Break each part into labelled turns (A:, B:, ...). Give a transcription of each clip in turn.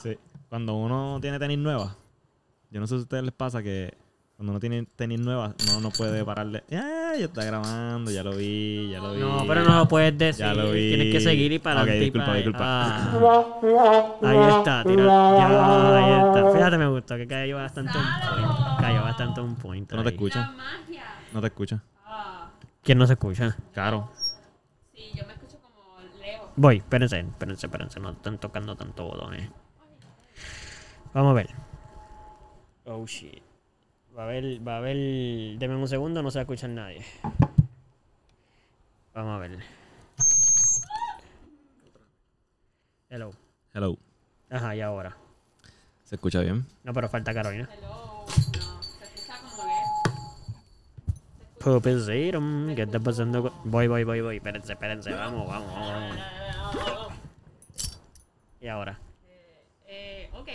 A: Sí. Cuando uno tiene tenis nuevas, yo no sé si a ustedes les pasa que cuando uno tiene tenis nuevas, uno no puede pararle. Ya, ya está grabando, ya lo vi, ya lo vi.
B: No, pero no lo puedes decir.
A: Ya lo vi.
B: Tienes que seguir y para
A: Ok,
B: adelante y
A: disculpa,
B: para-
A: disculpa.
B: Ah. ahí está, tira. Ya, ahí está. Fíjate, me gustó que cayó bastante un point. Cayó bastante un point.
A: Tú no te
B: ahí.
A: escuchas,
C: magia.
A: no te escuchas.
C: Ah,
B: ¿Quién no se escucha?
A: Claro.
C: sí, yo me escucho como Leo.
B: Voy, espérense, espérense, espérense. No están tocando tanto botones. Vamos a ver. Oh shit. Va a haber, va a haber. Deme un segundo, no se va a escuchar nadie. Vamos a ver. Hello.
A: Hello.
B: Ajá, y ahora.
A: ¿Se escucha bien?
B: No, pero falta Carolina.
C: Hello. No, se escucha como Leo.
B: Pupilzerum, um, ¿qué está pasando? con- Voy, voy, voy, voy. Espérense, espérense. Vamos, vamos, vamos. vamos.
C: Ah.
B: Y ahora.
C: Eh, ok.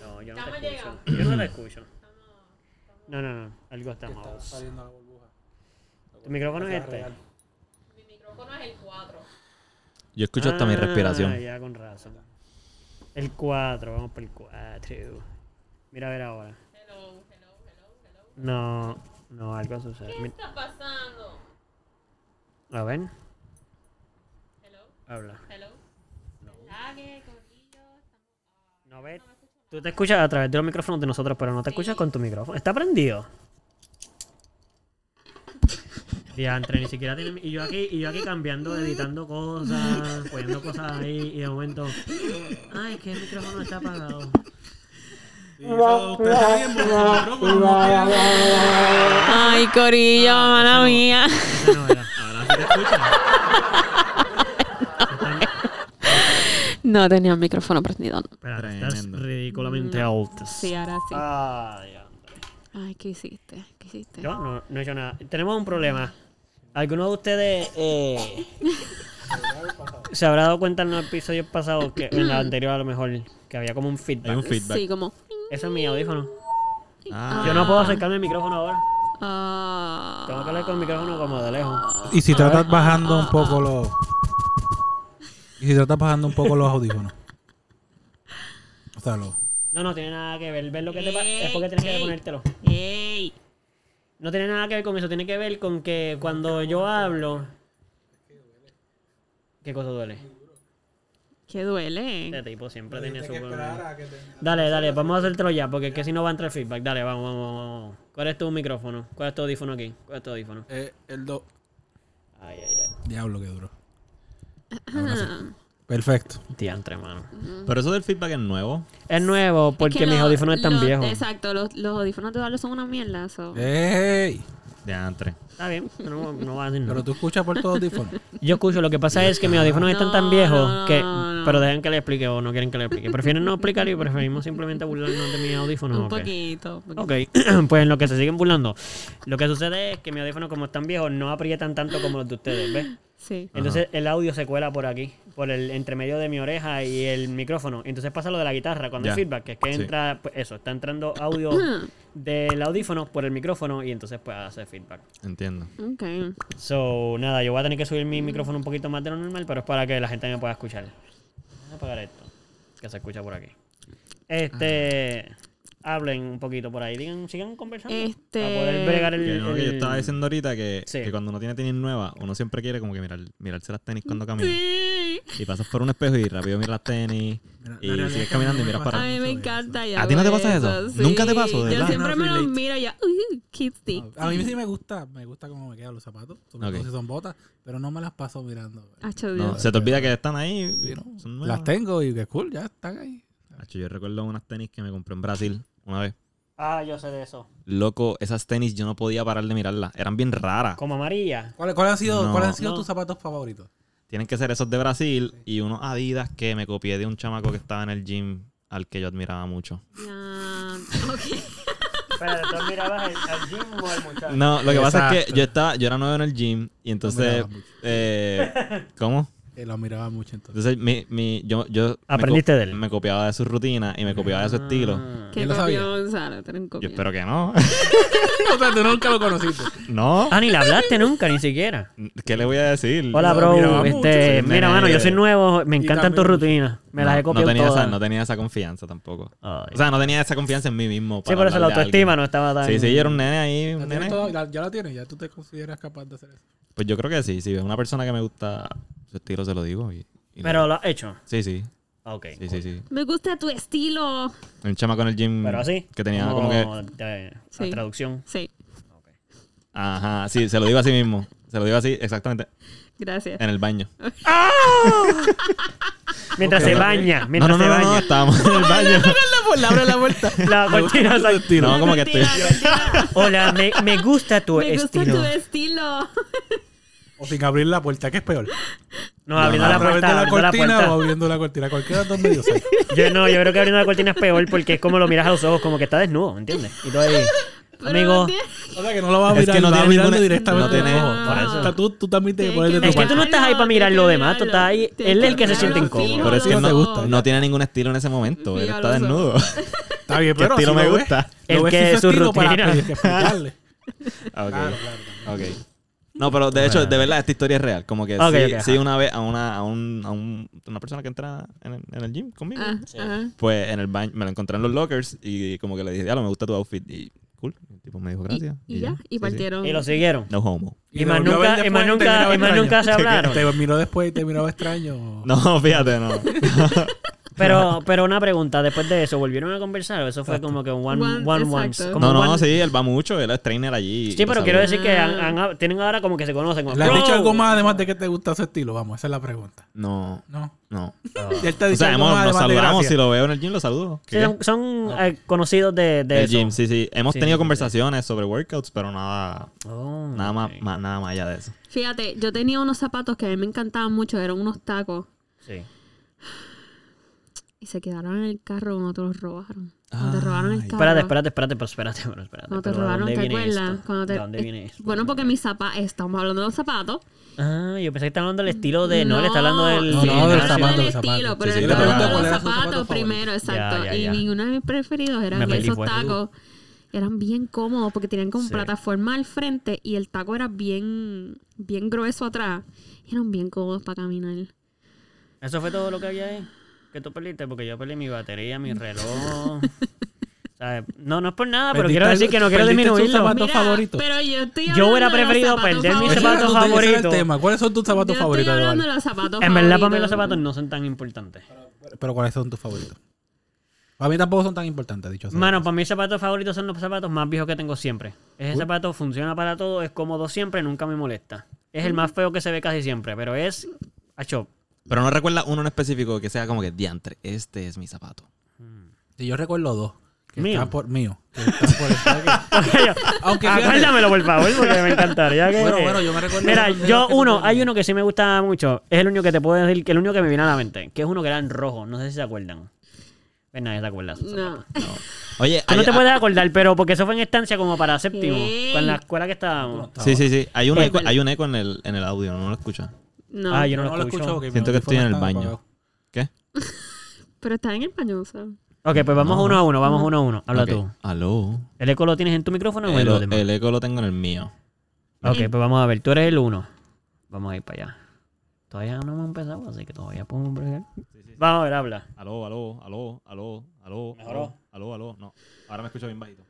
B: No, yo no
C: Estamos
B: te escucho.
C: llegando.
B: Yo no te escucho. No, no, no. Algo está mal.
D: Está saliendo la burbuja.
B: ¿Tu micrófono es
D: Está
B: este?
D: real.
C: Mi micrófono es el 4.
A: Yo escucho hasta mi
B: Ah,
A: respiración.
B: Ya, con razón. El 4, vamos por el 4. Mira a ver ahora.
C: Hello, hello, hello, hello.
B: No, no, algo sucede.
C: ¿Qué
B: Mi-
C: está pasando?
B: A ver,
C: Hello,
B: habla.
C: hello. Lague, corrillo.
B: No ves. Tú te escuchas a través de los micrófonos de nosotros, pero no te escuchas con tu micrófono. Está prendido. Diantre, ni siquiera tiene. Y yo aquí, y yo aquí cambiando, editando cosas, poniendo cosas ahí, y de momento. Ay, que el micrófono está apagado.
D: Y eso, ustedes saben, porque el micrófono no tiene-
C: Ay, corillo,
B: mala no.
C: mía.
B: Esa no era. Ahora sí te escuchas. Están-
C: No tenía el micrófono prendido.
B: Espera, estás Ah,
A: Tremendo.
B: ridículamente altas.
C: ahora sí.
B: Ay, hombre.
C: Ah. Ay, ¿qué hiciste? ¿Qué hiciste?
B: Yo no, no he hecho nada. Tenemos un problema. ¿Alguno de ustedes eh, se habrá dado cuenta en los episodios pasados que en la anterior a lo mejor que había como un
A: Hay
B: feedback?
A: un feedback.
C: Sí, como.
B: Eso es mi audífono.
A: Ah.
B: Yo no puedo acercarme al micrófono ahora.
C: Ah.
B: Tengo que hablar con el micrófono como de lejos.
D: Y si tratas bajando un poco los. Y si tratas bajando un poco los audífonos. O sea, los.
B: No, no tiene nada que ver. Ver lo que te pa- es
C: Ey,
B: porque tienes que
C: ey.
B: ponértelo.
C: ¡Ey!
B: No tiene nada que ver con eso, tiene que ver con que cuando yo hablo. ¿Qué cosa duele?
C: ¡Qué duele!
B: Este tipo siempre tiene su problema. Dale, dale, vamos a hacértelo ya, porque es que si no va a entrar el feedback. Dale, vamos, vamos, vamos, vamos. ¿Cuál es tu micrófono? ¿Cuál es tu audífono aquí? ¿Cuál es tu audífono?
D: Eh, el do.
B: Ay, ay, ay.
D: Diablo, que duro. Ahora sí. Perfecto.
B: Diantre, mano.
A: Pero eso del feedback es nuevo.
B: Es nuevo porque mis audífonos están
C: los-
B: viejos.
C: Exacto, los, los audífonos de Eduardo son una mierda. so.
A: Eh,
D: ¡Ey!
A: De antre.
B: Está bien, no, no va a decir nada.
D: Pero tú escuchas por todos audífonos.
B: Yo escucho, lo que pasa es que mis audífonos están tan
C: No,
B: viejos
C: no,
B: que.
C: no, no.
B: Pero dejen que le explique o no quieren que le explique. Prefieren no explicar y preferimos simplemente burlarnos de mis audífonos.
C: un
B: ¿o qué?
C: poquito. un poquito.
B: Ok, pues en lo que se siguen burlando, lo que sucede es que mis audífonos, como están viejos, no aprietan tanto como los de ustedes, ¿ves?
C: Sí.
B: Entonces el audio se cuela por aquí, por el entremedio de mi oreja y el micrófono. Entonces pasa lo de la guitarra cuando hay
A: Ya.
B: feedback, que es que
A: Sí.
B: entra, pues, eso, está entrando audio del audífono por el micrófono y entonces pues hace feedback.
A: Entiendo.
C: Ok.
B: So, nada, yo voy a tener que subir mi micrófono un poquito más de lo normal, pero es para que la gente me pueda escuchar. Voy a apagar esto, que se escucha por aquí. Este, hablen un poquito por ahí, digan, sigan conversando.
C: Este-
B: Para poder bregar el...
A: Que no, que yo
B: el-
A: estaba diciendo ahorita que,
B: Sí.
A: que cuando uno tiene tenis nueva, uno siempre quiere como que mirar, mirarse las tenis cuando camina.
C: Sí.
A: Y pasas por un espejo y rápido miras las tenis.
D: Mira,
A: y
D: la realidad
A: sigues
D: es que
A: caminando y
D: no me
A: miras
D: pasa
A: para
C: A
D: Para
C: mí me
D: mucho
C: encanta
A: eso.
C: ya.
A: ¿A ti no te pasa eso? ¿Nunca te pasó, de
C: Yo
A: verdad?
C: siempre
D: No,
C: me los
D: relate.
C: miro y ya. Uh, kids dick.
D: A mí sí me gusta, me gusta cómo me quedan los zapatos, sobre
A: Ok.
D: todo si son botas, pero no me las paso mirando.
C: Hacho Dios.
A: No, se te olvida que están ahí.
D: Sí, ¿no?
A: Son nuevas.
D: Las tengo y que cool, ya están ahí.
A: Hacho, yo recuerdo unas tenis que me compré en Brasil una vez.
B: Ah, yo sé de eso.
A: Loco, esas tenis yo no podía parar de mirarlas. Eran bien raras.
B: Como amarilla.
D: ¿Cuáles cuál han sido,
A: No.
D: cuáles han sido
B: No.
D: tus zapatos favoritos?
A: Tienen que ser esos de Brasil y unos Adidas que me copié de un chamaco que estaba en el gym al que yo admiraba mucho.
C: Ya. Ok.
B: Pero tú mirabas al gym o al muchacho.
A: No, lo que pasa es que
D: Ah, Exacto.
A: yo estaba, yo era nuevo en el gym y entonces,
D: mirabas mucho.
A: eh, ¿cómo?
D: Eh, lo miraba mucho entonces.
A: Entonces, mi, mi, yo, yo me
B: Aprendiste
A: co-
B: de él.
A: Me copiaba de su rutina y me copiaba de su estilo.
B: Ah.
C: Que
D: Yo lo sabía.
C: copió Gonzalo, tú eres un
A: Yo
C: copión.
A: espero que no.
D: o sea, tú nunca lo conociste.
A: no.
B: Ah, ni la hablaste nunca, ni siquiera.
A: ¿Qué le voy a decir?
B: Hola,
D: Lo
B: bro.
D: miraba mucho,
B: este,
A: sí,
B: mira,
A: me-
B: mano, yo soy nuevo. Me
D: Y
B: encantan
D: también-
B: tus rutinas. Me las he
A: No-
B: copiado
A: no tenía,
B: todas.
A: esa, no tenía esa confianza tampoco.
B: Ay.
A: O sea, no tenía esa confianza en mí mismo.
B: sí,
A: para
B: por eso la
A: hablarle a
B: autoestima
A: alguien.
B: no estaba tan...
A: Sí, sí, yo era un nene ahí.
D: ¿La
A: Un
D: tienes
A: nene.
D: toda- la- ya la tienes, ya tú te consideras capaz de hacer eso.
A: Pues yo creo que sí. Si veo una persona que me gusta su estilo, se lo digo. Y, y le-
B: Pero lo has hecho.
A: Sí, sí.
B: Ah, Ok.
A: Sí, sí, sí.
C: Me gusta tu estilo.
A: Un chama con el gym.
B: Pero así.
A: Que tenía como que.
B: de- la
C: Sí.
B: traducción.
C: Sí,
A: Ajá, sí, se lo digo así mismo. Se lo digo así, exactamente.
C: gracias.
A: En el baño.
B: Mientras
D: Ok.
B: se baña.
A: no,
B: Mientras
A: no,
B: se
A: no, no, no,
B: baña.
A: estábamos en el baño.
D: Abre la vuelta.
B: La cortina sale-
A: No, como que estoy.
C: Mentira, mentira.
B: Hola, me, me gusta tu
C: Me gusta
B: estilo.
C: tu estilo.
D: O sin abrir la puerta, que es peor.
B: No, abriendo
A: no,
B: la
D: a través
B: puerta.
D: de la
B: abriendo la
D: cortina
B: puerta.
D: o abriendo la cortina. Cualquiera de los dos medios. ¿sabes?
B: Yo no, yo creo que abriendo la cortina es peor porque es como lo miras a los ojos, como que está desnudo, ¿entiendes? Y tú ahí,
C: Pero
B: amigo,
C: no tiene-
D: O sea, que no lo vas a
A: Es
D: mirar,
A: que no
D: vas a
A: tiene
D: mirarlo
A: ninguna-
D: directamente. Ah.
A: no tiene-
D: a los ojos.
B: Por eso.
D: O sea, tú, tú también te
C: Tienes
D: puedes
C: que
D: de tu
B: Es que tú no
D: parte.
B: estás ahí para
C: mirarlo,
B: mirar
C: tienes
B: lo
C: que
B: demás, tú
C: mirarlo.
B: estás ahí-
C: Tienes
B: él es el que se siente
C: mirarlo
B: incómodo.
C: fijo
A: Pero es
C: a
A: que
C: los
A: no,
C: ojos.
A: no tiene ningún estilo en ese momento. Él
C: Fíjalo,
A: está desnudo.
D: Está bien,
A: ¿Qué
D: pero
A: estilo
D: si
A: me
D: lo ves-
A: gusta?
D: lo
B: El
D: ves
B: que
D: sin
B: es su
D: sentido para-
B: rutina.
D: para explicarle.
A: Ah, ok.
D: Claro, claro.
A: Ok. No, pero de hecho, de verdad, esta historia es real. Como que
B: Ok,
A: sí,
B: ok, ajá.
A: sí una vez a una, a un, a un- una persona que entra en el, en el gym conmigo,
C: Ah, ajá.
A: pues en el baño, me lo encontré en los lockers y como que le dije, diablo, me gusta tu outfit. Y cool. El tipo me dijo
C: Y,
A: gracias.
C: y ya, y
A: Sí, sí.
C: partieron.
B: y lo siguieron.
A: No homo.
B: Y más
D: te volvió a
B: nunca-
D: ver
B: y más
D: después
B: nunca-
D: te miraba
B: y más
D: extraño.
B: nunca se
D: Te-
B: hablaron.
D: Te miró después y te miraba extraño.
A: No, fíjate, no.
B: Pero, pero una pregunta, después de eso, ¿volvieron a conversar? ¿O Eso fue como que un one,
C: One-
B: one,
C: exacto.
B: ones? Como
A: No, no,
B: one-
A: sí, él va mucho, él es trainer allí.
B: Sí, pero
A: lo
B: quiero
A: saluda.
B: decir que han- han- tienen ahora como que se conocen. como,
D: ¿Le has
B: "Bro".
D: dicho algo más además de que te gusta su estilo? Vamos, esa es la pregunta.
A: No,
D: No.
A: no.
D: Ya él te ha
A: O
D: dicho
A: sea,
D: algo
A: hemos-
D: más
A: nos
D: además de
A: saludamos.
D: gracias.
A: Si lo veo en el gym, lo saludo.
B: Sí, son son,
D: Ah.
B: eh, conocidos de, de
A: el
B: eso.
A: gym, sí, sí. Hemos
B: Sí,
A: tenido
B: sí, sí.
A: conversaciones sobre workouts, pero nada,
B: Oh,
A: nada, más,
B: ok.
A: más- nada más allá de eso.
C: Fíjate, yo tenía unos zapatos que a mí me encantaban mucho, eran unos tacos.
B: Sí.
C: Y se quedaron en el carro cuando te los robaron. Cuando te robaron el
A: Ay.
C: carro.
B: Espérate, espérate, espérate, pero espérate, pero espérate.
C: Cuando te
B: pero ¿de
C: robaron,
B: dónde
C: ¿te
B: viene
C: acuerdas?
B: esto?
C: Cuando te-
B: ¿De dónde viene
C: eh,
B: esto?
C: Bueno, porque mis zapatos, estamos hablando de los zapatos.
B: Ah, yo pensé que estaba hablando del estilo de. No, le está hablando del.
D: No, no,
B: gimnasio.
D: del zapato,
C: del
D: del zapato.
C: estilo, pero
A: Sí, sí,
C: estaba
A: le
C: hablando de
A: pregunto
C: los
D: cuál era su
C: zapatos,
D: zapato favorito.
C: primero, exacto.
B: Ya, ya, ya.
C: Y ninguno de mis preferidos eran
B: Me perdí,
C: esos
B: fue.
C: tacos. Eran bien cómodos porque tenían como
B: Sí.
C: plataforma al frente y el taco era bien, bien grueso atrás. Y eran bien cómodos para caminar.
B: Eso fue todo lo que había ahí. Que tú perdiste, porque yo perdí mi batería,
D: Mm.
B: mi reloj. ¿Sabes? No, no es por nada, pero
D: Perdiste
B: quiero decir
D: algo-
B: que no quiero
D: perdiste tus
B: disminuirlo.
D: zapatos. favorito.
C: Pero yo estoy
B: Yo hubiera
C: hablando de los
B: preferido
C: zapatos
B: perder mis
C: favoritos.
D: Ese era
B: zapatos
D: tu- ese era el
B: favoritos.
D: tema. ¿Cuáles son tus zapatos
C: Yo
D: favoritos,
C: estoy hablando
D: Eduardo?
C: de los zapatos
B: En verdad, para mí los
C: favoritos.
B: zapatos no son tan importantes.
D: Pero ¿cuáles son tus favoritos? Para mí tampoco son tan importantes, dicho sea.
B: Mano, para mí zapatos favoritos son los zapatos más viejos que tengo siempre. Ese zapato funciona para todo, es cómodo siempre, nunca me molesta. Es el más feo que se ve casi siempre, pero es... Acho,
A: Pero no recuerda uno en específico que sea como que diantre, este es mi zapato.
D: Sí, yo recuerdo dos. Que
B: Mío.
D: Están por, mío. que están por el- ¿sabes qué? Aunque fíjate-
B: Acuérdamelo, Ah, por favor, porque me encantaría. que-
D: Bueno, bueno, yo me recuerdo
B: Mira,
D: de los
B: yo
D: que tú
B: uno,
D: tenías.
B: hay uno que sí me gusta mucho. Es el único que te puedo decir, que el único que me viene a la mente, que es uno que era en rojo. No sé si se acuerdan. Pues nadie se acuerda. de esos zapatos.
C: No.
A: No. Oye,
B: Tú no
A: hay-
B: te
A: ah,
B: puedes acordar, pero porque eso fue en estancia como para séptimo,
C: Ey.
B: con la escuela que estábamos.
A: Sí, sí, sí. Hay un,
B: Eh,
A: eco, hay un eco en el, en el audio, no lo escucha.
C: No.
B: Ah, yo
D: No lo escucho porque mi
A: Siento que estoy en el
D: audífono está
A: baño.
D: apagado.
A: ¿Qué?
C: Pero está en el paño, o sea.
B: Ok, pues vamos uno a uno, vamos uno a uno. Habla
A: Ok.
B: tú.
A: Aló.
B: ¿El eco lo tienes en tu micrófono o en
A: El,
B: los demás?
A: el eco lo tengo en el mío.
B: Ok, pues vamos a ver. Tú eres el uno. Vamos a ir para allá. Todavía no hemos empezado, así que todavía podemos bregar. Vamos a ver, habla.
A: Aló, aló, aló, aló, aló.
B: ¿Mejoró?
A: Aló, aló, aló. No. Ahora me escucho bien bajito.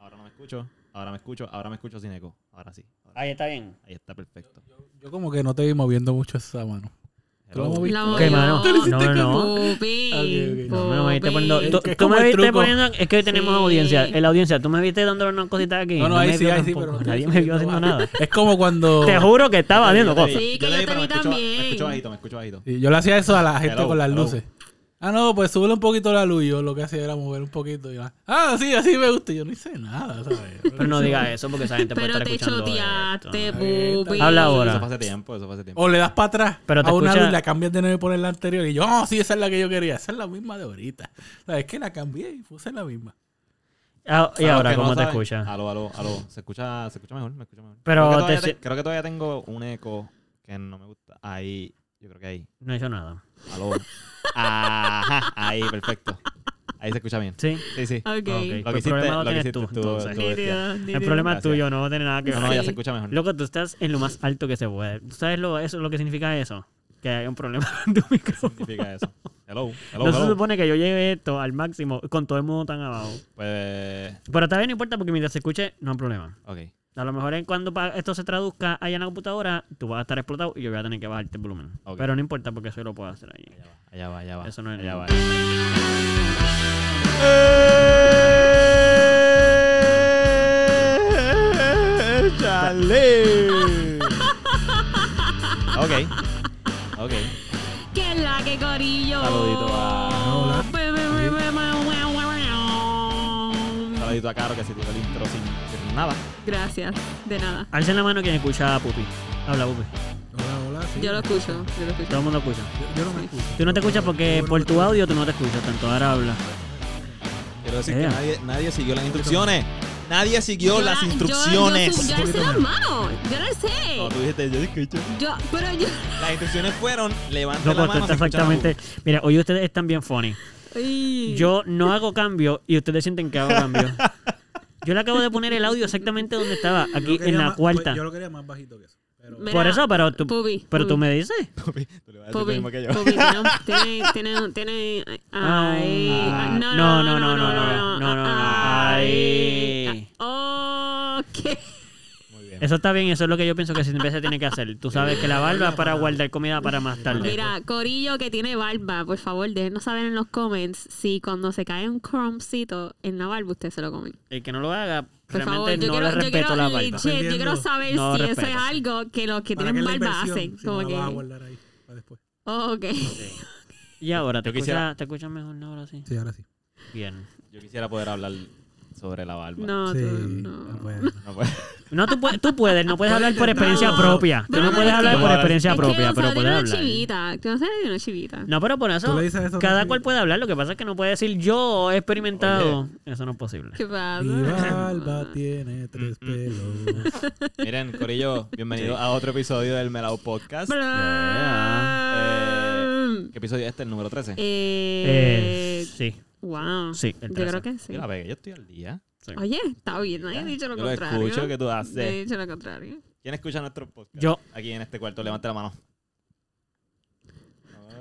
A: Ahora no me escucho. Ahora me escucho. Ahora me escucho sin eco. Ahora sí. Ahora-
B: Ahí está bien.
A: Ahí está perfecto.
D: Yo como que no te vi moviendo mucho esa mano. ¿Tú lo
A: Hello.
D: moviste?
C: La
B: ¿Qué, mano?
C: movió.
B: No, no, no.
C: Pupi,
D: ok.
B: No, me viste poniendo-
C: pupi.
B: Tú,
D: que es
B: tú
D: como
B: me
D: el
B: viste
D: truco.
B: poniendo. Es que hoy tenemos
C: Sí.
B: audiencia. En la audiencia, tú me viste dando unas cositas aquí.
D: No, no, ahí
B: me
D: sí,
B: vio
D: ahí sí,
B: tampoco.
D: pero no
B: Nadie
D: estoy
B: me vio
D: haciendo
B: haciendo
D: nada.
B: nada.
D: Es como cuando...
B: Te juro que estaba haciendo
A: Yo te vi,
B: cosas.
C: Sí,
A: te
C: que yo
A: vi,
C: te
A: pero
C: vi
A: me escucho-
C: también.
A: Me escucho bajito, me escucho bajito.
D: Sí, Yo le hacía eso a la gente
A: Hello,
D: con las
A: hello.
D: luces. Ah, no, pues súbele un poquito la luz. Yo lo que hacía era mover un poquito. Y yo, ah, sí, así me gusta. Y Yo no hice nada, ¿sabes?
B: Pero no digas eso porque esa gente puede
C: Pero
B: estar
C: te
B: escuchando.
C: choteaste,
B: esto.
D: esto.
C: pupi.
B: Habla ahora.
A: Eso fue hace tiempo, eso fue hace tiempo.
D: O le das para atrás
B: Pero te
D: a una
B: escucha-
D: luz y la cambias de nuevo y pones la anterior. Y yo, oh, sí, esa es la que yo quería. Esa es la misma de ahorita. O sea, es que la cambié y puse la misma.
B: Ah, ¿Y
A: Para los
B: ahora
A: que no
B: cómo te
A: saben,
B: escuchas?
A: Aló, aló, aló. Se escucha, se escucha mejor, me escucha mejor.
B: Pero
A: creo que,
B: te
A: todavía
B: si-
A: creo que todavía tengo un eco que no me gusta. Ahí, yo Yo creo que ahí.
B: No hizo nada.
A: Aló. Ajá, ahí, perfecto. Ahí se escucha bien.
B: Sí.
A: Sí, sí.
C: Ok.
A: Lo
B: Ok. Pues
A: que
B: el
A: hiciste,
B: problema
A: lo
B: lo
A: que
B: tienes
A: hiciste
B: tú,
A: estuvo-
B: entonces.
A: estuvo bestial.
C: Nítido,
B: El problema es
A: Gracias.
B: tuyo, no va a tener nada que
A: No,
B: ver.
A: no, ya
C: Sí.
A: se escucha mejor.
B: Loco, tú estás en lo más alto que se puede. ¿Tú sabes lo, eso, lo que significa eso? Que hay un problema en tu
A: ¿Qué
B: micrófono.
A: significa eso? Hello, hello,
B: No se
A: hello.
B: supone que yo lleve esto al máximo con todo el mundo tan abajo.
A: Pues,
B: Pero tal vez no importa porque mientras se escuche, no hay problema.
A: ok.
B: A lo mejor en cuando pa- esto se traduzca allá en la computadora, tú vas a estar explotado y yo voy a tener que bajarte el volumen.
A: Ok.
B: Pero no importa porque eso yo lo puedo hacer ahí.
A: Allá va, allá va.
B: Eso no es
A: allá
B: nada.
A: va. ¡Échale! ok. Ok.
C: ¿Qué es la que corillo?
A: Saludito a-
D: Hola.
A: Saludito a Caro que se tiró el intro sin, sin nada.
C: Gracias, de nada.
B: Alcen la mano quien escucha a Pupi. Habla, Pupi.
D: Hola, hola. sí.
C: Yo lo escucho, yo lo escucho.
B: Todo el mundo escucha.
D: Yo- Yo no me escucho.
B: Tú no te escuchas porque
D: Yo no
B: por
D: me
B: tu
D: escucho.
B: audio tú no te escuchas tanto. Ahora habla.
A: Quiero decir
B: Ea.
A: que nadie, nadie siguió las instrucciones. Nadie siguió las
C: Yo- yo-
A: instrucciones.
C: Yo, yo, le sé las manos, yo le sé.
A: No, tú dijiste, yo escucho.
C: Yo, pero yo.
A: Las instrucciones fueron, levanta
B: Loco,
A: la
B: esto
A: mano.
B: está
A: se escucha la
B: exactamente. Mira, hoy ustedes están bien funny.
C: Ay.
B: Yo no hago cambio y ustedes sienten que hago cambio. Yo le acabo de poner el audio exactamente donde estaba,
D: Yo lo
B: aquí
D: quería
B: en la
D: más- pues,
B: cuarta.
D: Yo lo quería más bajito que eso. Pero
C: Me-
B: Por
C: Mira,
B: eso, pero tú,
C: Pupi,
B: pero tú
C: Pupi.
B: me dices.
A: Pupi, tú le vas a decir lo
C: Pobi,
A: mismo que yo.
C: Pobi, tiene, tiene, tiene, tiene, ay,
B: Ah,
C: ay, no, no, no, no, no,
B: no, no, no, no,
C: ay,
B: ay.
C: ah, ok.
A: Muy bien.
B: Eso está bien, eso es lo que yo pienso que siempre se tiene que hacer. Tú sabes que la barba es para guardar comida para más tarde.
C: Mira, Corillo que tiene barba, por favor, déjenos saber en los comments si cuando se cae un crumbcito en la barba ustedes se lo comen.
B: El que no lo haga,
C: Por
B: realmente
C: favor, yo
B: no
C: quiero,
B: le
C: yo
B: respeto
C: quiero,
B: la barba.
C: legit, yo quiero saber
B: No
C: si eso es
B: respeto.
C: algo que los que
D: ¿para qué
C: tienen
D: la
C: barba
D: inversión
C: hacen.
D: si no
C: como
D: la
C: que,
D: vas a guardar ahí para después.
C: Oh, ok.
B: Y ahora, ¿te
A: Yo quisiera-
B: escuchas te escuchas mejor ahora sí?
D: Sí, ahora sí.
B: Bien.
A: Yo quisiera poder hablar sobre la barba.
C: No,
D: sí. ah,
C: tú, no.
B: Pues
D: bueno.
A: No pues. puede.
B: No, tú, puedes, tú puedes, no puedes hablar por
D: intentarlo.
B: experiencia propia. Tú
C: Bueno,
B: no puedes
C: es
B: hablar
A: que-
B: por experiencia
C: Es que
B: propia, pero
C: Gonzalo
B: puedes
C: tiene una
B: hablar.
C: chivita. Que Gonzalo tiene una chivita.
B: No, pero por eso,
D: Tú le dices eso,
B: cada
D: sí.
B: cual puede hablar. Lo que pasa es que no puede decir yo he experimentado. Eso no es posible.
C: ¿Qué pasa?
D: Mi barba tiene tres
B: Mm,
D: pelos.
A: Miren, Corillo, bienvenido a otro episodio del Melao Podcast.
C: Brum.
A: ¿Qué episodio es este? El número 13.
C: Eh,
B: Eh, sí.
C: Wow.
B: Sí, el
C: Yo creo
B: 13.
C: que sí.
A: Mira, ve, yo estoy al día.
C: Oye, está bien, nadie ha dicho lo
A: Yo lo
C: contrario.
A: escucho que tú haces.
C: Nadie ha dicho lo contrario.
A: ¿Quién escucha nuestro podcast?
B: Yo.
A: Aquí en este cuarto, levante la mano.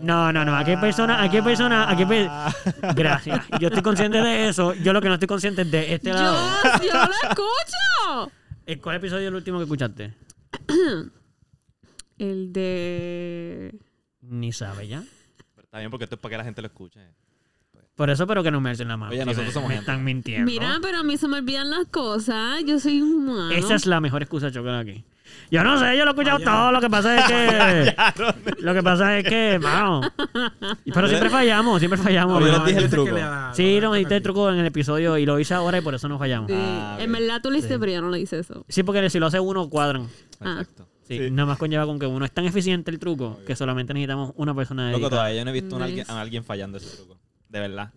B: No, no, no. ¿A qué persona? ¿A qué persona? ¿A qué pe-
A: Ah.
B: Gracias. Yo estoy consciente de eso. Yo lo que no estoy consciente es de este
C: Yo,
B: lado.
C: yo lo escucho.
B: ¿Eh, ¿Cuál episodio es el último que escuchaste?
C: El de.
B: Ni sabe ya.
A: Pero Está bien porque esto es para que la gente lo escuche.
B: Por eso, pero que no me alcen la mano.
A: Oye,
B: si
A: nosotros
B: me-
A: somos
B: Me
A: gente.
B: están mintiendo.
C: Mira, pero a mí se me olvidan las cosas. Yo soy humano.
B: Esa es la mejor excusa chocada aquí. Yo no sé, yo lo he escuchado todo. Lo que pasa es que. lo que pasa es que, mano. Pero siempre fallamos, siempre fallamos.
A: Oye,
B: ¿no? este
A: les dije el
D: Yo sé que
A: truco.
D: le da-
B: Sí,
D: no,
B: nos dijiste el truco en el episodio y lo hice ahora y por eso nos fallamos.
C: Sí,
A: Ah,
C: En
A: ok.
C: verdad tú lo hiciste, pero yo no lo hice eso.
B: Sí, porque si lo hace uno, cuadran.
C: Ah.
A: Exacto.
B: Sí, nada más conlleva con que uno es tan eficiente el truco que solamente necesitamos una persona de
A: Loco, todavía yo no he visto a un
C: Nice.
A: alguien- a alguien fallando ese truco. De verdad.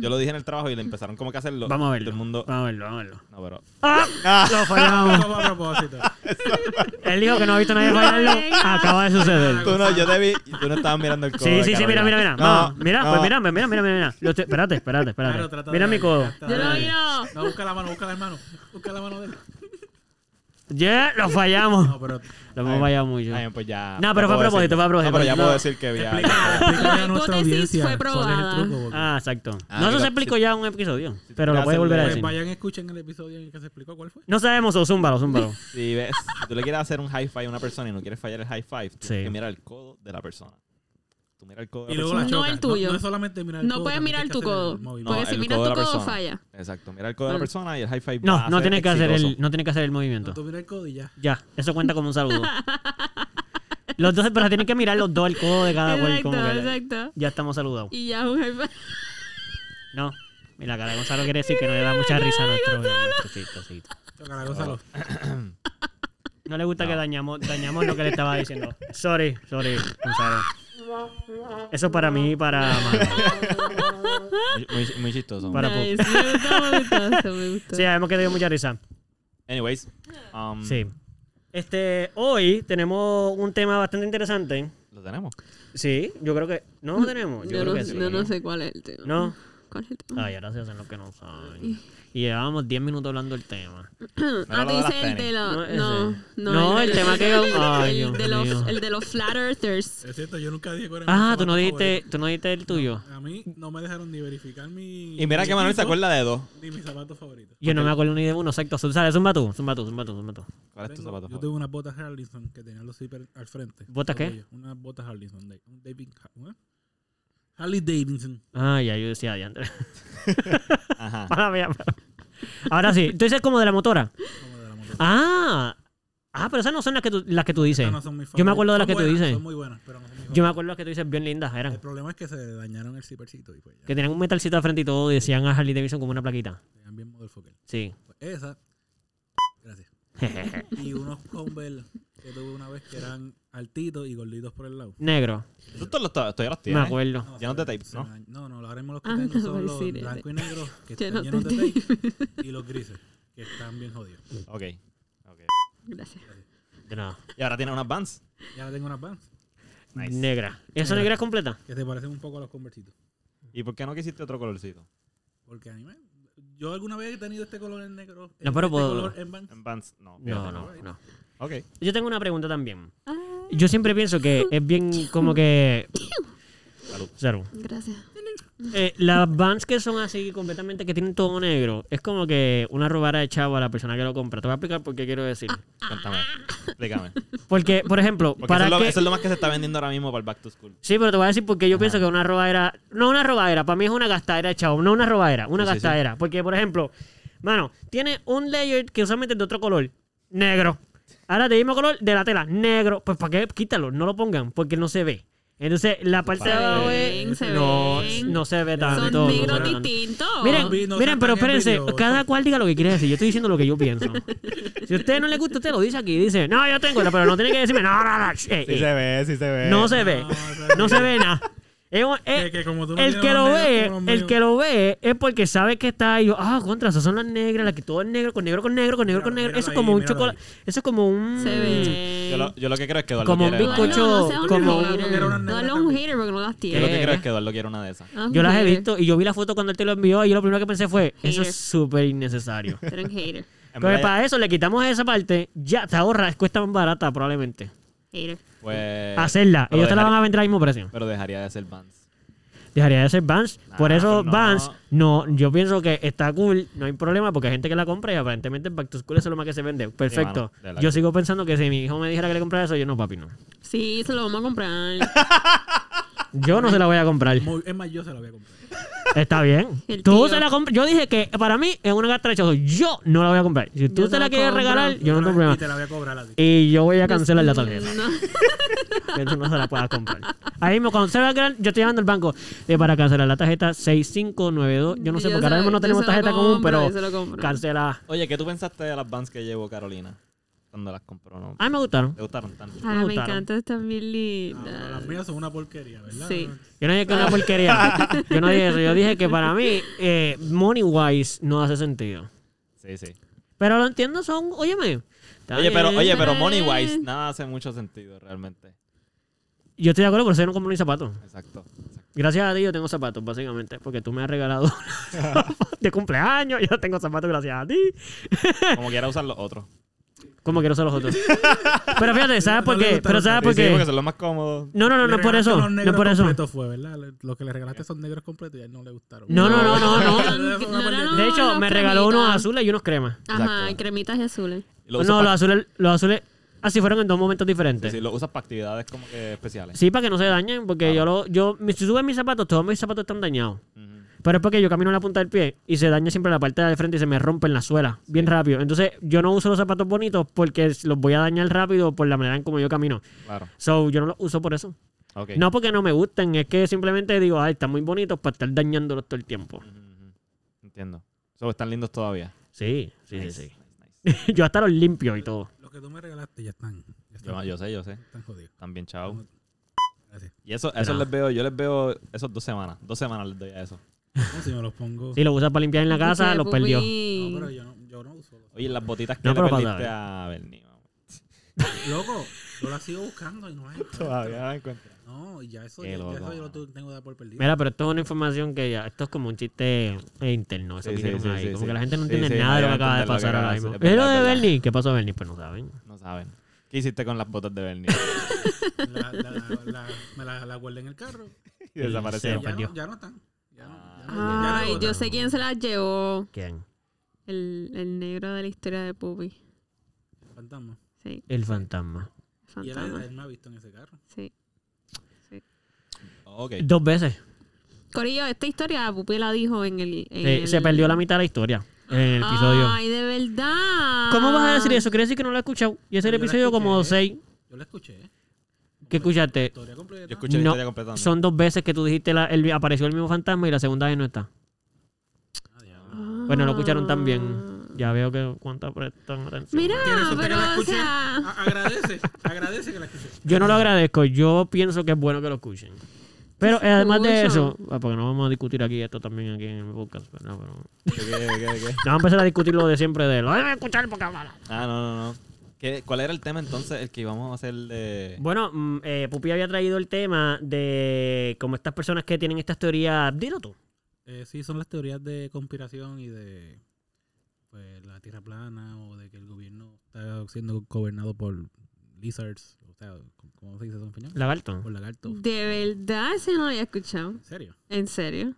A: Yo lo dije en el trabajo y le empezaron como que a hacerlo.
B: Vamos a verlo.
A: Todo el mundo.
B: Vamos a verlo, vamos a verlo.
A: No, pero.
B: ¡Ah! Lo fallamos.
D: Eso fue a propósito.
B: Él dijo que no ha visto a nadie fallarlo. Acaba de suceder.
A: Tú no, yo te vi y tú no estabas mirando el codo.
B: Sí,
A: de
B: sí, sí, mira,
A: Carolina.
B: mira,
A: No,
B: mira. Vamos, mira,
A: no.
B: pues mira, pues mira, mira, mira. mira. Lo estoy- espérate, espérate,
D: Claro,
B: espérate.
D: trata
B: Mira
D: de-
B: mi codo.
D: trata
C: Yo lo
D: de-
C: veo.
D: No, busca la mano, busca la mano. Busca la mano de él.
B: Yeah, lo fallamos.
D: No, pero.
B: Lo hemos fallado mucho.
A: Ay, pues ya.
B: No, pero fue a
A: puedo decir.
B: propósito, fue a propósito.
A: No, pero ya
B: No.
A: puedo decir que vi a alguien.
D: Explícale a nuestra
C: Ah, hipótesis
D: audiencia.
C: fue
D: ¿Cuál es el
C: probada.
D: truco? porque-
B: Ah, exacto.
A: Ah,
B: no, eso
A: que
B: se
A: lo-
B: explicó ya en un episodio.
A: tú
B: pero lo
A: quieres
B: puedes volver a
A: hacerle-
D: Pues
B: decir.
D: vayan y escuchen el episodio en el que se explicó cuál fue.
B: No sabemos, o zúmbalo, zúmbalo.
A: Si ves, si tú le quieres hacer un high five a una persona y no quieres fallar el high five, tienes
B: Sí.
A: que mirar el codo de la persona. Tú miras el codo de
D: Y
A: la
D: luego
A: persona.
D: la
C: No
D: choca.
C: el tuyo.
D: No, es solamente mirar el
C: No
D: codo,
C: puedes
D: también
C: mirar
D: tienes
C: tu
D: que hacer
C: codo.
D: el móvil.
A: No,
C: Porque si
A: el
C: miras
A: codo de
C: tu
A: la
C: codo,
A: persona.
C: falla.
A: Exacto, mira el codo de la
C: Bueno.
A: persona y el high five. va
B: No,
A: a
B: no
A: ser
B: tiene que hacer el,
A: exitoso.
B: no tiene que hacer el movimiento.
A: Ah.
D: No, tú miras el codo y ya.
B: Ya, eso cuenta como un saludo. los dos, pero tienen que mirar los dos el codo de cada cual.
C: exacto,
B: como que-
C: exacto.
B: Ya estamos saludados.
C: Y ya un jefe.
B: No, mira, cara de Gonzalo quiere decir que no le da mucha risa a nuestro, a nuestro chistecito. Ah.
D: Chócala, Gonzalo.
B: No le gusta que dañamos, dañamos lo que le estaba diciendo. Sorry, sorry, Gonzalo. Eso para mí y para Manu.
A: Muy, muy- muy chistoso.
B: Para
C: nice. Me gustó, me gustó, eso me gustó.
B: Sí, sabemos que te dio mucha risa.
A: Anyways, um,
B: Sí. Este, hoy tenemos un tema bastante interesante
A: Lo tenemos.
B: Sí, yo creo que. No lo tenemos. Yo,
C: Yo
B: creo
C: no,
B: que sí.
C: yo no sé cuál es el tema.
B: ¿No? Ah,
C: ¿Cuál es el tema?
B: Ay, ahora se hacen los que no saben. Y llevábamos 10 minutos hablando del tema.
A: era
C: ah,
A: lo
C: tú
A: de las
C: dices el de
A: tenis.
B: No,
C: los.
B: ese.
C: No, no,
B: No, el
C: de-
B: tema que- Ay,
C: el, de
B: Dios mío.
C: los, el de los Flat Earthers.
D: Es cierto, yo nunca dije cuál era mi
B: Ah, tú
D: zapato
B: no dijiste,
D: favorito.
B: tú no dijiste el tuyo.
D: A mí no me dejaron ni verificar mi.
A: Y mira
D: mi
A: que Manuel se
D: equipo
A: acuerda de dos.
D: Ni mis zapatos favoritos.
B: Yo no me acuerdo ni de uno, exacto. Sale, zumba tú, zumba tú, zumba tú, zumba tú.
A: ¿Cuál es tu
D: Tengo-
A: zapato?
D: Yo
A: favorito?
D: tuve unas botas Harlison que tenían los zippers al frente.
B: ¿Botas qué?
D: Sobre ellos. Unas botas Harlison. de- un David, Har- ¿eh? Harley Davidson.
B: Ah, ya, yo decía adiante.
A: Ajá.
B: Para, para, para. Ahora sí, tú dices como de la motora.
D: Como de la moto.
B: Ah, ah, pero esas no son las que tú, las que tú dices.
D: Estas no son mis
B: Yo me
D: favoritas.
B: acuerdo de las
D: Son
B: que tú
D: buenas,
B: dices.
D: Son muy buenas, pero no son
B: Yo
D: mis
B: me
D: favoritas.
B: acuerdo las que tú dices bien lindas,
D: El
B: eran.
D: problema es que se dañaron el zippercito y pues ya.
B: Que tenían un metalcito al frente y todo, y decían a Harley Davidson como una plaquita.
D: Tenían bien motherfucker.
B: Sí.
D: Pues esa. Gracias. y unos Converse que tuve una vez que eran altitos y gorditos por el lado.
B: Negro,
A: Tú todos los- todavía los ¿eh?
B: me
A: tienes.
B: acuerdo.
A: Ya no te tape,
D: se
A: ¿no?
D: me dañ- No, no, ahora mismo los que
C: Ah,
D: tengo
C: no,
D: son los
C: sí, de-
D: blancos y negros que
C: Ya
D: están
C: no
D: llenos
C: te
D: de tape y los grises que están bien jodidos.
A: Ok. ok.
C: Gracias.
B: De nada.
A: Y ahora tienes unas bands.
D: Y ahora tengo unas Vans
A: Nice.
B: Negra. ¿Esa
D: Negra.
B: negra es completa?
D: que se parecen un poco a los conversitos.
A: ¿Y por qué no quisiste otro colorcito?
D: Porque a mí me- Yo alguna vez he tenido este color en negro. eh,
B: No, pero
D: este
B: puedo-
D: color en Vans.
A: En bands, no.
B: No,
A: fíjate.
B: no, no.
A: Ok.
B: Yo tengo una pregunta también.
C: Ah,
B: Yo siempre pienso que es bien como que...
A: Salud.
B: Salud.
C: gracias.
B: Eh, las vans que son así completamente, que tienen todo negro, es como que una robara de chavo a la persona que lo compra. Te voy a explicar por qué quiero decir.
C: Ah.
A: Cuéntame. Explícame.
B: Porque, por ejemplo,
A: Porque
B: para
A: eso, es
B: que...
A: lo, eso es lo más que se está vendiendo ahora mismo para el back to school.
B: Sí, pero te voy a decir porque yo pienso que una robadera. No una robadera, para mí es una gastadera, chavo. No una robadera, una
A: Sí, sí, sí.
B: gastadera. Porque, por ejemplo, mano, tiene un layer que usualmente es de otro color, negro. Ahora de mismo color de la tela, negro. Pues para qué quítalo, no lo pongan, porque no se ve. Entonces, la parte de
C: Se
B: abajo es-
C: ven, se
B: No,
C: ven.
B: no se ve
C: Son
B: tanto. no se ve
C: negros
B: tanto.
C: distintos.
B: Miren,
D: vi, no
B: miren,
D: sean
B: pero
D: tan
B: espérense,
D: envidiosos.
B: cada cual diga lo que quiere decir. Yo estoy diciendo lo que yo pienso. Si a usted no le gusta, usted lo dice aquí. Dice, no, yo tengo, pero no tiene que decirme, no, no, no. sh- eh, eh".
A: ve, sí se ve.
B: No se ve. No se ve nada. Es un- es-
D: Que- que como tú no
B: el
D: tienes
B: que
D: los
B: lo
D: negros
B: ve,
D: como los
B: el
D: míos.
B: que lo ve es porque sabe que está ahí. Yo, Ah, contra, esas son las negras, las que todo es negro, con negro, con negro, con negro, con
D: Míralo,
B: negro. Eso es
D: míralo
B: como
D: ahí,
B: un
D: míralo
B: chocolate. Eso es como un.
C: Se
A: Yo
C: ven.
A: lo, yo lo que creo es que Eduardo
B: Como un
A: quiere una de
C: Eduardo,
A: esas.
B: bizcocho.
C: no seas un
B: como-
C: hater.
D: Era una
C: No
D: negra
C: eres un
D: también.
C: hater porque no las
A: Yo lo que
C: tienes.
A: creo es que Eduardo quiere una de esas.
C: Ah,
B: Yo las he
C: hater.
B: visto y yo vi la foto cuando él te lo envió y yo lo primero que pensé fue, eso
C: Hater.
B: es súper innecesario.
C: Eres un hater.
A: En
B: Porque
A: verdad,
B: para eso le quitamos esa parte, ya te ahorras, cuesta más barata probablemente.
C: Hater.
D: Eh,
A: pues,
B: Hacerla,
A: pero
B: ellos te la van
A: dejaría-
B: a vender al mismo precio.
A: Pero dejaría de hacer bands.
B: Dejaría de ser Vans.
A: Nah,
B: Por eso
A: pues no.
B: Vans, no, yo pienso que está cool, no hay problema porque hay gente que la compra y aparentemente en Back to School eso es lo más que se vende. Perfecto.
A: mano, de la-
B: yo sigo pensando que si mi hijo me dijera que le comprara eso, yo no, papi, no.
C: Sí, se lo vamos a comprar.
B: Yo no se la voy a comprar.
D: Muy- es más, yo se la voy a comprar.
B: Está bien.
C: El
B: Tú
C: tío.
B: se la compras. Yo dije que para mí es una gasta de chazo. Yo no la voy a comprar. Si tú
C: Yo
B: te
C: no
B: la quieres
C: compro.
B: regalar, yo no tengo
D: Y te
B: problema.
D: la voy a cobrar a ti.
B: Y yo voy a cancelar la tarjeta.
C: No. ah,
B: que tú no se la puedas comprar. Ahí mismo, cuando se vea que yo estoy llamando al banco de para cancelar la tarjeta 6592. Yo no sé,
C: Yo
B: porque
C: se-
B: ahora mismo no
C: yo
B: tenemos
C: se la
B: tarjeta común,
C: compro,
B: pero
C: yo se la compro.
B: cancela.
A: Oye, ¿qué tú pensaste de las bands que llevó Carolina cuando las compró? ¿No?
B: A mí Ah, me gustaron.
A: ¿Te gustaron tanto?
C: Ahora me
B: gustaron.
C: encanta, están bien
D: No, pero
C: lindas.
D: las mías son una porquería, ¿verdad?
C: Ah, Sí.
B: Yo no dije que era
A: Ah.
B: una porquería. Yo no dije eso. Yo dije que para mí, eh, money wise, no hace sentido.
A: Sí, sí.
B: Pero lo entiendo, son. Óyeme. está
A: Oye, pero,
B: bien.
A: oye, pero
C: Eh.
A: Moneywise nada hace mucho sentido realmente.
B: Yo estoy de acuerdo, por eso yo no compro ni zapatos.
A: Exacto. exacto.
B: Gracias a ti yo tengo zapatos, básicamente, porque tú me has regalado zapatos de cumpleaños. Yo tengo zapatos gracias a ti. Eh.
A: Como quiera usar los otros.
B: Como quiero ser los otros. Pero fíjate, ¿sabes
D: No
B: por
D: le
B: qué?
D: gusta
B: Pero
D: los
B: ¿sabes
A: Sí,
B: por
A: sí,
B: qué?
A: porque son los más cómodos.
B: No, no, no, no
D: Le
B: es por eso.
D: regalaste los
B: No es
D: negros
B: por eso.
D: completos fue, ¿verdad? Le- Los que le regalaste son negros completos y a él no le gustaron.
B: No, no, no, no, no.
C: No, no, no.
B: De hecho,
C: los
B: me regaló
C: cremitas.
B: unos azules y unos cremas.
C: Ajá,
A: Exacto.
C: cremitas y azules.
A: Y lo
B: No,
A: usas pa-
B: los azules, los azules así fueron en dos momentos
A: sí,
B: diferentes.
A: sí, lo usas para actividades como que especiales.
B: Sí, para que no se dañen,
A: Ah.
B: porque yo lo, yo, mis- si tuve mis zapatos, todos mis zapatos están dañados.
A: Ujú.
B: Pero es porque yo camino en la punta del pie y se daña siempre la parte de frente y se me rompen las suelas bien rápido. Entonces, yo no uso los zapatos bonitos porque los voy a dañar rápido por la manera en como yo camino.
A: Claro.
B: So, yo no los uso por eso.
A: Ok.
B: No porque no me gusten, es que simplemente digo, ay, están muy bonitos para estar dañándolos todo el tiempo.
A: Ujú, ujú. Entiendo. So, están lindos todavía.
B: Sí, sí,
A: Nice,
B: sí,
A: nice, nice.
B: sí. yo hasta los limpio y todo.
D: Los que tú me regalaste ya están. Ya están,
A: Yo, yo sé, yo sé.
D: están jodidos.
A: Están bien chao.
D: Gracias.
A: Y eso, eso les veo, yo les veo esos dos semanas. Dos semanas les doy a eso.
D: No, si me los pongo.
B: Si los usa para limpiar en la casa,
C: Porque,
B: los perdió.
D: No,
C: pupi,
D: pero yo no, yo no uso. los-
A: Oye, las botitas que
B: No,
A: le
B: pero para
A: perdiste a Bernie.
D: Loco, Yo la sigo buscando y no la encuentro.
A: Todavía no la encuentro.
D: No, y ya eso,
A: Qué
D: ya, ya
A: loco,
D: eso yo lo
A: mano.
D: tu- tengo que dar por perdido.
B: Mira, pero esto es una información que ya. Esto es como un chiste eh, interno. Eso
A: Sí,
B: que
A: sí,
B: tienen
A: sí,
B: ahí.
A: sí,
B: como
A: sí.
B: que la gente no
A: Sí,
B: entiende
A: sí,
B: nada de lo
A: nadie
B: que
A: va
B: acaba
A: a
B: de
A: entender lo que
B: pasar
A: acaba
B: ahora
A: de
B: mismo.
A: hacer. Es
B: Pero
A: verdad,
B: de
A: es verdad.
B: Bernie. ¿Qué pasó, Bernie? Pues no saben.
A: No saben. ¿Qué hiciste con las botas de Bernie?
D: La, la, la- me la, la guardé en el carro.
A: y desaparecieron.
D: Y ya,
B: perdió.
D: no, ya no están. Ya no, ya no- ya no
C: Ay,
D: están.
C: yo sé quién se las llevó.
B: ¿Quién?
C: El, el negro de la historia de Puppy.
D: Fantasma.
C: Sí,
B: El fantasma.
D: Y él,
C: fantasma.
D: él me ha visto en ese carro.
C: Sí.
A: Ok.
B: Eh, Dos veces.
C: Corillo, esta historia Pupi la dijo en el. en
B: Eh,
C: el-
B: Se perdió la mitad de la historia en el episodio.
C: Ay, ah. de verdad.
B: ¿Cómo vas a decir eso? Quiere decir que no lo he escuchado. Y ese es el
D: Yo la
B: episodio como
D: escuché.
B: seis
D: Yo la escuché. ¿eh?
B: que escuchaste.
D: Historia completa.
A: Yo escuché la
B: No,
A: historia completa. también.
B: Son dos veces que tú dijiste la- el- apareció el mismo fantasma y la segunda vez no está.
D: Ah, diablo.
C: Ah.
B: Pues no lo escucharon tan bien. Ya veo que cuánta prestan atención.
C: Mira,
D: Que resulta que Ah,
C: pero
D: la
C: o
D: escuché.
C: sea.
D: A- agradece, agradece que la escuché.
B: Yo no lo agradezco, yo pienso que es bueno que lo escuchen. Pero eh, además de eso,
C: Escucho.
B: ah, porque no vamos a discutir aquí esto también aquí en el podcast, pero no, pero- no
A: ¿De qué, de qué, de qué?
B: vamos a empezar a discutir lo de siempre de lo deben escuchar porque habla.
A: Ah, no, no, no. ¿Qué- ¿Cuál era el tema entonces? El que íbamos a hacer de.
B: Bueno, mm, eh, Pupi había traído el tema de como estas personas que tienen estas teorías, dilo tú.
D: Eh, sí, son las teorías de conspiración y de pues, la tierra plana o de que el gobierno está siendo gobernado por lizards, o sea, ¿cómo- ¿cómo se dice eso en español?
B: Lagarto.
D: Por lagartos.
C: De verdad, ese no lo había escuchado.
D: ¿En serio?
C: ¿En serio?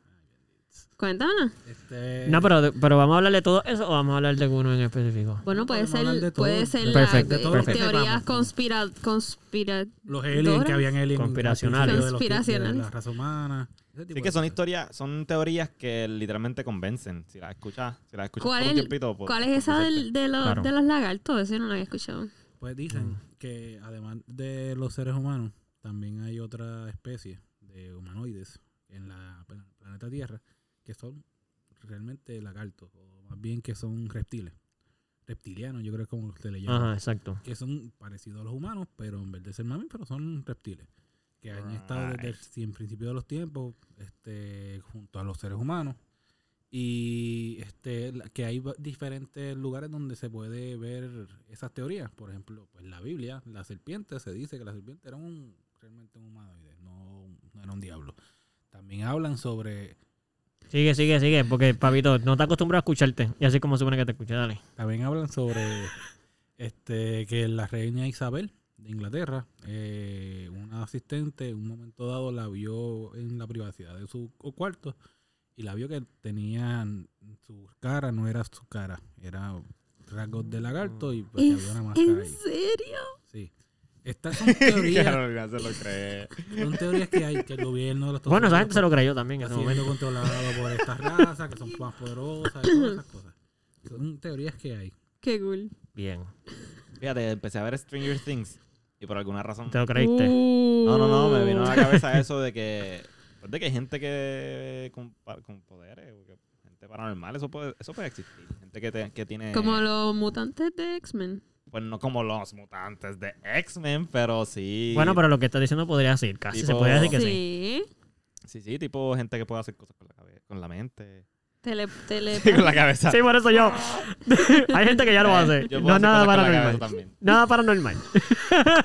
C: Cuéntanos.
D: Este,
B: No, pero, pero vamos a hablar de todo eso o vamos a hablar de uno en específico.
C: Bueno, puede
D: Podemos hablar de
C: ser,
D: todo.
C: puede ser
B: De
C: la
B: todo, de
C: eh,
B: todo lo que
C: teorías
D: sepamos.
C: conspira, conspira,
D: Los aliens, que habían aliens.
B: Conspiracionales.
D: al principio de los-
C: Conspiracionales.
D: De la raza humana. ese tipo
A: Sí,
D: de
A: que son
D: cosas.
A: historias, son teorías que literalmente convencen. Si las escuchas, si las escuchas
C: ¿Cuál
A: por un
C: es-
A: tiempito. pues,
C: ¿Cuál es esa
A: convencerte.
C: del- de, los,
B: Claro.
C: de los lagartos? Eso yo no lo había escuchado.
D: Pues dicen que además de los seres humanos, también hay otra especie de humanoides en la pla- planeta Tierra que son realmente lagartos, o más bien que son reptiles. Reptilianos, yo creo que es como usted le llama.
B: Ajá, exacto.
D: Que son parecidos a los humanos, pero en vez de ser mamíferos, son reptiles. Que han estado desde el, sí, en principio de los tiempos este, junto a los seres humanos. Y este, la- que hay va- diferentes lugares donde se puede ver esas teorías. Por ejemplo, pues la Biblia, la serpiente, se dice que la serpiente era un, realmente un humanoide, no, no era un diablo. También hablan sobre,
B: Sigue, sigue, sigue, porque Pabito, no te acostumbras a escucharte. Y así como supone que te escuché, dale.
D: también hablan sobre este, que la reina Isabel de Inglaterra, eh, una asistente, en un momento dado la vio en la privacidad de su cu- cuarto y la vio que tenían su cara, no era su cara, era rasgos de lagarto y pues, que había una
C: ¿Es-
D: máscara
C: ¿En
D: ahí.
C: serio?
D: Sí. Estas son teorías,
A: Carolina se lo cree.
D: son teorías que hay, que el gobierno de los
B: Bueno, esa
D: Estados
B: gente se lo creyó también en
D: Está
B: ese
D: siendo
B: momento.
D: controlado por estas razas que son más poderosas y todas esas cosas. Son teorías que hay.
C: Qué cool.
B: Bien.
A: Fíjate, empecé a ver Stranger Things y por alguna razón.
B: Te ¡Uh! lo
C: Uh,
B: creíste.
A: No, no, no, me vino a la cabeza eso de que. pues, de que hay gente que. con, pa- con poderes, o que- gente paranormal, eso puede, eso puede existir. Gente que, te- que tiene.
C: Como los mutantes de X-Men.
A: Pues no como los mutantes de X-Men, pero sí.
B: Bueno, pero lo que estás diciendo podría ser, casi se
A: Tipo-
B: podría decir
A: Sí
B: que sí.
A: Sí,
C: Sí.
A: sí, tipo gente que puede hacer cosas con la, cabe- con la mente.
C: Tele, tele-
A: con la cabeza.
B: Sí, por eso yo. Hay gente que ya lo hace.
A: Yo puedo
B: No
A: hacer
B: es
A: cosas
B: nada
A: con la cabeza
B: paranormal.
A: también.
B: Nada paranormal.
A: Pero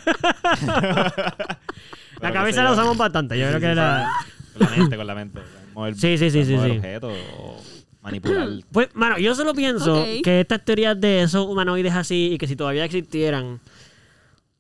B: La
A: qué
B: cabeza
A: sé
B: la
A: yo.
B: usamos bastante. Yo
A: Sí,
B: creo
A: sí,
B: que
A: sí.
B: la.
A: Con la mente, con la mente. Mover-
B: Sí, sí, sí, sí,
A: mover
B: sí.
A: objetos o manipular.
B: Pues, mano, yo solo pienso
C: Ok.
B: que estas teorías de esos humanoides así y que si todavía existieran,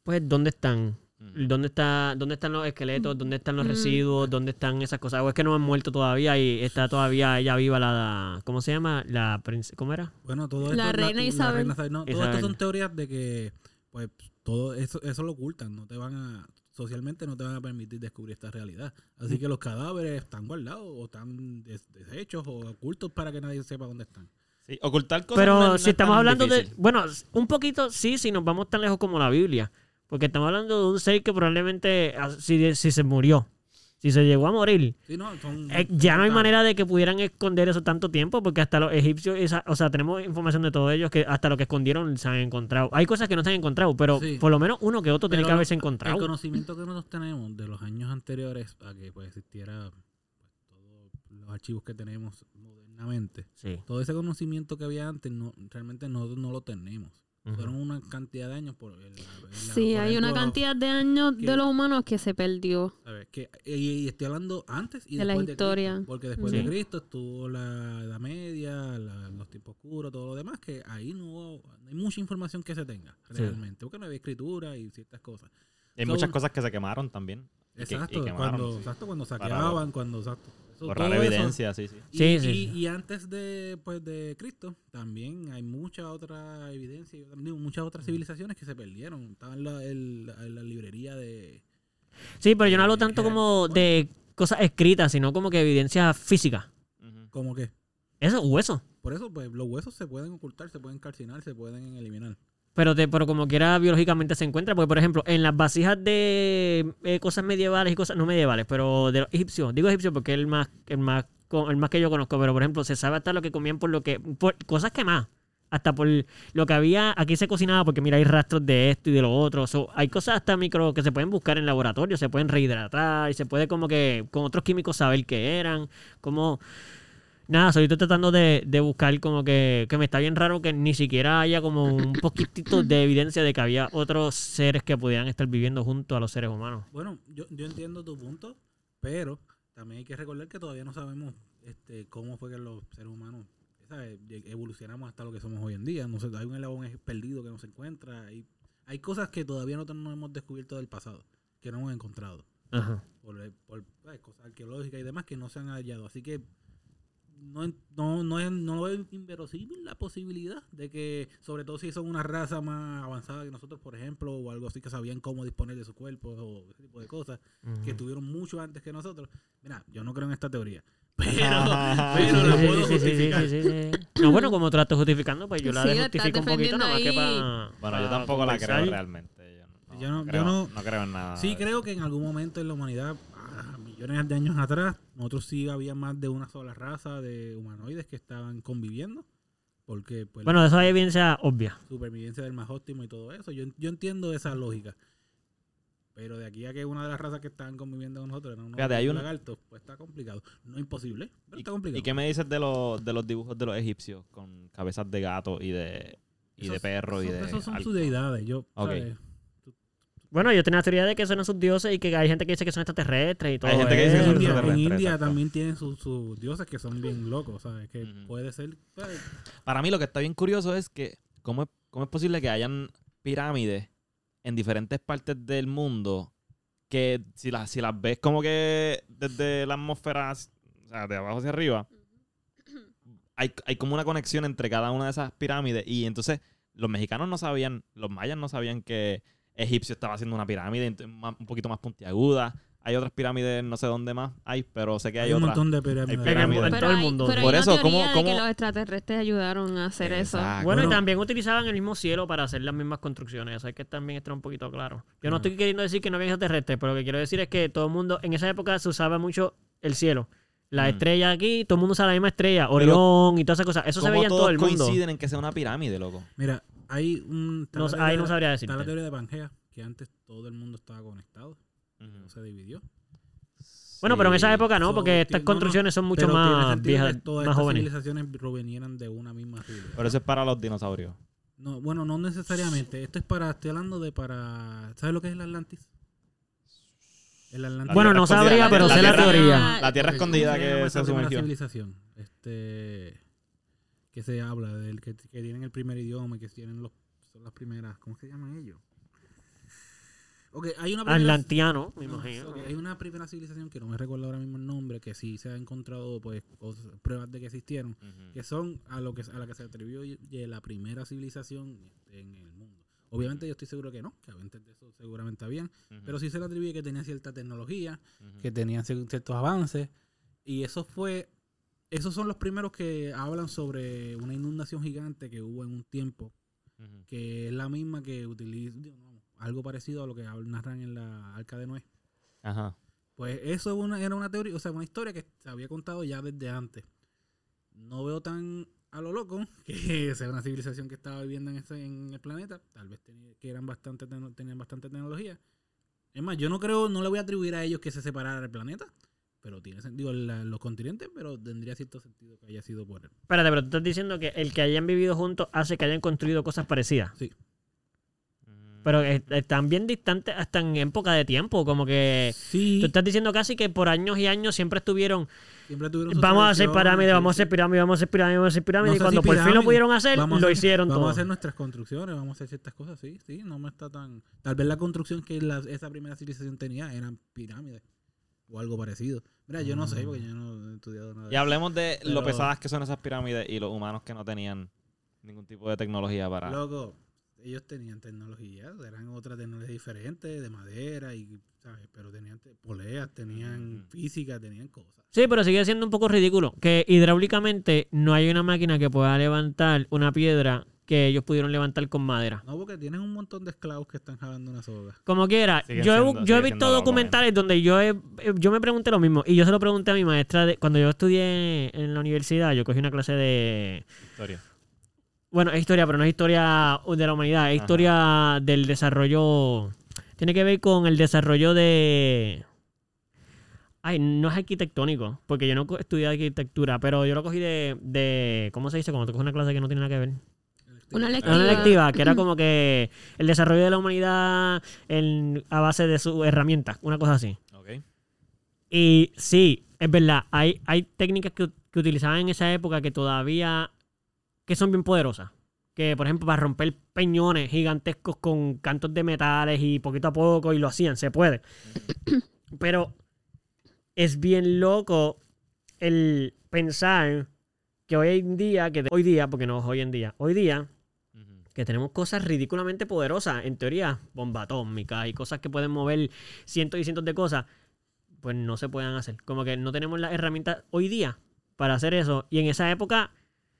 B: pues, ¿dónde están?
A: Mm.
B: ¿Dónde, está, ¿Dónde están los esqueletos? ¿Dónde están los residuos? ¿Dónde están esas cosas? ¿O es que no han muerto todavía y está todavía ella viva la... ¿Cómo se llama? La prince- ¿Cómo era?
D: Bueno, todo esto.
C: La reina Isabel.
D: no, todo
B: Isabel.
D: esto son teorías de que, pues, todo eso, eso lo ocultan. No te van a. Socialmente no te van a permitir descubrir esta realidad. Así que los cadáveres están guardados o están des- deshechos o ocultos para que nadie sepa dónde están.
A: Sí, ocultar cosas.
B: Pero
A: no es- no
B: si
A: es
B: estamos
A: tan
B: hablando de.
A: difícil.
B: Bueno, s- un poquito sí, si nos vamos tan lejos como la Biblia. Porque estamos hablando de un ser que probablemente, ah, si, si se murió, si se llegó a morir,
D: Sí, no, son-
B: eh,
A: Mm,
B: ya no hay
D: son-
B: manera de que pudieran esconder eso tanto tiempo. Porque hasta los egipcios, esa- o sea, tenemos información de todos ellos que hasta lo que escondieron se han encontrado. Hay cosas que no se han encontrado, pero
D: Sí.
B: por lo menos uno que otro tiene
D: Pero
B: que haberse
D: no- El
B: encontrado.
D: conocimiento que nosotros tenemos de los años anteriores a que pues, existiera pues, todos los archivos que tenemos modernamente,
B: Sí.
D: todo ese conocimiento que había antes no realmente nosotros no lo tenemos. Fueron una cantidad de años por el- el-
C: Sí,
D: por
C: hay
D: el
C: una
D: todo,
C: cantidad de años
D: que-
C: de los humanos que se perdió.
D: ¿sabes? Que, y, y estoy hablando antes y
C: De la
D: después Cristo,
C: historia.
D: porque después de
B: Sí.
D: Cristo estuvo la Edad Media, la- los tiempos oscuros, todo lo demás, que ahí no, hubo- no hay mucha información que se tenga realmente. Porque no había escritura y ciertas cosas.
A: Hay
D: So-
A: muchas cosas que se quemaron también. Y que- y
D: Exacto,
A: quemaron,
D: cuando,
A: sí.
D: exacto, cuando
A: Para
D: saqueaban, cuando exacto. Eso-
A: Borrar
D: todo eso-
A: evidencia, sí, sí.
D: Y,
B: Sí, sí,
D: y-
B: sí.
D: y antes de, pues, de Cristo, también hay mucha otra evidencia, y también muchas otras civilizaciones que se perdieron. Estaba en la, el- en la librería de...
B: Sí, pero yo no
D: Eh,
B: hablo tanto
D: eh,
B: como de cosas escritas, sino como que evidencia física.
A: Ujú.
D: ¿Cómo que
B: Eso, hueso.
D: Por eso, pues, los huesos se pueden ocultar, se pueden calcinar, se pueden eliminar.
B: Pero, te, pero como quiera biológicamente se encuentra, porque por ejemplo, en las vasijas de eh, cosas medievales y cosas no medievales, pero de los egipcios, digo egipcios porque es el más, el más, co- el más que yo conozco, pero por ejemplo, se sabe hasta lo que comían por lo que, por cosas quemadas, hasta por lo que había, aquí se cocinaba, porque mira, hay rastros de esto y de lo otro, So, hay cosas hasta micro que se pueden buscar en laboratorio, se pueden rehidratar, y se puede como que con otros químicos saber qué eran, como... Nada, soy estoy tratando de, de buscar como que, que me está bien raro que ni siquiera haya como un poquitito de evidencia de que había otros seres que pudieran estar viviendo junto a los seres humanos.
D: Bueno, yo, yo entiendo tu punto, pero también hay que recordar que todavía no sabemos este, cómo fue que los seres humanos ¿sabes? Lleg- evolucionamos hasta lo que somos hoy en día. No sé, hay un eslabón es- perdido que no se encuentra. Hay, hay cosas que todavía nosotros no hemos descubierto del pasado, que no hemos encontrado.
B: Ajá.
D: por, por, pues, cosas arqueológicas y demás que no se han hallado. Así que no, en- no, no, es, no es inverosímil la posibilidad de que, sobre todo si son una raza más avanzada que nosotros, por ejemplo, o algo así que sabían cómo disponer de sus cuerpos o ese tipo de cosas, que estuvieron mucho antes que nosotros. Mira, yo no creo en esta teoría, pero, pero la puedo justificar.
B: Ah, sí, sí, sí. No, bueno, como tú la estás justificando, pues yo la
C: Sí, la estás
B: justifico un poquito nada más que
C: defendiendo
B: para.
A: Bueno, yo tampoco la creo realmente. Yo no,
D: Yo no- yo
A: creo,
D: no-
A: no creo en nada.
B: Ah.
D: Sí, creo que en algún momento en la humanidad, ah, millones de años atrás, nosotros sí había más de una sola raza de humanoides que estaban conviviendo. Porque, pues,
B: Bueno, de eso hay evidencia obvia.
D: supervivencia del más óptimo y todo eso. Yo, yo entiendo esa lógica. Pero de aquí a que una de las razas que están conviviendo con nosotros era unos
A: Fíjate, hay un-
D: lagartos, pues está complicado. No imposible, pero
A: ¿Y,
D: está complicado.
A: ¿Y qué me dices de los, de los dibujos de los egipcios con cabezas de gato y de, y de
D: Esos-
A: perro y
D: esos-
A: de.
D: Esos son
A: algo?
D: sus deidades. Yo,
A: Ok.
D: ¿sabes?
B: Bueno, yo tenía la teoría de que son sus dioses y que hay gente que dice que son extraterrestres y todo.
A: gente que
D: En
A: dice que son
B: eso.
D: India- en India,
A: extraterrestres, exacto.
D: también tienen sus, sus dioses que son bien locos, ¿sabes? Que
A: Ujú.
D: puede ser... pues, ¿sabes?
A: Para mí lo que está bien curioso es que cómo es, cómo es posible que hayan pirámides en diferentes partes del mundo que si las si las ves como que desde la atmósfera, o sea, de abajo hacia arriba, hay, hay como una conexión entre cada una de esas pirámides y entonces los mexicanos no sabían, los mayas no sabían que Egipcio estaba haciendo una pirámide ent- más- un poquito más puntiaguda. Hay otras pirámides, no sé dónde más hay, pero sé que hay,
D: Hay un
A: otras.
D: montón de pirámides.
A: pirámides.
B: En todo el mundo.
C: Pero
A: Por
C: hay
A: eso,
C: una
A: ¿cómo-
C: teoría de
A: cómo-
C: que los extraterrestres ayudaron a hacer
A: Exacto.
B: Bueno, y
D: Bueno.
B: también utilizaban el mismo cielo para hacer las mismas construcciones. Eso hay que también estar un poquito claro. Yo no
D: Ajá.
B: estoy queriendo decir que no había extraterrestres, pero lo que quiero decir es que todo el mundo, en esa época se usaba mucho el cielo. La
A: Mm.
B: estrella aquí, todo el mundo usaba la misma estrella, Orión y todas esas cosas. Eso se
A: ¿Cómo
B: veía en todo
A: todos
B: el mundo.
A: coinciden en que sea una pirámide, loco?
D: Mira, hay un... está
B: No-
D: la
B: ahí
D: teoría
B: no
D: de-
B: sabría
D: Está la
B: decirte.
D: teoría de Pangea, que antes todo el mundo estaba conectado, no se dividió.
B: Bueno, pero en esa
A: Sí.
B: época no,
D: So,
B: porque estas
D: ti- no, no,
B: construcciones son mucho
D: Pero tiene
B: más
D: sentido que
B: viejas,
D: todas
B: más
D: estas
B: jóvenes.
D: civilizaciones provenieran de una misma ciudad.
A: Pero eso es para los dinosaurios.
D: No, bueno, no necesariamente. Esto es para, estoy hablando de para, ¿sabes lo que es el Atlantis? El Atlantis.
B: Bueno,
A: Tierra
B: no
A: escondida,
B: sabría,
A: la-
B: pero
A: la
B: sé la
A: Tierra-
B: teoría.
A: La tierra
D: Ok, ¿cómo
A: escondida
D: se llama
A: que
D: esa
A: se
D: primera
A: sumergió.
D: civilización, este, que se habla del que, que tienen el primer idioma, y que tienen los, son las primeras, ¿cómo se llaman ellos? Ok, hay una primera-
B: Atlantiano, me
D: No,
B: imagino.
D: ok, Hay una primera civilización que no me recuerdo ahora mismo el nombre, que sí se ha encontrado pues cosas- pruebas de que existieron, que son a lo que a la que se atribuyó y- y la primera civilización en el mundo. Obviamente yo estoy seguro que no, que antes de eso seguramente habían, pero sí se le atribuye que tenía cierta tecnología, que tenían cier- ciertos avances y eso fue esos son los primeros que hablan sobre una inundación gigante que hubo en un tiempo que es la misma que utiliza algo parecido a lo que hab- narran en la Arca de Noé.
A: Ajá.
D: Pues eso es una- era una teoría, o sea, una historia que se había contado ya desde antes. No veo tan a lo loco que sea una civilización que estaba viviendo en, ese, en el planeta. Tal vez tenía- que eran bastante, tecno- tenían bastante tecnología. Es más, yo no creo, no le voy a atribuir a ellos que se separara el planeta. Pero tiene sentido la- los continentes, pero tendría cierto sentido que haya sido por él.
B: Espérate, pero tú estás diciendo que el que hayan vivido juntos hace que hayan construido cosas parecidas.
D: Sí.
B: Pero eh, están bien distantes hasta en época de tiempo. Como que
D: Sí,
B: tú estás diciendo casi que por años y años siempre estuvieron.
D: siempre tuvieron sus
B: Vamos a hacer
D: tradiciones,
B: pirámide, vamos a
D: sí,
B: hacer
D: sí.
B: pirámide, vamos a hacer pirámide, vamos a hacer pirámide.
D: este, No
B: y
D: sé
B: cuando
D: si
B: por fin lo
D: pirámide.
B: pudieron hacer,
D: Vamos a
B: lo
D: hacer-
B: hicieron
D: Vamos
B: todo.
D: a hacer nuestras construcciones, vamos a hacer ciertas cosas, sí, sí, no me está tan... Tal vez la construcción que la- esa primera civilización tenía eran pirámides o algo parecido. Mira, yo no sé, porque yo no he estudiado nada. de
A: Y hablemos de lo
D: Pero-
A: pesadas que son esas pirámides y los humanos que no tenían ningún tipo de tecnología para.
D: Loco, ellos tenían tecnología, eran otra tecnología diferente, de madera, y, ¿sabes? Pero tenían te- poleas, tenían
A: Ujú.
D: física, tenían cosas.
B: Sí, pero sigue siendo un poco ridículo. Que hidráulicamente no hay una máquina que pueda levantar una piedra que ellos pudieron levantar con madera.
D: No, porque tienes un montón de esclavos que están jalando una soga.
B: Como quiera,
A: Siguen
B: yo he,
A: siendo-
B: bu- yo he
A: siguen
B: visto
A: siendo locos,
B: documentales donde yo he- yo me pregunté lo mismo. Y yo se lo pregunté a mi maestra de- cuando yo estudié en la universidad. Yo cogí una clase de.
A: Historia.
B: Bueno, es historia, pero no es historia de la humanidad. Es
A: Ajá.
B: historia del desarrollo. Tiene que ver con el desarrollo de. Ay, no es arquitectónico, porque yo no co- estudié arquitectura, pero yo lo cogí de. de- ¿Cómo se dice? Cuando tú coges una clase que no tiene nada que ver.
C: Una
B: Era Una
C: Activa.
B: electiva, que era como que el desarrollo de la humanidad en- a base de sus herramientas, una cosa así.
A: Ok.
B: Y sí, es verdad, hay, hay técnicas que, que utilizaban en esa época que todavía que son bien poderosas. Que, por ejemplo, para romper peñones gigantescos con cantos de metales y poquito a poco, y lo hacían, se puede. Pero es bien loco el pensar que hoy en día, que de- hoy día, porque no es hoy en día, hoy día
A: Ujú.
B: que tenemos cosas ridículamente poderosas, en teoría, bomba atómica y cosas que pueden mover cientos y cientos de cosas, pues no se pueden hacer. Como que no tenemos las herramientas hoy día para hacer eso. Y en esa época,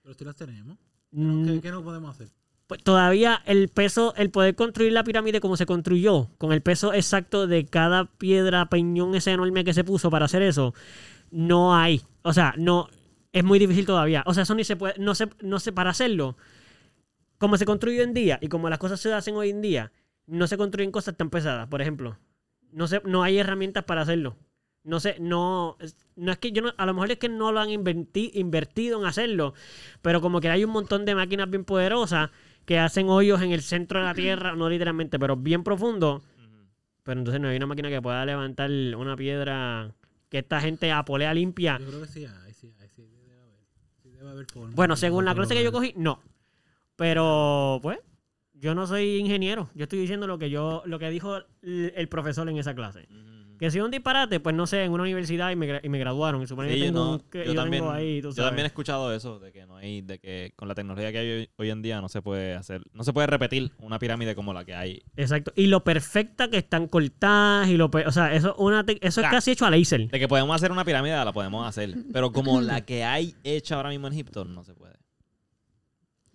D: Pero sí las tenemos.
B: mm,
D: ¿Qué, qué no podemos hacer?
B: pues todavía el peso, el poder construir la pirámide como se construyó, con el peso exacto de cada piedra, peñón ese enorme que se puso para hacer eso, no hay. O sea, no es muy difícil todavía. O sea, eso ni se puede, no sé, no sé, para hacerlo, como se construye hoy en día y como las cosas se hacen hoy en día, no se construyen cosas tan pesadas, por ejemplo. No sé, no hay herramientas para hacerlo. No sé, no, es- no es que yo no, a lo mejor es que no lo han inventi- invertido en hacerlo, pero como que hay un montón de máquinas bien poderosas que hacen hoyos en el centro de la tierra, no literalmente, pero bien profundo.
A: Ujú.
B: Pero entonces no hay una máquina que pueda levantar una piedra que esta gente apolea limpia.
D: Yo creo que sí hay, sí hay, sí debe haber. Sí debe haber forma.
B: Bueno,
D: de
B: según la
D: nosotros
B: clase que yo
D: lograr.
B: cogí, no. Pero, pues, yo no soy ingeniero. Yo estoy diciendo lo que yo, lo que dijo el el profesor en esa clase.
A: Ujú.
B: Que si es un disparate, pues no sé, en una universidad y me, gra- y me graduaron. Supone
A: Sí,
B: que
A: yo,
B: tengo
A: no-
B: un- que
A: yo
B: yo tengo
A: también,
B: ahí, tú
A: yo
B: sabes.
A: también he escuchado eso, de que no hay, de que con la tecnología que hay hoy, hoy en día no se puede hacer, no se puede repetir una pirámide como la que hay.
B: Exacto. Y lo perfecta que están cortadas y lo... pe- O sea, eso, una te- eso es
A: Ah.
B: casi hecho a láser.
A: De que podemos hacer una pirámide, la podemos hacer. Pero como la que hay hecha ahora mismo en Egipto, no se puede.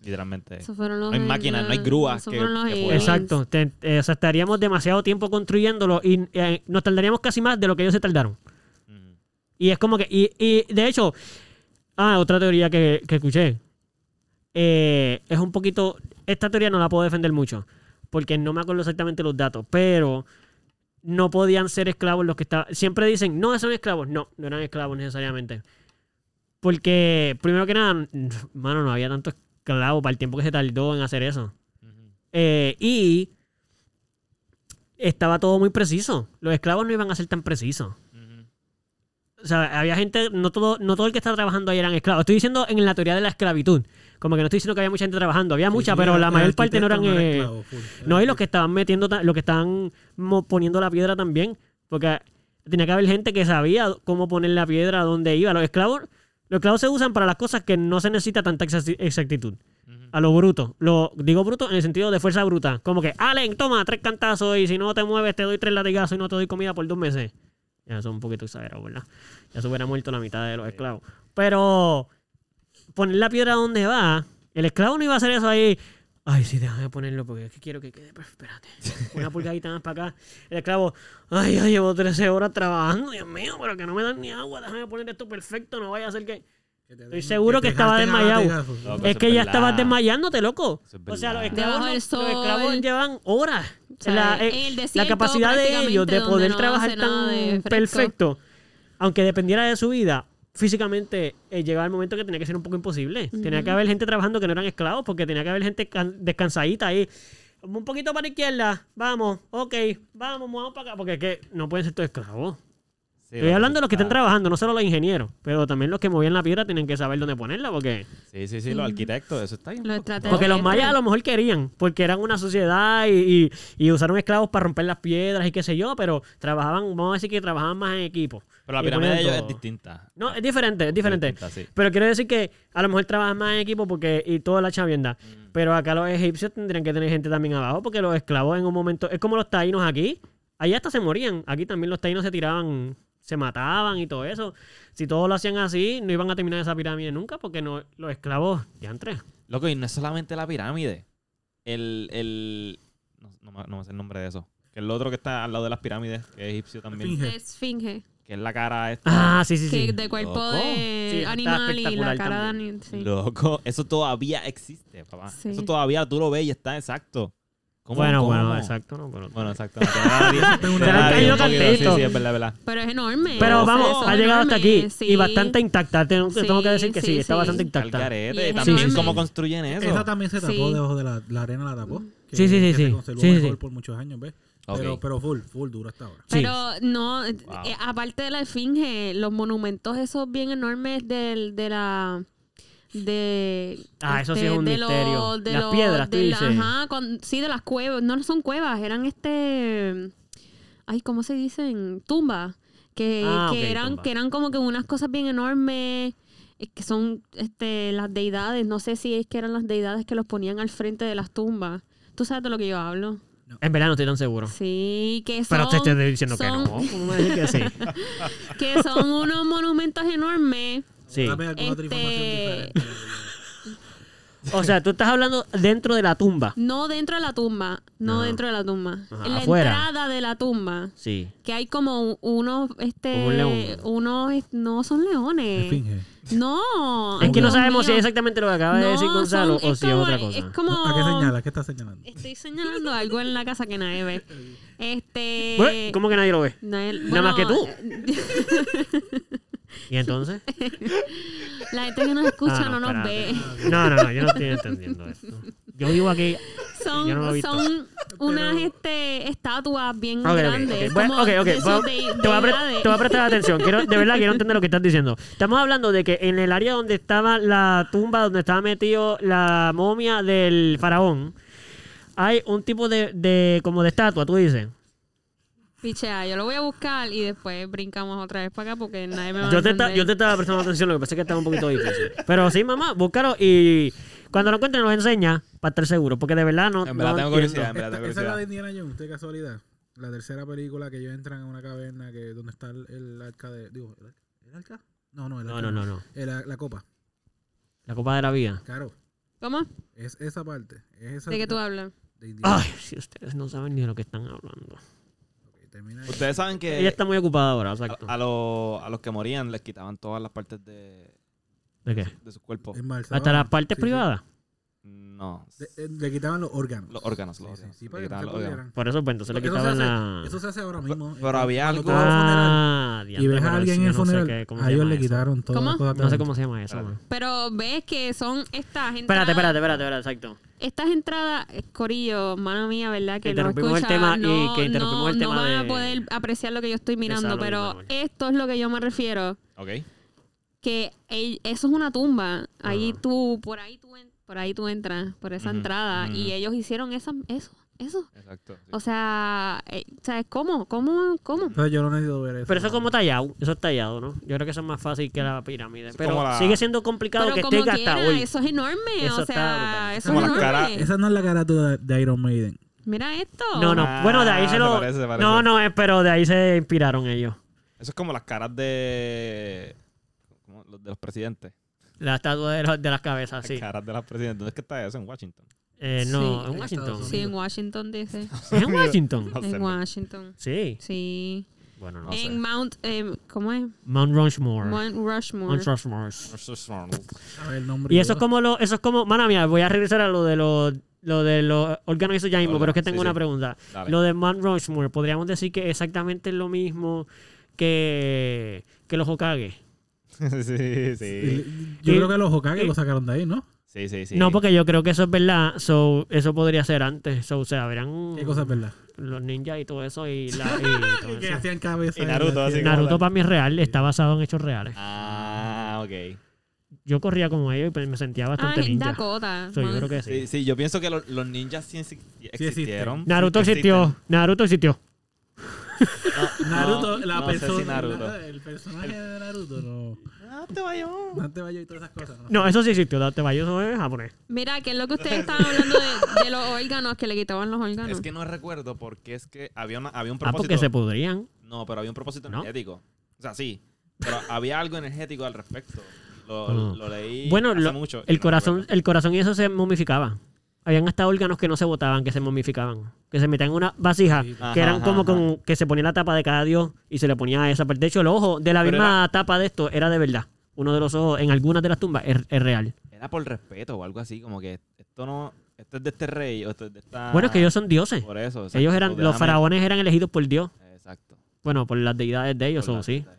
A: Literalmente.
C: Eso fueron los
A: No hay máquinas, no hay grúas
C: eso
A: que-
C: fueron los
A: que puedan-
C: aliens.
B: Exacto, te- eh, o sea, estaríamos demasiado tiempo construyéndolo y eh, nos tardaríamos casi más de lo que ellos se tardaron.
A: Ujú.
B: Y es como que, y, y, de hecho, ah, otra teoría que, que escuché, Eh, es un poquito, esta teoría no la puedo defender mucho, porque no me acuerdo exactamente los datos, pero no podían ser esclavos los que estaban, siempre dicen, no, son esclavos, no, no eran esclavos necesariamente. Porque, primero que nada, mano, no había tanto esclavo para el tiempo que se tardó en hacer eso.
A: Ujú.
B: Eh, y estaba todo muy preciso. Los esclavos no iban a ser tan precisos.
A: Ujú.
B: O sea, había gente, no todo, no todo el que estaba trabajando ahí eran esclavos. Estoy diciendo en la teoría de la esclavitud. Como que no estoy diciendo que había mucha gente trabajando. Había
D: Sí,
B: mucha,
D: sí,
B: pero
D: el-
B: la
D: el
B: mayor parte no eran.
D: arquitecto
B: eh,
D: esclavo, full.
B: no, y los que estaban metiendo, ta- los que estaban mo- poniendo la piedra también. Porque tenía que haber gente que sabía cómo poner la piedra, dónde iba. Los esclavos, los esclavos se usan para las cosas que no se necesita tanta exacti- exactitud.
A: Ujú.
B: A lo bruto. Lo digo bruto en el sentido de fuerza bruta. Como que, Allen, toma tres cantazos y si no te mueves te doy tres latigazos y no te doy comida por dos meses. Ya eso es un poquito exagerado, ¿verdad? Ya se hubiera muerto la mitad de los esclavos. Pero poner la piedra donde va, el esclavo no iba a hacer eso ahí. Ay, sí, déjame ponerlo porque es que quiero que quede. pero espérate, una pulgadita más para acá. El esclavo, ay, yo llevo 13 horas trabajando, Dios mío, pero que no me dan ni agua. Déjame poner esto perfecto, no vaya a ser que.
D: Que te
B: Estoy
D: den-
B: seguro
D: te
B: que estaba
D: jarten a
B: desmayado.
D: latigazos.
A: Loco,
B: Es
A: eso
B: que ya
A: verdad.
B: estabas desmayándote, loco.
A: Eso es
B: O sea, los
A: verdad.
B: esclavos,
C: Debajo del
B: no- los esclavos
C: sol.
B: llevan horas.
C: sea,
B: la,
C: en el
B: la
C: desierto
B: capacidad de ellos de
C: prácticamente,
B: poder
C: donde no
B: trabajar
C: hace nada de
B: tan
C: fresco.
B: perfecto aunque dependiera de su vida, físicamente eh, llegaba el momento que tenía que ser un poco imposible. Tenía que haber gente trabajando que no eran esclavos, porque tenía que haber gente can- descansadita ahí. Un poquito para la izquierda, vamos, ok, vamos, vamos para acá, porque es que no pueden ser todos esclavos.
A: Sí,
B: Estoy
A: la
B: hablando de los que estén
A: arquitecta-
B: trabajando, no solo los ingenieros, pero también los que movían la piedra tienen que saber dónde ponerla, porque...
A: Sí, sí, sí, los arquitectos, eso está bien.
C: Los
A: complicado.
C: estrategas.
B: Porque los mayas a lo mejor querían, porque eran una sociedad y, y- y usaron esclavos para romper las piedras y qué sé yo, pero trabajaban, vamos a decir que trabajaban más en equipo.
A: Pero la
B: Y
A: pirámide de
B: ponían
A: ellos es
B: todo.
A: distinta.
B: No, es diferente, es diferente.
A: distinta, sí.
B: Pero quiero decir que a lo mejor trabajan más en equipo porque y toda la chavienda.
A: Mm.
B: Pero acá los egipcios tendrían que tener gente también abajo porque los esclavos en un momento... Es como los taínos aquí. Allá hasta se morían. Aquí también los taínos se tiraban, se mataban y todo eso. Si todos lo hacían así, no iban a terminar esa pirámide nunca porque no, los esclavos... Ya entré.
A: Loco, y no es solamente la pirámide. El. el no, no me- no me sé el nombre de eso. Que es lo otro que está al lado de las pirámides, que es egipcio también.
D: Esfinge.
C: La Esfinge.
A: Que es la cara esta.
B: Ah, sí, sí, sí.
C: Que de cuerpo
A: Loco.
C: de
B: Sí, está
C: animal y la
B: espectacular
C: cara de
B: también.
C: ani- sí.
A: Loco, eso todavía existe, papá.
C: Sí.
A: Eso todavía tú lo ves y está exacto. ¿Cómo-
B: Bueno,
A: cómo?
B: bueno, exacto. No, pero-
A: Bueno, exacto. no, te da diez- te
D: Se
A: da
D: le ha
A: diez
D: caído
A: un poquito,
B: tantito.
A: Sí, sí, es verdad, es verdad.
C: Pero es enorme.
B: Pero
C: o sea,
B: vamos,
C: eso
B: ha
C: es
B: llegado hasta aquí
C: enorme, sí.
B: y bastante intacta. Tengo,
C: Sí,
B: tengo que decir que sí,
C: sí,
B: está
C: sí.
B: bastante
A: Al
B: intacta.
A: garete.
C: Y es
A: también
B: enorme.
A: cómo construyen eso.
D: Esa también se tapó
C: Sí.
D: debajo de la, la arena, la tapó. que-
B: Sí, sí, sí,
D: que se
B: sí.
D: conservó
B: Sí, sí,
D: mejor
B: sí.
D: por muchos años, ¿ves?
A: Ok.
D: Pero, pero full, full duro hasta ahora.
B: Sí.
C: Pero no, eh,
A: Wow.
C: eh, aparte de la esfinge, los monumentos esos bien enormes del, de la... De, este,
B: Ah, eso sí es un
C: de los-
B: misterio.
C: de
B: Las
C: los-
B: piedras, tú
C: de la-
B: dices.
C: ajá, con- sí, de las cuevas. No son cuevas, eran este... Ay, ¿cómo se dicen? Tumbas. Que,
B: Ah,
C: que
B: ok,
C: eran,
B: tumbas.
C: que eran como que unas cosas bien enormes, eh, que son este, las deidades. No sé si es que eran las deidades que los ponían al frente de las tumbas. ¿Tú sabes de lo que yo hablo?
B: En verdad no estoy tan seguro.
C: Sí, que son...
B: Ah. Pero te estoy diciendo que
C: son-
B: no. ¿Cómo me dices que sí?
C: que son unos monumentos enormes.
B: Sí.
D: Dame alguna otra
C: Este-
D: información diferente.
B: O sea, tú estás hablando dentro de la tumba.
C: No dentro de la tumba, no,
B: No.
C: dentro de la tumba.
B: Ajá,
C: en la
B: afuera.
C: entrada de la tumba,
B: Sí.
C: que hay como unos, este,
B: Como un león.
C: unos, es- no son leones.
D: Esfinge.
C: No.
B: Es que no
C: Dios
B: sabemos si
C: mío.
B: es exactamente lo que acaba de
C: No,
B: decir Gonzalo
C: son-
B: o si es
C: como-
B: otra cosa.
C: Es como,
D: ¿A qué señala? ¿Qué está señalando?
C: Estoy señalando algo en la casa que nadie ve. Este.
B: Bueno, ¿Cómo que nadie lo ve?
C: nadie-
B: Nada más que tú.
C: bueno,
B: ¿Y entonces?
C: La gente que nos escucha
B: Ah,
C: no, nos
B: espérate.
C: ve.
B: No, no, no, yo no estoy entendiendo esto. Yo vivo aquí.
C: son,
B: Yo no lo he visto.
C: son unas este, estatuas bien
B: Ok, ok,
C: grandes.
B: ok. Bueno,
C: como
B: ok, ok.
C: de sus
B: Va-
C: de-
B: te, voy a pre-
C: deidades.
B: te voy a prestar atención. Quiero, de verdad, quiero entender lo que estás diciendo. Estamos hablando de que en el área donde estaba la tumba, donde estaba metido la momia del faraón, hay un tipo de, de como de estatua, tú dices.
C: Pichea, ah, yo lo voy a buscar y después brincamos otra vez para acá porque nadie me va a
B: Yo te, esta-
C: entender.
B: yo te estaba prestando atención, lo que pasa es que estaba un poquito difícil. Pero sí, mamá, búscalo y cuando lo encuentres nos enseña para estar seguro, porque de verdad no.
A: En verdad
B: no
A: tengo
B: entiendo.
A: curiosidad, en verdad
D: Esta-
A: tengo
D: esa es la de
A: curiosidad.
D: Indiana Jones, de casualidad. La tercera película que ellos entran en una caverna que donde está el, el arca de. Digo, ¿el, arca? ¿el arca? No, no, el
B: No,
D: arca
B: no, no, no.
D: Eh, la, la copa,
B: La copa de la vida.
D: claro.
C: ¿Cómo?
D: Es esa parte. Es esa
C: ¿De qué tú hablas?
D: de Indiana
B: Ay, si ustedes no saben ni de lo que están hablando.
D: Ok, termina ahí.
A: Ustedes saben
B: Ella
A: que
B: está muy ocupada ahora,
A: a,
B: exacto.
A: a los- a los que morían les quitaban todas las partes de, ah.
B: ¿De qué?
A: de su cuerpo.
D: Es mal,
B: Hasta
D: sábado.
B: las partes
D: Sí, sí.
B: privadas.
A: No.
D: De- eh, le quitaban los órganos.
A: Los órganos, los
D: Sí, sí,
A: órganos.
D: sí,
A: Le
D: para que no
A: quitaban
D: se
A: los órganos.
D: pudieran.
B: Por eso, pues entonces le
D: Porque eso se
B: quitaban
D: hace-
B: la.
D: Eso se hace ahora mismo.
A: Pero había
D: Cuando tú
A: algo-
D: vas a un funeral
B: Ah,
D: y
B: diantre,
D: ves
B: pero
D: a alguien
B: sí,
D: en
B: no
D: el
B: sé
D: funeral,
B: qué- cómo se
D: a ellos
B: llama
D: le
B: eso.
D: quitaron todas
C: ¿Cómo?
D: las cosas
B: No sé
D: adentro.
B: cómo se llama eso.
A: Espérate.
B: man.
C: Pero ves que son estas entradas.
B: Espérate, espérate, espérate, espérate, exacto.
C: Estas entradas, eh, Corillo, mano mía, ¿verdad? Que no
B: Interrumpimos el
C: escucha,
B: tema y
C: no,
B: que interrumpimos
C: no-
B: el tema
C: no van
B: de-
C: a poder apreciar lo que yo estoy mirando,
B: salud,
C: pero
B: Manuel.
C: esto es lo que yo me refiero.
A: Ok.
C: que el- eso es una tumba. Ahí
B: Ajá.
C: tú, por ahí tú, en- por ahí tú entras, por esa
A: Ujú,
C: entrada.
A: ujú.
C: Y ellos hicieron esa, eso, eso.
A: Exacto. sí.
C: O sea, eh, ¿sabes cómo? ¿Cómo? ¿Cómo?
D: Entonces yo no necesito ver eso.
B: Pero eso es como tallado, eso es tallado, ¿no? Yo creo que eso es más fácil que la pirámide.
A: Es
B: Pero
A: como la-
B: sigue siendo complicado
C: Pero
B: que esté
C: como
B: hasta
C: quiera,
B: hoy.
C: eso es enorme.
B: Eso
C: o
B: está brutal.
C: sea, eso
A: Como
C: es
A: las caras-
C: enorme.
D: Esa no es la carátula de Iron Maiden.
C: Mira esto.
B: No, no.
A: Ah,
B: bueno, de ahí se
A: se
B: lo.
A: parece, se parece.
B: No, no, es, pero de ahí se inspiraron ellos.
A: Eso es como las caras de. ¿cómo? Los de los presidentes.
B: La estatua de, los- de las cabezas,
A: Las
B: sí.
A: caras de los presidentes. ¿Dónde es que está eso? En Washington.
B: Eh, no,
C: Sí.
B: en Washington.
C: Sí, en Washington dice.
B: ¿Es en Washington?
A: No sé.
C: en Washington.
B: Sí.
C: Sí.
B: Bueno, no
C: en
B: sé.
C: Mount, eh, ¿cómo es?
B: Mount Rushmore.
C: Mount Rushmore.
B: Mount Rushmore.
D: A ver el nombre.
B: Y
D: de
B: eso es
D: todas.
B: como lo, eso es como, mano mía, voy a regresar a lo de los lo de los órganos y eso ya mismo,
A: Órganos,
B: pero es que tengo
A: sí,
B: una
A: sí.
B: pregunta.
A: Dale.
B: Lo de Mount Rushmore, podríamos decir que exactamente es lo mismo que, que los Hokage.
A: sí, sí.
D: Y- Yo
B: Y-
D: creo que los Hokage
B: y-
D: lo sacaron de ahí, ¿no?
A: Sí, sí, sí.
B: No, porque yo creo que eso es verdad. So, eso podría ser antes. So, o sea, verán
D: Qué cosa es verdad.
B: los ninjas y todo eso. Y, la, y todo
D: Que
B: eso.
D: hacían cabeza.
A: Y Naruto,
D: hacían-
A: así como-
B: Naruto para mí es real, está basado en hechos reales.
A: Ah, ok.
B: Yo corría como ellos y pues, me sentía bastante
C: Ay,
B: ninja.
C: Ah, Dakota.
B: So, yo creo que
A: Sí,
B: sí.
A: sí, yo pienso que lo- los ninjas sí exi- existieron.
B: Naruto
A: Sí,
B: existió. Naruto existió.
A: existen. No,
D: Naruto,
A: no,
D: la
A: no sé si
D: persona.
A: Naruto.
D: la- el personaje de Naruto, no.
A: No te vayas.
D: No te vayas y todas esas cosas.
B: No, eso sí existió. Date vaya, eso es japonés.
C: Mira, que es lo que ustedes estaban hablando de, de los órganos, que le quitaban los órganos.
A: Es que no recuerdo porque es que había, una- había un
B: Ah,
A: propósito.
B: porque se podrían.
A: No, pero había un propósito
B: ¿No?
A: energético. O sea, sí. Pero había algo energético al respecto. Lo,
B: Ah.
A: lo leí
B: Bueno,
A: hace
B: lo-
A: mucho. y
B: El
A: no
B: corazón,
A: recuerdo.
B: el corazón y eso se momificaba. Habían hasta órganos que no se botaban, que se momificaban. Que se metían en una vasija,
D: Sí.
A: Ajá,
B: que eran
A: ajá,
B: como
A: ajá.
B: con, que se ponía la tapa de cada dios y se le ponía esa parte. De hecho, el ojo de la
A: Pero
B: misma tapa de esto era de verdad. Uno de los ojos en algunas de las tumbas es, es real.
A: Era por respeto o algo así. Como que esto no... Esto es de este rey o esto es de esta...
B: Bueno, es que ellos son dioses.
A: Por eso. Ah. exacto,
B: Ellos
A: o
B: eran,
A: de
B: los
A: Ami-
B: faraones eran elegidos por Dios.
A: Exacto.
B: Bueno, por las deidades de ellos,
A: Por
B: o
A: la-
B: sí.
A: Ajá.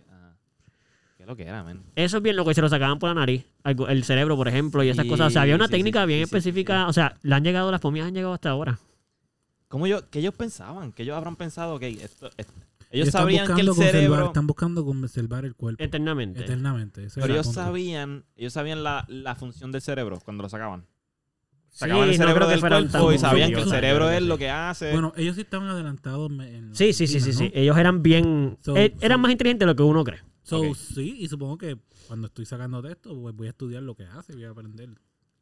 A: ¿Qué es lo que era, men?
B: Eso es bien lo que se lo sacaban por la nariz. algo- El cerebro, por ejemplo, y esas
A: Sí,
B: cosas. O sea, había una
A: sí,
B: técnica
A: sí,
B: bien
A: sí, sí,
B: específica. O sea, le han llegado, las pomías han llegado hasta ahora.
A: ¿Cómo yo, ¿Qué ellos pensaban? ¿Qué ellos habrán pensado? que esto, esto- ellos
D: Están
A: sabían que
D: buscando
A: el
D: conservar-
A: cerebro...
D: Están buscando conservar el cuerpo
B: Eternamente.
D: eternamente. ese
A: Pero
D: era el
A: ellos
D: punto.
A: sabían, ellos sabían la, la función del cerebro cuando lo sacaban. Sacaban
B: Sí,
A: el
B: no
A: cerebro
B: creo que
A: del
B: fueran
A: cuerpo y
B: tan
A: sabían que el
B: curiosos,
A: cerebro
B: creo que
A: es
B: sí.
A: lo que hace.
D: Bueno, ellos sí estaban adelantados. en- en
B: Sí, sí, sí, sí,
D: medicina,
B: sí. Eh,
D: ¿no?
B: Ellos eran bien...
D: So-
B: eh, eran
D: so-
B: más inteligentes de lo que uno cree.
D: So,
A: Ok.
D: sí, y supongo que cuando estoy sacando de esto, pues voy a estudiar lo que hace, voy a aprender.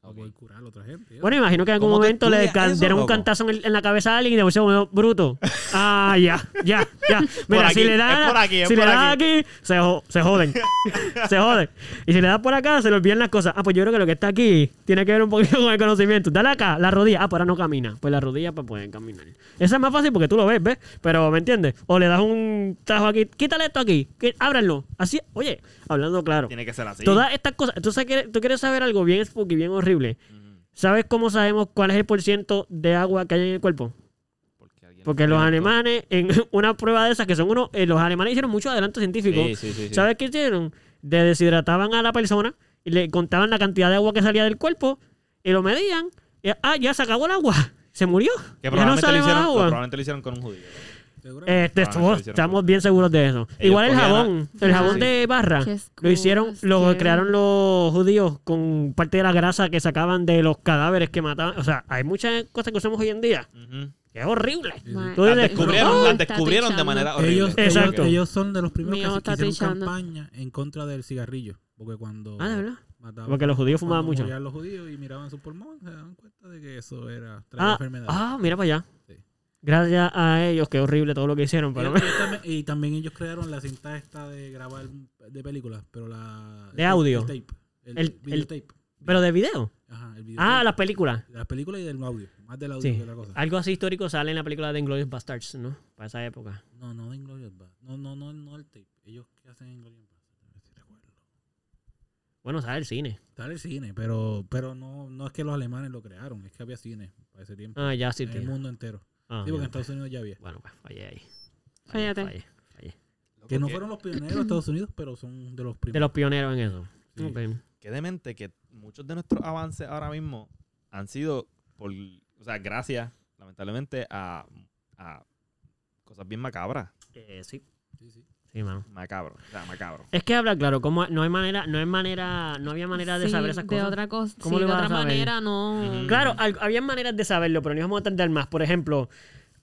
D: O voy a curar a otra gente. ¿eh?
B: Bueno, imagino que en algún
A: ¿Cómo tú
B: momento le
A: estudias
B: can-
A: eso,
B: dieron un
A: loco?
B: cantazo en, el- en la cabeza a alguien y después se volvió bruto. Ah, ya, ya, ya. Mira,
A: aquí,
B: si le da,
A: es por aquí, es
B: si le
A: por
B: da aquí, se, jo- se joden. se joden. Y si le da por acá, se le olvidan las cosas. Ah, pues yo creo que lo que está aquí tiene que ver un poquito con el conocimiento. Dale acá, la rodilla. Ah, pues ahora no camina. Pues la rodilla para poder caminar. Esa es más fácil porque tú lo ves, ¿ves? Pero, ¿me entiendes? O le das un tajo aquí. Quítale esto aquí. que- ábranlo. Así, oye, hablando claro.
A: Tiene que ser así.
B: Todas estas cosas. Tú, sabes que- tú quieres saber algo bien spooky, bien horrible.
A: Ujú.
B: ¿Sabes cómo sabemos cuál es el porciento de agua que hay en el cuerpo?
A: Porque, alguien
B: Porque los
A: lo
B: alemanes, en una prueba de esas, que son unos, eh, los alemanes hicieron mucho adelanto científico.
A: experimentó. Sí, sí, sí, sí.
B: ¿Sabes qué hicieron? De deshidrataban a la persona y le contaban la cantidad de agua que salía del cuerpo y lo medían. Y, ah, ya se acabó el agua. Se murió.
A: Que
B: ya no
A: probablemente,
B: sale
A: lo
B: más
A: hicieron, lo
B: agua.
A: probablemente lo hicieron con un judío.
D: Seguramente.
B: Este,
A: probablemente
B: esto-
A: lo hicieron
B: estamos
A: con-
B: bien seguros de eso.
A: Ellos
B: Igual el
A: cogían a-
B: jabón, el
C: Sí,
B: jabón
A: sí.
B: de barra.
C: Qué escuro,
B: Lo hicieron, lo
C: asqueroso.
B: crearon los judíos con parte de la grasa que sacaban de los cadáveres que mataban. O sea, hay muchas cosas que usamos hoy en día.
A: Ujú.
B: que Es horrible.
C: Ma-
B: Tú
A: Las
B: dices,
A: descubrieron,
C: "Oh,
A: las
C: está
A: descubrieron de
C: trichando".
A: manera horrible.
D: Ellos, ellos-
B: Exacto.
D: ellos son de los primeros
C: Mío,
D: que
C: está
D: hicieron
C: trichando.
D: campaña en contra del cigarrillo. Porque cuando
B: Ah, de verdad.
D: mataban
B: Porque los judíos
D: cuando
B: fumaban mucho.
D: morían los judíos y miraban sus pulmones, se daban cuenta de que eso era traía
B: Ah,
D: enfermedad.
B: ah, mira para allá.
D: Sí.
B: Gracias a ellos, qué horrible todo lo que hicieron. Pero
D: Ellos- ellos también- y también ellos crearon la cinta esta de grabar de películas, pero la
B: De
D: el-
B: audio.
D: el tape, el,
B: El-
D: videotape.
B: pero de video.
D: Ajá, el videotape.
B: Ah, las películas.
D: de las películas y del audio, más del audio
B: Sí. Ah.
D: que otra cosa.
B: Algo así histórico sale en la película de Inglorious Bastards, ¿no? Para esa época.
D: No, no de Inglorious Bastards. No, no, no, no el tape. Ellos que hacen Inglorious Bastards. A ver si recuerdo.
B: Bueno, sale el cine.
D: Está en el cine, pero, pero no, no es que los alemanes lo crearon, es que había cine para ese tiempo.
B: Ah, ya sí.
A: Eh,
D: en el
B: tío.
D: mundo entero.
B: Ah,
D: sí, porque en
B: mira,
D: Estados Unidos ya había.
B: Bueno, pues fallé ahí. Fallé,
C: Fíjate.
B: fallé, fallé.
A: Loco,
D: Que no
A: qué-
D: fueron los pioneros de Estados Unidos, pero son de los
B: De
D: primeros.
B: los pioneros en eso.
D: Sí.
B: Ok.
A: Qué demente que muchos de nuestros avances ahora mismo han sido por... O sea, gracias, lamentablemente, a, a cosas bien macabras.
B: Eh, sí.
D: Sí, sí.
B: Sí, mano.
A: Macabro. O sea, macabro.
B: Es que habla claro, como no hay manera, no hay manera, no había manera de
C: Sí,
B: saber esas cosas.
C: De otra cosa.
B: ¿Cómo
C: sí,
B: le
C: de
B: vas a
C: otra
B: saber?
C: manera, no.
A: Ujú.
B: Claro, al- había maneras de saberlo, pero no íbamos a tardar más. Por ejemplo,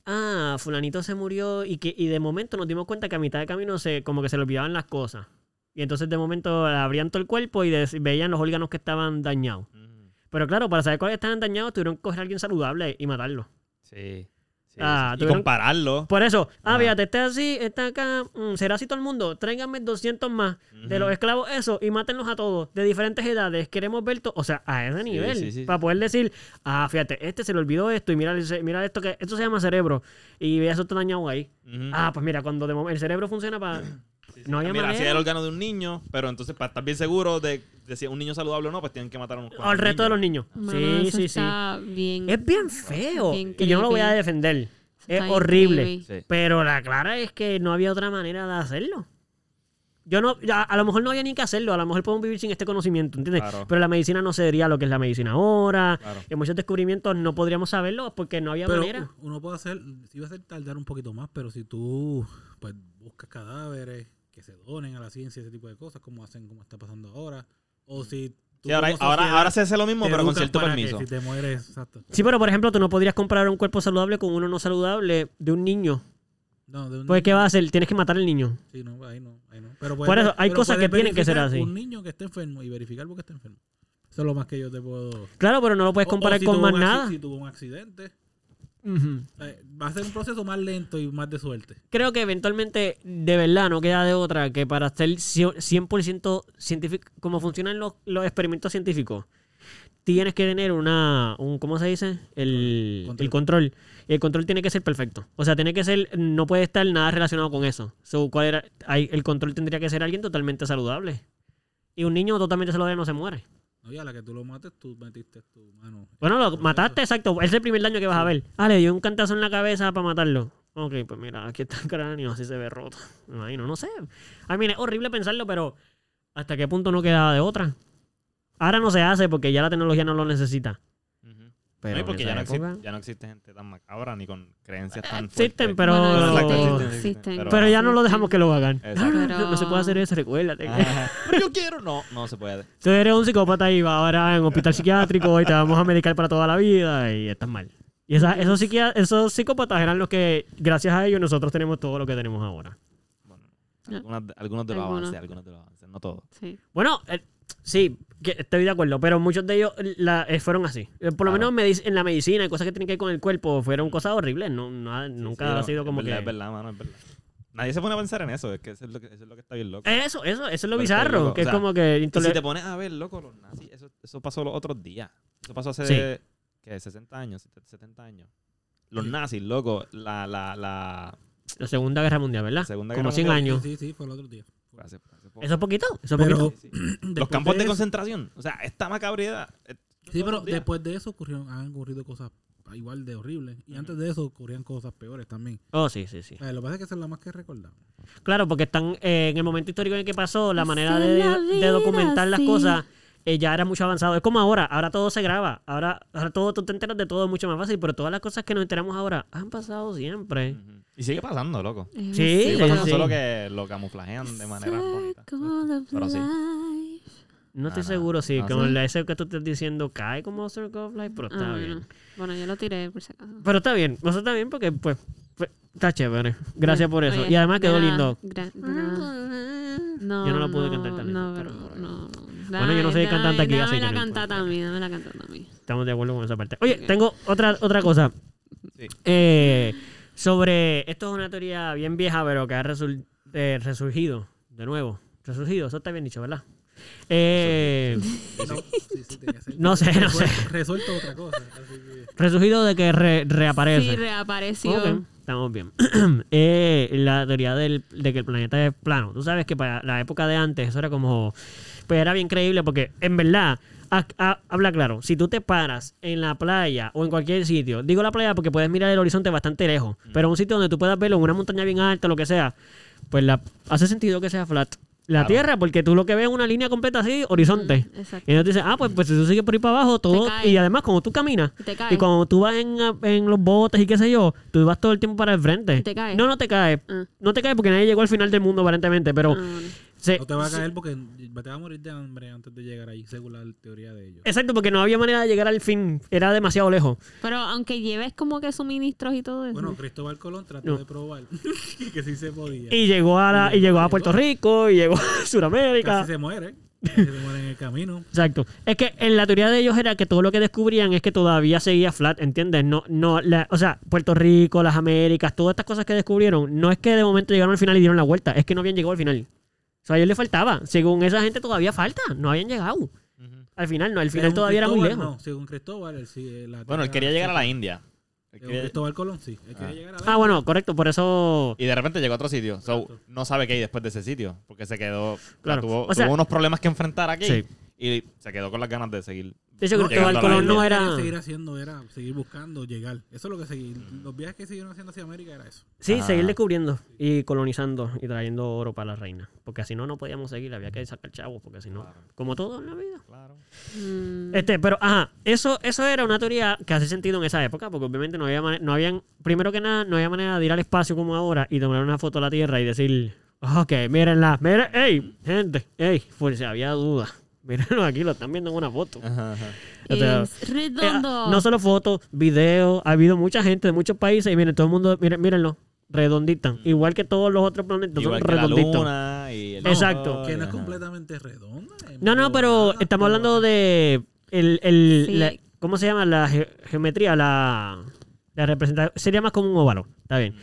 B: ah, fulanito se murió y que y de momento nos dimos cuenta que a mitad de camino se como que se le olvidaban las cosas. Y entonces de momento abrían todo el cuerpo y des- veían los órganos que estaban dañados.
A: Ujú.
B: Pero claro, para saber cuáles estaban dañados, tuvieron que coger a alguien saludable y matarlo.
A: Sí. sí,
B: Ah,
A: sí. Y
B: tuvieron-
A: compararlo.
B: Por eso, ah,
A: Ajá.
B: fíjate, este así, está acá, mm, será así todo el mundo, tráiganme 200 más de
A: Ujú.
B: los esclavos, eso, y mátenlos a todos, de diferentes edades, queremos ver todo, o sea, a ese nivel,
A: sí, sí.
B: para poder decir, ah, fíjate, este se le olvidó esto, y mira, el ce- mira esto que, esto se llama cerebro, y eso está dañado ahí.
A: Ujú.
B: Ah, pues mira, cuando de mom- el cerebro funciona para...
A: Sí, sí.
B: no había
A: Ah, Mira, si
B: manera.
A: era el órgano de un niño, pero entonces para estar bien seguro de, de si es un niño saludable o no, pues tienen que matar a unos cuantos
B: Al resto de los niños.
C: Mano,
B: sí,
C: eso
B: sí,
C: está bien.
B: sí. Es bien feo.
C: Bien
B: y yo no lo voy a
C: creepy.
B: defender.
C: eso
B: Es
C: está bien
B: horrible.
C: creepy.
A: Sí.
B: Pero la clara es que no había otra manera de hacerlo. Yo no, ya, a lo mejor no había ni que hacerlo, a lo mejor podemos vivir sin este conocimiento, ¿entiendes?
A: Claro.
B: Pero la medicina no sería lo que es la medicina ahora.
A: Claro.
B: Y muchos descubrimientos no podríamos saberlo porque no había
D: Pero
B: manera.
D: u- uno puede hacer, si va a ser tardar un poquito más, pero si tú pues buscas cadáveres que se donen a la ciencia, ese tipo de cosas, como hacen, como está pasando ahora, o si tú
A: Sí, ahora,
D: como
A: ahora,
D: sociedad
A: ahora se hace lo mismo,
D: te
A: pero con
D: educas
A: cierto
D: para que
A: permiso.
D: Si te mueres, exacto.
B: Sí, pero por ejemplo, tú no podrías comparar un cuerpo saludable con uno no saludable de un niño.
D: No, de un
B: Pues, ¿qué vas a hacer? Tienes que matar al niño.
D: Sí, no, ahí no, ahí no. Pero
B: Por eso, hay cosas
D: puedes
B: que tienen que ser
D: verificar
B: así.
D: Un niño que esté enfermo y verificar porque está enfermo. Eso es lo más que yo te puedo.
B: Claro, pero no lo puedes
D: O- o
B: comparar
D: si
B: con
D: tuvo
B: más
D: un acci-
B: nada.
D: Si tuvo un accidente,
B: Ujú.
D: eh, va a ser un proceso más lento y más de suerte.
B: Creo que eventualmente, de verdad, no queda de otra que para ser cio- 100% científico, como funcionan los, los experimentos científicos, tienes que tener una, un, ¿cómo se dice? El
D: Control.
B: control. el control. Y el control tiene que ser perfecto. O sea, tiene que ser, no puede estar nada relacionado con eso. So, ¿cuál era? Ahí, el control tendría que ser alguien totalmente saludable. Y un niño totalmente saludable no se muere.
D: No, ya la que tú lo mates, tú metiste tu mano.
B: Bueno, lo
D: Proceso.
B: mataste, exacto. Ese es el primer daño que vas a ver. Ah, le dio un cantazo en la cabeza para matarlo. Ok, pues mira, aquí está el cráneo, así se ve roto. Me imagino, no sé. Ay, mira, es horrible pensarlo, pero ¿hasta qué punto no quedaba de otra? Ahora no se hace porque ya la tecnología no lo necesita.
A: Ujú.
B: Pero
A: no, y porque
B: en
A: ya no,
B: esa época-
A: existe, ya no existe gente tan macabra ni con creencias tan
B: Existen,
A: fuertes.
B: pero...
C: Bueno,
A: Pero exacto,
C: existen,
A: existen,
C: existen.
A: pero-
B: Pero ya no lo dejamos que lo hagan.
A: Exacto.
B: Ah, No, no, Ah. no se puede hacer eso, recuérdate.
A: Ajá. Pero yo quiero. No, no se puede.
B: Tú eres un psicópata y vas ahora en hospital psiquiátrico y te vamos a medicar para toda la vida y estás mal. Y esa- esos, psiquia- esos psicópatas eran los que, gracias a ellos, nosotros tenemos todo lo que tenemos ahora.
A: Bueno,
C: No.
A: algunas de- algunos de los
C: Algunos.
A: avances, algunos de los avances, no todos.
C: Sí.
B: Bueno, eh, sí, que estoy de acuerdo, pero muchos de ellos la, eh, fueron así. Eh, Por lo
A: Claro.
B: menos medic- en la medicina, y cosas que tienen que ver con el cuerpo, fueron cosas horribles. No, no ha-
A: Sí,
B: nunca
A: sí,
B: ha
A: no,
B: sido
A: es
B: como
A: verdad,
B: que...
A: Es verdad, mano, es verdad. Nadie se pone a pensar en eso, es que eso es lo que, eso es lo que está bien loco.
B: Eh, Eso, eso, eso es lo
A: Pero está
B: bizarro,
A: loco,
B: que
A: o
B: es
A: sea,
B: como que...
A: Y si
B: intole-
A: te pones a ver, loco, los nazis, eso, eso pasó los otros días. Eso pasó hace,
B: Sí.
A: ¿qué? 60 años, 70 años. Los nazis, loco, la, la, la...
B: La Segunda Guerra Mundial, ¿verdad?
A: La Segunda
B: como
A: Guerra
B: 100
A: Mundial,
B: años.
D: Sí, sí, fue el otro día.
A: fue hace- fue hace poco.
B: Eso es poquito, eso es
D: Pero-
B: poquito.
A: Sí, sí.
D: Después
A: Los campos de
D: eso-
A: concentración. O sea, esta macabridad. eh,
D: Sí, pero
A: otros días.
D: después de eso ocurrieron, han ocurrido cosas igual de horribles. Y antes de eso ocurrían cosas peores también.
B: Oh, sí, sí, sí.
D: O sea, lo que pasa es que esa es la más que recordamos.
B: Claro, porque están eh, en el momento histórico en el que pasó, la
C: Esa
B: manera
C: es
B: de,
C: la
B: de
C: vida,
B: documentar las
C: sí.
B: cosas eh, ya era mucho avanzado. Es como ahora, ahora todo se graba, ahora, ahora todo tú te enteras de todo mucho más fácil, pero todas las cosas que nos enteramos ahora han pasado siempre.
A: Ujú. Y sigue pasando, loco.
C: Es
B: Sí,
A: Sigue
C: así.
A: pasando,
B: sí.
A: solo que lo camuflajean de manera bonita.
C: Circle of
A: Pero sí.
C: life.
B: No estoy
A: Ah,
B: seguro, sí,
A: no,
B: como
C: sí.
B: la ese que tú estás diciendo cae como Circle of Life, pero
C: Ah,
B: está
C: bueno.
B: bien.
C: Bueno, yo lo tiré por si acaso.
B: Pero está bien, o sea, está bien porque pues, pues, está chévere. Gracias por eso.
C: Oye,
B: y además
C: de
B: quedó
C: nada,
B: lindo.
C: gra- de nada. No,
B: Yo no la pude cantar tan
C: No,
B: lindo,
C: pero
B: pero-
C: no.
B: Bueno, yo no soy
C: Dame-
B: cantante aquí, así
C: Dame
B: que
C: la
B: no
C: cantata
B: importa.
C: a mí, dame la cantata a mí.
B: Estamos de acuerdo con esa parte. Oye,
C: Ok.
B: tengo otra, otra cosa.
A: Sí.
B: Eh, sobre. Esto es una teoría bien vieja, pero que ha resul- eh, resurgido de nuevo. Resurgido, eso está bien dicho, ¿verdad? Eh,
D: No, sí, sí, tiene que ser.
B: No sé, no sé.
D: Resuelto- Resuelto otra cosa. Así que...
B: resurgido de que re-
C: Sí,
B: reaparece.
C: reapareció.
B: Ok, estamos bien. Eh, la teoría del- de que el planeta es plano. Tú sabes que para la época de antes eso era como... Pues era bien creíble porque, en verdad, ha- ha- habla claro, si tú te paras en la playa o en cualquier sitio, digo la playa porque puedes mirar el horizonte bastante lejos, pero un sitio donde tú puedas verlo, en una montaña bien alta, lo que sea, pues la, hace sentido que sea flat. La
A: Claro.
B: Tierra, porque tú lo que ves es una línea completa así, horizonte.
C: Exacto.
B: Y entonces dices, ah, pues, pues si tú sigues por ahí para abajo, todo...
C: cae.
B: Y además, cuando tú caminas,
C: Te caes.
B: y cuando tú vas en, en los botes y qué sé yo, tú vas todo el tiempo para el frente.
C: Te caes.
B: No, no te caes.
C: Ah.
B: No te caes porque nadie llegó al final del mundo, aparentemente. Pero
C: Ah, bueno.
B: se-
D: No te va a
B: se-
D: caer porque te va a morir de hambre antes de llegar ahí, según la teoría de ellos.
B: exacto, porque no había manera de llegar al fin. Era demasiado lejos.
C: Pero aunque lleves como que suministros y todo eso.
D: Bueno, Cristóbal Colón trató
B: No.
D: de probar que sí se podía.
B: Y llegó a, la- y llegó a Puerto Rico, y llegó a Sudamérica.
D: Casi se muere. Casi se muere en el camino.
B: Exacto. Es que en la teoría de ellos era que todo lo que descubrían es que todavía seguía flat, ¿entiendes? No, no, la- o sea, Puerto Rico, las Américas, todas estas cosas que descubrieron, no es que de momento llegaron al final y dieron la vuelta, es que no habían llegado al final. O sea, a ellos les faltaba. Según esa gente todavía falta, no habían llegado.
A: Ujú.
B: Al final no, al final
D: Según
B: todavía era muy
D: Cristóbal,
B: lejos.
D: No, según Cristóbal, él sí, la
A: Bueno, él
D: tierra-
A: quería llegar a la India. Él
D: Según
A: quería-
D: Cristóbal Colón, sí. Él quería
A: Ah.
D: llegar a la
B: Ah, bueno, correcto, por eso...
A: Y de repente llegó a otro sitio. So,
D: Exacto.
A: no sabe qué hay después de ese sitio. Porque se quedó.
B: Claro.
A: Tuvo,
B: O sea-
A: tuvo unos problemas que enfrentar aquí.
B: Sí.
A: Y se quedó con las ganas de seguir
B: De hecho,
D: No,
B: Cristóbal
A: llegando a la
B: Colón
A: India.
B: no
D: Lo que
B: era.
D: seguir haciendo era seguir buscando, llegar. Eso es lo que seguir. Los viajes que siguieron haciendo hacia América era eso.
B: Sí,
A: Ajá.
B: seguir descubriendo y colonizando y trayendo oro para la reina. Porque si no, no podíamos seguir. Había que sacar chavos, porque si no, como todo en la vida.
C: Mm,
B: Este, pero, ajá, eso, eso era una teoría que hace sentido en esa época, porque obviamente no había mane- no habían, primero que nada, no había manera de ir al espacio como ahora y tomar una foto a la Tierra y decir, ok, mírenla, miren, ey, gente, ey, pues si había duda. Mírenlo aquí, lo están viendo en una foto.
A: Ajá, ajá.
B: O sea,
C: es
B: Eh, ah,
C: redondo.
B: no solo fotos, videos. Ha habido mucha gente de muchos países y miren, todo el mundo, miren, mírenlo, redonditan. Igual que todos los otros planetas
A: Mm. Igual
B: son
A: que la
B: redonditos.
A: luna y el
B: Exacto.
A: sol,
D: Que no es
A: ajá.
D: completamente redonda.
B: No, no, pero estamos hablando de el, el-
C: Sí.
B: la- ¿cómo se llama? La ge- geometría, la, la representación. Sería más como un óvalo, está bien.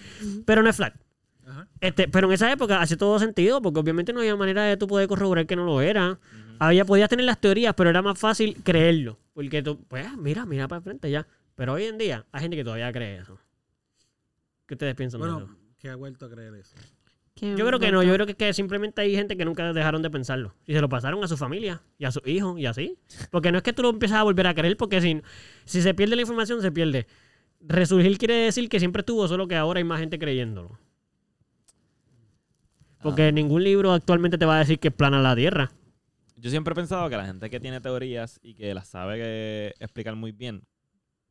B: Pero no es flat.
D: Ajá.
B: Este, pero en esa época hace todo sentido, porque obviamente no había manera de tú poder corroborar que no lo era. Había, podías tener las teorías, pero era más fácil creerlo. Porque tú, pues, ah, mira, mira para el frente ya. Pero hoy en día hay gente que todavía cree eso. ¿Qué ustedes piensan de eso?
D: Bueno, que ha vuelto a creer eso.
B: Yo creo que no, yo creo que, que simplemente hay gente que nunca dejaron de pensarlo. Y se lo pasaron a su familia y a sus hijos y así. Porque no es que tú lo empiezas a volver a creer, porque si, si se pierde la información, se pierde. Resurgir quiere decir que siempre estuvo, solo que ahora hay más gente creyéndolo. Porque ningún libro actualmente te va a decir que es plana la Tierra.
A: Yo siempre he pensado que la gente que tiene teorías y que las sabe que explicar muy bien,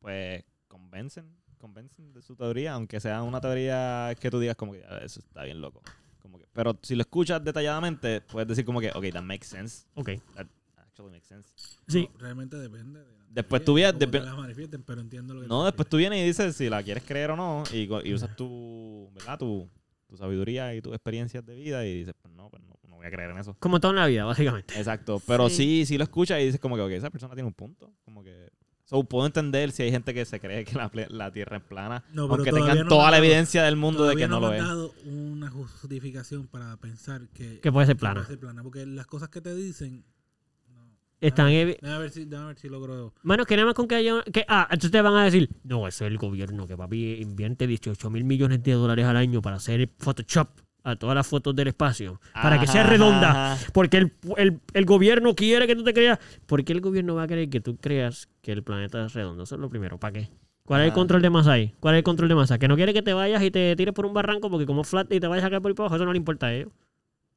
A: pues convencen, convencen de su teoría, aunque sea una teoría que tú digas como que "Ah, eso está bien loco. Como que, pero si lo escuchas detalladamente, puedes decir como que, ok, that makes sense.
B: Ok.
A: That actually makes sense.
B: Sí.
D: No, realmente depende. de la
A: Después
D: teoría,
A: tú vienes-
D: cómo te
A: depe-
D: la manifiesten, pero entiendo lo que
A: No,
D: te
A: después
D: refieres.
A: tú vienes y dices si la quieres creer o no y, co- y usas tu, ¿verdad? Tu, tu sabiduría y tus experiencias de vida y dices, pues no, pues no, no voy a creer en eso.
B: Como toda una vida, básicamente.
A: Exacto, pero sí.
C: Sí.
A: sí, lo escuchas y dices como que, ok, esa persona tiene un punto, como que... So, puedo entender si hay gente que se cree que la, ple- la Tierra es plana,
D: No, pero
A: aunque
D: todavía
A: tengan
D: no
A: toda
D: me
A: la
D: han dado-
A: evidencia del mundo de
D: Todavía
A: que no,
D: me
A: lo
D: han
A: es.
D: dado una justificación para pensar que,
B: Que puede ser
D: que
B: plana.
D: puede ser plana, Porque las cosas que te dicen. No.
B: Están evi-
D: Déjame ver si, déjame ver si logro.
B: Mano, que nada más con que haya... Que, ah, entonces te van a decir, no, eso es el gobierno que papi invierte 18 mil millones de dólares al año para hacer Photoshop a todas las fotos del espacio, para que sea
A: Ajá,
B: redonda,
A: ajá.
B: porque el, el- el gobierno quiere que tú te creas. ¿Por qué el gobierno va a querer que tú creas que el planeta es redondo? Eso es lo primero, ¿para qué? ¿Cuál es el
A: Ah.
B: control de masa ahí? ¿Cuál es el control de masa? Que no quiere que te vayas y te tires por un barranco porque como es flat y te vayas a caer por ahí para abajo, eso no le importa a ellos.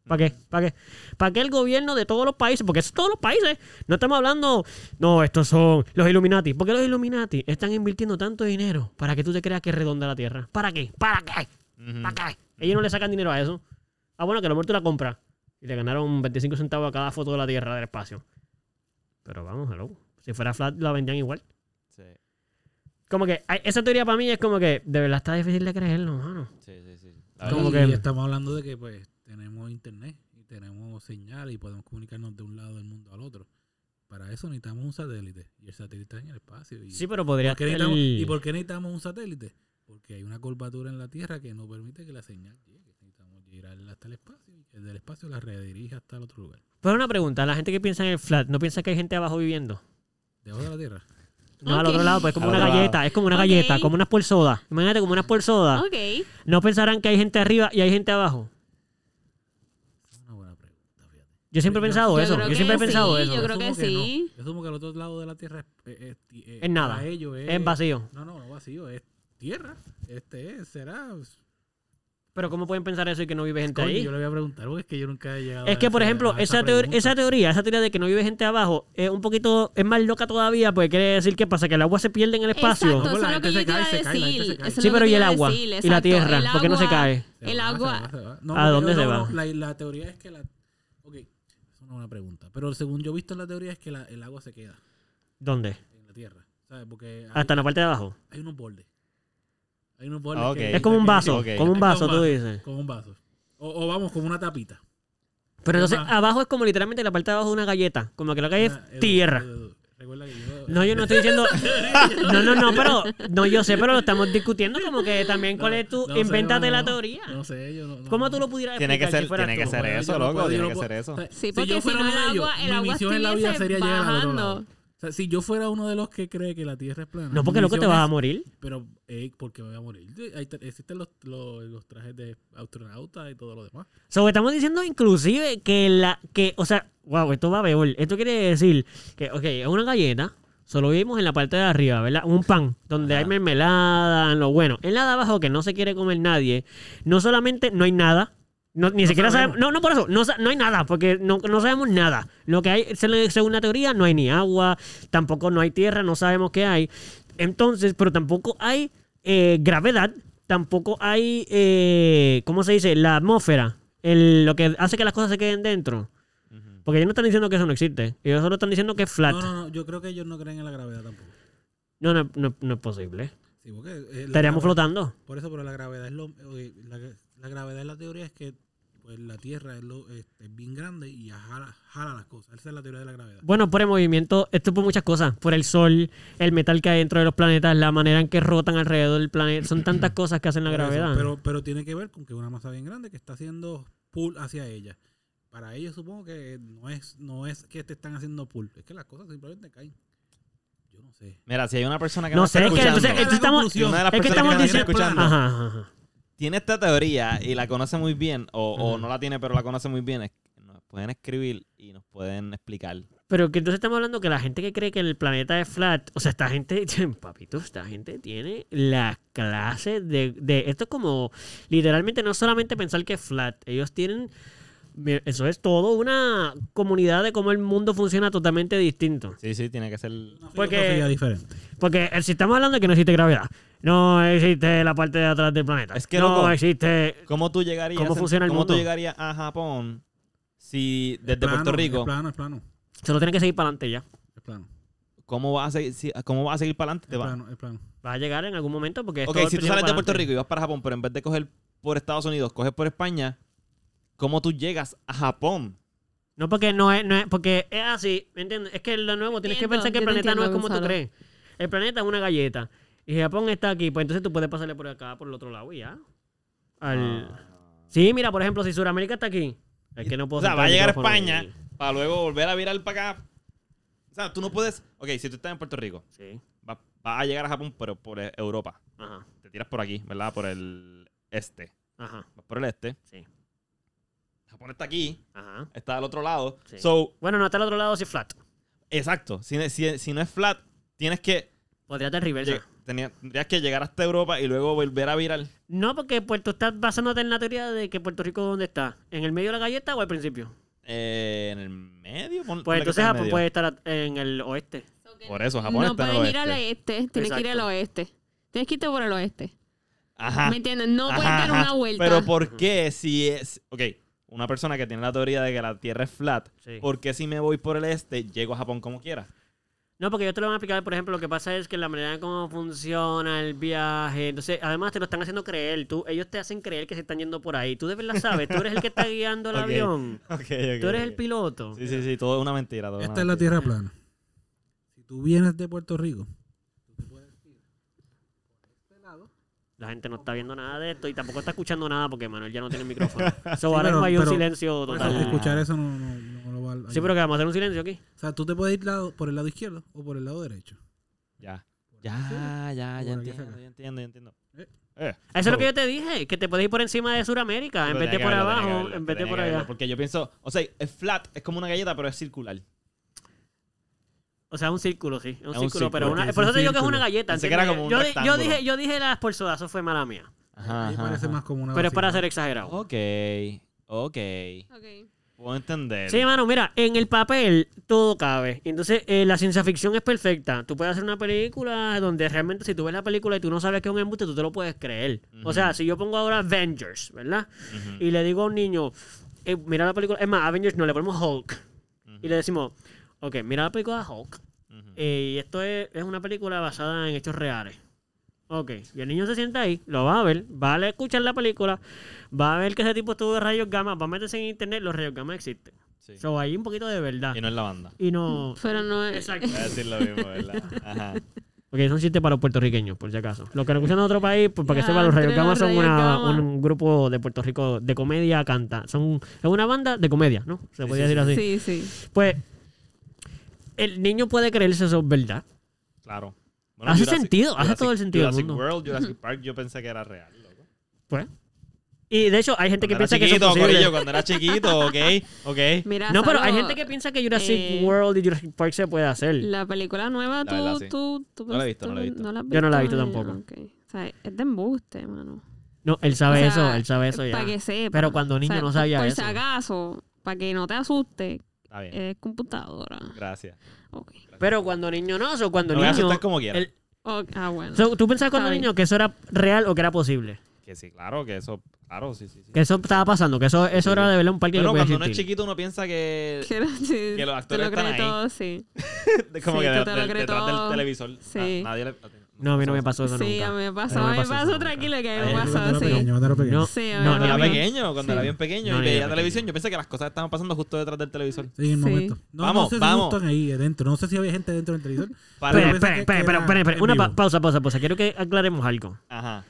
B: ¿Para qué? ¿Para qué? ¿Para qué el gobierno de todos los países? Porque es todos los países. No estamos hablando, no, estos son los Illuminati. ¿Por qué los Illuminati están invirtiendo tanto dinero para que tú te creas que es redonda la Tierra? ¿Para qué? ¿Para qué?
A: Ujú.
B: ¿Para qué? Ellos no le sacan dinero a eso. Ah, bueno, que a lo mejor tú la compras. Y le ganaron 25 centavos a cada foto de la Tierra del espacio. Pero vamos, hello. Si fuera flat, la vendían igual.
A: Sí,
B: Como que ay, esa teoría para mí es como que de verdad está difícil de creerlo, mano.
A: sí, sí, sí. La verdad,
B: ¿Cómo
D: y
B: que?
D: estamos hablando de que pues tenemos internet y tenemos señal y podemos comunicarnos de un lado del mundo al otro. Para eso necesitamos un satélite. Y el satélite está en el espacio. Y,
B: Sí, pero podría
D: ¿por qué necesitamos-
B: el-
D: ¿y por qué necesitamos un satélite? Porque hay una curvatura en la Tierra que no permite que la señal llegue. Necesitamos girarla hasta el espacio y que del espacio la redirija hasta el otro lugar.
B: Pero una pregunta, la gente que piensa en el flat, ¿no piensa que hay gente abajo viviendo?
D: Debajo de la Tierra.
B: No, al
C: Ok.
B: otro lado, pues es como
A: Al
B: una
A: otro
B: galleta, es como una galleta,
C: Ok.
B: como unas polsodas. Imagínate como unas polsodas.
C: Ok.
B: ¿No pensarán que hay gente arriba y hay gente abajo?
D: Es una buena pregunta, fíjate.
B: Yo siempre he
D: Yo-
B: pensado
C: yo
B: eso,
C: creo
B: yo siempre he
C: que
B: pensado
C: sí,
B: Ah, eso.
C: yo creo
D: Asumo
C: que sí.
D: no. Yo asumo que al otro lado de la Tierra es, es- es- es-
B: Es nada.
D: para ellos es,
B: Es vacío.
D: No, no, no vacío, es tierra. Este es, será.
B: Pero ¿cómo pueden pensar eso y que no vive gente
D: Coño,
B: ahí?
D: yo le voy a preguntar porque es que yo nunca he llegado
B: Es
D: a
B: que, por
D: ese-
B: ejemplo,
D: a
B: esa, teor-
D: pregunta.
B: esa teoría, esa teoría de que no vive gente abajo, es un poquito, es más loca todavía, porque quiere decir que pasa que el agua se pierde en el espacio.
C: Exacto,
D: No, pues
C: eso
D: la
C: es lo
D: gente
C: que yo
D: se
C: te iba
D: cae,
C: a
D: se cae, la gente se
C: decir.
D: cae.
C: eso es
B: Sí,
C: lo
B: pero
C: que
B: ¿y
C: te
B: el
C: iba a
B: agua?
C: decir,
B: ¿Y la
C: exacto,
B: tierra?
C: el
B: ¿Por qué no se
C: agua.
B: cae?
D: Se
C: el
D: va,
C: agua-
D: se va, se va. No,
B: ¿A
D: no,
B: dónde
D: no,
B: se
D: no,
B: va?
D: no, La, la teoría es que la. Ok, eso no es una pregunta. Pero según yo he visto en la teoría es que la- el agua se queda
B: ¿Dónde?
D: en la tierra. ¿Sabes? Porque hay,
B: Hasta en la parte de abajo.
D: hay unos bordes. Hay unos bordes.
A: Ah, ok.
D: que-
B: Es como un vaso,
A: Ok.
B: como un
D: Es como
B: vaso, tú dices.
D: Como un vaso. O, o vamos, como una tapita.
B: Pero
D: Es
B: entonces
D: más-
B: abajo es como literalmente la parte de abajo de una galleta, como que lo que hay
D: Ah,
B: es
D: Edu,
B: tierra.
D: Edu, Edu, recuerda que yo.
B: No, yo no estoy diciendo. No, no, no, pero. No, yo sé, pero lo estamos discutiendo como que también cuál es tu.
D: No, no sé,
B: Invéntate
D: no,
B: la
D: no,
B: teoría.
D: No sé, yo no. no-
B: ¿Cómo
D: no-
B: tú lo pudieras
A: Tiene que
B: explicar
A: ser-
B: si fueras
A: tiene
B: tú?
A: que ser
D: puedo,
A: eso,
D: yo
A: loco,
D: puedo, yo
A: tiene que
D: puedo.
A: ser eso.
D: O sea,
C: Sí, porque si no,
D: Pues, fuera
C: el
D: uno de ellos,
C: agua- el
D: mi
C: agua
D: misión en la vida
C: estuviese
D: sería llegar al otro
C: bajando.
D: lado. O sea, si yo fuera uno de los que cree que la Tierra es plana.
B: No, porque
D: mi
B: loco te
D: misión
B: vas a
D: es-
B: morir.
D: Pero, eh, porque me voy a morir. Sí, ahí te- existen los, los, los trajes de astronauta y todo lo demás.
B: So, estamos diciendo inclusive que la. que, O sea, wow, esto va peor. Esto quiere decir que, ok, es una galleta. Solo vimos en la parte de arriba, ¿verdad? Un pan, donde hay mermelada, lo bueno. En la de abajo, que no se quiere comer nadie, no solamente no hay nada, no- ni siquiera sabemos. No, no por eso, no, sa- no hay nada, porque no, no sabemos nada. Lo que hay, se le- según la teoría, no hay ni agua, tampoco no hay tierra, no sabemos qué hay. Entonces, pero tampoco hay eh, gravedad, tampoco hay, eh, ¿cómo se dice? La atmósfera, el- lo que hace que las cosas se queden dentro. Porque ellos no están diciendo que eso no existe. Ellos solo están diciendo que es flat.
D: No, no, no. Yo creo que ellos no creen en la gravedad tampoco.
B: No, no, no, no es posible.
D: Sí, porque, eh, la
B: Estaríamos
D: gravedad-
B: flotando.
D: Por eso, pero la gravedad es lo. oye, la, la gravedad de la teoría es que pues, la Tierra es, lo, este, es bien grande y jala, jala las cosas. Esa es la teoría de la gravedad.
B: Bueno, por el movimiento, esto por muchas cosas. Por el sol, el metal que hay dentro de los planetas, la manera en que rotan alrededor del planeta. Son tantas cosas que hacen la
D: Por eso,
B: gravedad.
D: pero, pero tiene que ver con que una masa bien grande que está haciendo pull hacia ella. Para ellos supongo que no es, no es que te están haciendo pull, es que las cosas simplemente caen. Yo no sé.
A: Mira, si hay una persona que
B: No
A: nos
B: sé,
A: está
B: es que
A: escuchando,
B: entonces,
D: Esa es la
B: estamos-
A: y
D: conclusión.
A: una de las
B: es que
A: personas que
B: estamos
A: nos está
B: diciendo-
A: escuchando
B: Ajá, ajá, ajá.
A: tiene esta teoría y la conoce muy bien, o, o
B: Ajá.
A: no la tiene, pero la conoce muy bien, es- nos pueden escribir y nos pueden explicar.
B: Pero que entonces estamos hablando que la gente que cree que el planeta es flat, o sea, esta gente, papito, esta gente tiene la clase de, de esto es como literalmente no solamente pensar que es flat, ellos tienen mi- eso es todo una comunidad de cómo el mundo funciona totalmente distinto.
A: Sí, sí, tiene que ser.
D: Una
B: Porque-
D: filosofía diferente.
B: Porque eh, si estamos hablando de que no existe gravedad, no existe la parte de atrás del planeta.
A: Es que,
B: no
A: loco,
B: existe
A: ¿Cómo tú llegarías,
B: ¿Cómo funciona el
A: cómo tú
B: mundo?
A: llegarías a Japón si desde
D: Es plano,
A: Puerto
D: Es
A: Rico,
D: plano, es plano.
B: solo tienen que seguir para adelante ya.
D: Es plano.
A: cómo vas a seguir, si- ah, cómo vas a seguir para adelante?
D: Es
A: Te vas.
D: plano, es plano.
B: Vas a llegar en algún momento porque es
A: Ok,
B: todo el
A: si tú
B: primero
A: sales de
B: para
A: Puerto
B: adelante.
A: Rico y vas para Japón, pero en vez de coger por Estados Unidos, coges por España, ¿cómo tú llegas a Japón?
B: No, porque no es, no es, porque es así, ¿me entiendes? Es que lo nuevo, tienes que
C: Entiendo,
B: pensar que el
C: yo te
B: planeta no es
C: entiendo,
B: como tú
C: Gonzalo.
B: crees. El planeta es una galleta. Y Japón está aquí, pues entonces tú puedes pasarle por acá, por el otro lado y ya. Al...
A: Ah.
B: Sí, mira, por ejemplo, si Sudamérica está aquí, es que no puedo
A: O sea,
B: sentar
A: va a
B: el
A: llegar a
B: micrófono
A: España
B: y-
A: para luego volver a virar para acá. O sea, tú no puedes. Ok, si tú estás en Puerto Rico,
B: Sí,
A: vas vas a llegar a Japón, pero por eh, Europa.
B: ajá,
A: Te tiras por aquí, ¿verdad? Por el este.
B: ajá,
A: Vas por el este.
B: Sí.
A: Japón está aquí,
B: ajá.
A: está al otro lado.
B: Sí.
A: So,
B: Bueno, no, está al otro lado, sí, flat.
A: exacto. Si, si- si no es flat, tienes que.
B: Podría estar en reversa.
A: lleg- tenía- tendrías que llegar hasta Europa y luego volver a virar.
B: No, porque Puerto estás basándote en la teoría de que Puerto Rico, ¿dónde está? ¿En el medio de la galleta o al principio?
A: eh, en el medio. pon-
B: Pues
A: ponle que
B: entonces
A: sea en
B: Japón
A: medio.
B: puede estar a- en el oeste.
A: Por eso, Japón
C: no
A: está en el
C: puedes ir al
A: oeste.
C: este, tienes que ir al
B: Exacto.
C: oeste. Tienes que irte por el oeste.
A: Ajá.
B: Ah.
C: ¿Me entiendes? No
A: Ajá,
C: puedes dar
A: ajá.
C: una vuelta.
A: Pero ¿por qué si es... Ok, una persona que tiene la teoría de que la Tierra es flat,
B: Sí.
A: ¿por qué si me voy por el este, llego a Japón como quiera?
B: No, porque yo te lo voy a explicar, por ejemplo, lo que pasa es que la manera en cómo funciona el viaje, entonces, además te lo están haciendo creer, tú, ellos te hacen creer que se están yendo por ahí, tú de verdad sabes, tú eres el que está guiando el
A: Ok.
B: avión,
A: Ok, ok,
B: tú eres el
A: ok.
B: piloto.
A: Sí, sí, sí, todo es una mentira. todo
D: Esta
A: una
D: es la
A: mentira.
D: Tierra plana. Si tú vienes de Puerto Rico, tú te puedes ir por este lado
B: La gente no está viendo nada de esto y tampoco está escuchando nada porque Manuel ya no tiene el micrófono. So, ahora
D: pero-
B: mismo hay un
D: pero-
B: silencio
D: Por
B: total.
D: eso, pues, escuchar eso no, no- no lo va a
B: Sí, pero que vamos a hacer un silencio aquí.
D: O sea, tú te puedes ir lado- por el lado izquierdo o por el lado derecho.
A: Ya, ya, ya, ya
D: Por aquí
A: entiendo,
D: saca.
A: ya entiendo, ya entiendo.
D: Eh.
A: Eh,
B: Eso es lo que yo te dije, que te puedes ir por encima de Sudamérica, Ah, en
A: pero tenía
B: vez de
A: que
B: por
A: verlo, tenía que
B: abajo,
A: verlo,
B: en vez de
A: tenía
B: por
A: que verlo,
B: allá.
A: Porque yo pienso, o sea, es flat, es como una galleta, pero es circular.
B: O sea, un círculo, sí. Un,
A: Es un
B: círculo, pero
A: círculo,
B: una,
D: sí, es
B: por
D: un
B: eso te digo que es una
D: círculo.
B: galleta.
A: Pensé que era
B: ¿entiendes?
A: como un
B: yo, di- yo
A: rectángulo.
B: dije, yo dije las porzodas, eso fue mala mía.
A: Ajá,
D: Ahí
A: ajá,
D: parece
A: ajá.
D: más como una
B: Pero es para
D: vacina.
B: ser exagerado.
A: Ok, ok.
C: Ok.
A: Puedo entender.
B: Sí, mano, mira, en el papel todo cabe. Entonces, eh, la ciencia ficción es perfecta. Tú puedes hacer una película donde realmente si tú ves la película y tú no sabes que es un embuste, tú te lo puedes creer. O sea, si yo pongo ahora Avengers, ¿verdad?
A: Ujú.
B: Y le digo a un niño, eh, mira la película, es más, Avengers no, le ponemos Hulk. Y le decimos, ok, mira la película de Hulk.
A: Ujú.
B: eh, y esto es, es una película basada en hechos reales. Ok, y el niño se sienta ahí, lo va a ver, va a escuchar la película, va a ver que ese tipo estuvo de rayos gamma, va a meterse en internet, los rayos gamma existen.
A: Sí.
B: So, hay un poquito de verdad.
A: Y no es la banda.
B: Y no.
C: Pero no es.
B: Exacto.
A: ah. Voy a decir lo mismo, ¿verdad? Ajá.
B: Ok, son chistes para los puertorriqueños, por si acaso. Los que nos escuchan de otro país, pues para que
C: Ya,
B: sepan, los
C: entre
B: Rayos Gama
C: los
B: son
C: Rayos
B: una-
C: Gama.
B: un grupo de Puerto Rico de comedia canta. Son, es una banda de comedia, ¿no? Se podría decir así.
C: Sí, sí.
B: Pues, el niño puede creerse eso, ¿verdad?
A: Claro.
B: Hace sentido, hace todo el sentido del
A: Jurassic
B: mundo.
A: World, Jurassic Park, yo pensé que era real, loco.
B: Pues. Y de hecho, hay gente que
A: Cuando era
B: piensa que eso es
A: chiquito,
B: posible.
A: corillo, cuando era chiquito, ok, ok.
C: Mira,
B: No, pero hay
C: Salo,
B: gente que piensa que Jurassic
C: eh,
B: World y Jurassic Park se puede hacer.
C: La película nueva,
A: La
C: tú,
A: verdad, sí.
C: tú, tú- pues,
A: No la he visto,
C: tú
A: no la he visto.
C: has
B: Yo no la he visto
C: Ah,
B: tampoco.
C: ok. O sea, es de embuste, mano.
B: No, él sabe
C: O sea,
B: eso, él sabe eso ya.
C: Para que sepa.
B: Pero cuando niño no sabía
C: por
B: eso.
C: Por si acaso, para que no te asuste,
A: Está
B: eh,
A: bien.
C: es computadora.
A: Gracias.
C: Ok.
B: Pero cuando niño no, eso cuando
A: Me voy a
B: niño.
A: asustar como quiera.
B: el-
C: Ok, Ah, bueno.
B: so, ¿Tú pensabas cuando
C: Está bien.
B: niño que eso era real o que era posible?
A: Que sí, claro, que eso, claro, sí, sí. sí.
B: Que eso estaba pasando, que eso, eso era de verdad un parque
A: Bueno,
B: que podía
A: cuando uno es
B: existir.
A: chiquito uno piensa que...
C: que, que
A: los actores
C: te lo crees
A: están ahí.
C: todo, sí.
A: de- como
C: Sí,
A: que
C: tú
A: de-
C: te lo
A: del-
C: crees
A: detrás
C: todo.
A: del televisor.
C: Sí.
A: na- nadie le-
B: No, a mí no me pasó eso
C: Sí,
B: nunca.
C: a mí me pasó,
B: No
C: a mí me
B: pasó eso
C: pasó
B: nunca.
C: tranquilo que a
A: Ay,
C: mí me
A: yo
C: pasó
D: Cuando era
C: así.
D: pequeño, cuando era pequeño.
B: No,
C: Sí, a mí
B: no,
A: Cuando
B: ni
A: era
B: a mí.
A: pequeño, cuando era bien pequeño
B: No,
A: y
B: ni
A: veía
B: era
A: televisión,
B: pequeño.
A: yo pensé que las cosas estaban pasando justo detrás del televisor.
D: Sí, en el
C: Sí.
D: momento. No,
A: Vamos,
D: no sé si
A: vamos.
D: no están ahí adentro. No sé si había gente dentro del televisor.
A: Para-
B: Espera,
D: Yo pensé
B: espera, espera,
D: que- que
B: espera,
D: era
B: espera, espera.
D: en
B: Una
D: vivo.
B: pa- pausa, pausa, pausa. Quiero que aclaremos algo.
A: Ajá.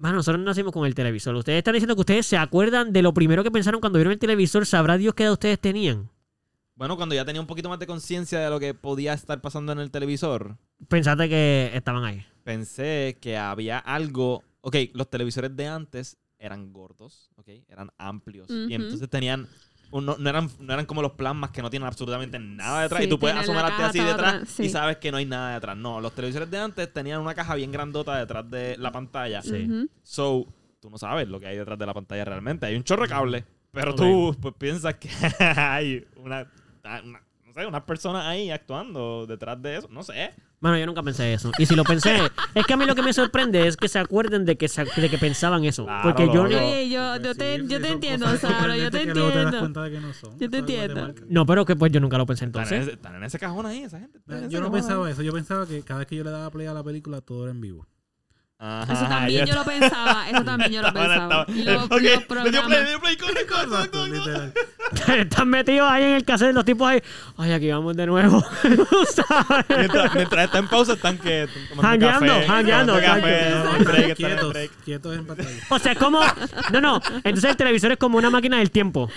B: Mano, nosotros nacimos con el televisor. Ustedes están diciendo que ustedes se acuerdan de lo primero que pensaron cuando vieron el televisor. Sabrá Dios qué edad ustedes tenían.
A: Bueno, cuando ya tenía un poquito más de conciencia de lo que podía estar pasando en el televisor,
B: Pensaste que estaban ahí.
A: pensé que había algo. Ok, los televisores de antes eran gordos, ok, eran amplios.
C: Ujú.
A: Y entonces tenían. un- No, no eran, no eran como los plasmas que no tienen absolutamente nada detrás.
C: Sí,
A: y tú puedes
C: tienen la
A: asomarte
C: caja
A: así
C: toda
A: detrás
C: atrás, sí.
A: y sabes que no hay nada detrás. No, los televisores de antes tenían una caja bien grandota detrás de la pantalla.
B: Sí.
C: Ujú.
A: So, tú no sabes lo que hay detrás de la pantalla realmente. Hay un chorro de cable. Pero
B: Ok.
A: tú pues, piensas que hay una, una- no sé, unas personas ahí actuando detrás de eso. No sé.
B: Mano, yo nunca pensé eso. Y si lo pensé, es que a mí lo que me sorprende es que se acuerden de que, sa- de que pensaban eso.
A: Claro,
B: porque yo
A: loco.
B: no.
C: Oye, yo, yo te,
D: Sí,
C: yo
D: sí,
C: te
D: son
C: entiendo,
D: cosas
C: Saro, yo te
D: sorprendentes que luego te das
C: entiendo.
D: cuenta de que no son.
C: Yo te
D: Eso es
C: entiendo.
D: matemática.
B: No, pero que pues yo nunca lo pensé
A: Están en,
B: entonces.
A: ese, están en ese cajón ahí, esa gente. está en
D: Yo
A: ese
D: no
A: cajón.
D: pensaba eso. Yo pensaba que cada vez que yo le daba play a la película, todo era en vivo.
A: Ajá,
C: Eso también yo lo pensaba, eso también yo lo
A: Estaba-
C: pensaba.
A: estaba-
C: Los,
A: Ok,
C: los
A: le dio play, le
C: programas.
A: dio play, corre, corre, corre, corre, corre.
D: Literal.
B: Están metidos ahí en el cassette, los tipos ahí. Ay, aquí vamos de nuevo. Tú sabes.
A: Mientras, mientras está en pausa, están que están tomando
B: Jangueando,
A: café,
B: jangueando,
A: tomando café,
B: exacto.
A: están en break, están en
D: Quietos,
A: break.
D: quietos en pantalla.
B: O sea, es como. No, no. Entonces el televisor es como una máquina del tiempo.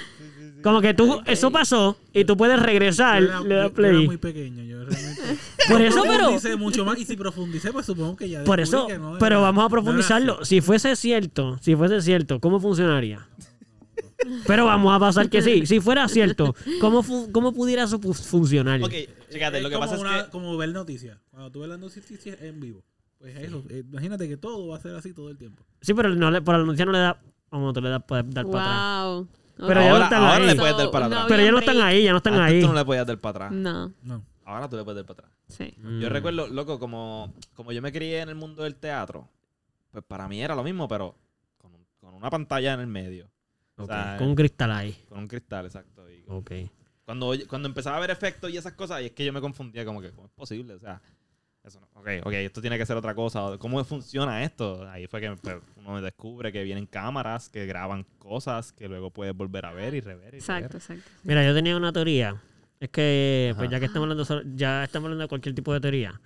B: Como que tú. Eso pasó y tú puedes
C: Ah,
B: regresar.
D: Yo
B: Le
D: era- yo-
B: das
D: yo era
B: play.
D: muy pequeño, yo realmente.
B: Por
D: No
B: eso, pero-
D: profundicé mucho más y si profundicé, pues supongo que ya.
B: Por
D: descubrí
B: eso.
D: que no era-
B: Pero vamos a
D: no era
B: profundizarlo. Si fuese cierto, si fuese cierto, ¿cómo funcionaría? Pero vamos a pasar que sí. Si fuera cierto, ¿cómo, fu- cómo pudiera eso fu- funcionar?
A: Ok, fíjate,
D: Es
A: lo que
D: como
A: pasa es
D: una-
A: que.
D: Como ver noticias. Cuando tú ves las noticias en vivo. Pues eso. eh, Imagínate que todo va a ser así todo el tiempo.
B: Sí, pero no le, por anunciar no le da. Vamos, tú le das puedes dar para atrás.
C: Wow.
B: Pero ya no
A: ahora
B: están
A: ahora
B: ahí.
A: le puedes dar para
C: No,
A: atrás.
B: Pero ya no
C: Había
B: están
C: break.
B: ahí, ya no están
A: Antes
B: ahí.
A: Tú Ah, no le podías dar para
D: Mm.
A: atrás.
C: No,
D: No.
A: Ahora tú le puedes dar para atrás.
C: sí.
A: Yo
B: Mm.
A: recuerdo, loco, como, como yo me crié en el mundo del teatro, pues para mí era lo mismo, pero con, un- con una pantalla en el medio,
B: Ok,
A: sea,
B: Con un cristal ahí.
A: con un cristal, exacto. Y
B: Ok.
A: cuando, cuando empezaba a ver efectos y esas cosas, y es que yo me confundía, como que, ¿cómo es posible? O sea, eso no. Ok, ok, esto tiene que ser otra cosa. o, ¿Cómo funciona esto? Ahí fue que pues, uno descubre que vienen cámaras, que graban cosas, que luego puedes volver a ver y rever. Y
C: Exacto, exacto.
B: Mira, yo tenía una teoría. Es que, pues
A: Ajá.
B: ya que estamos hablando, solo- ya estamos hablando de cualquier tipo de teoría.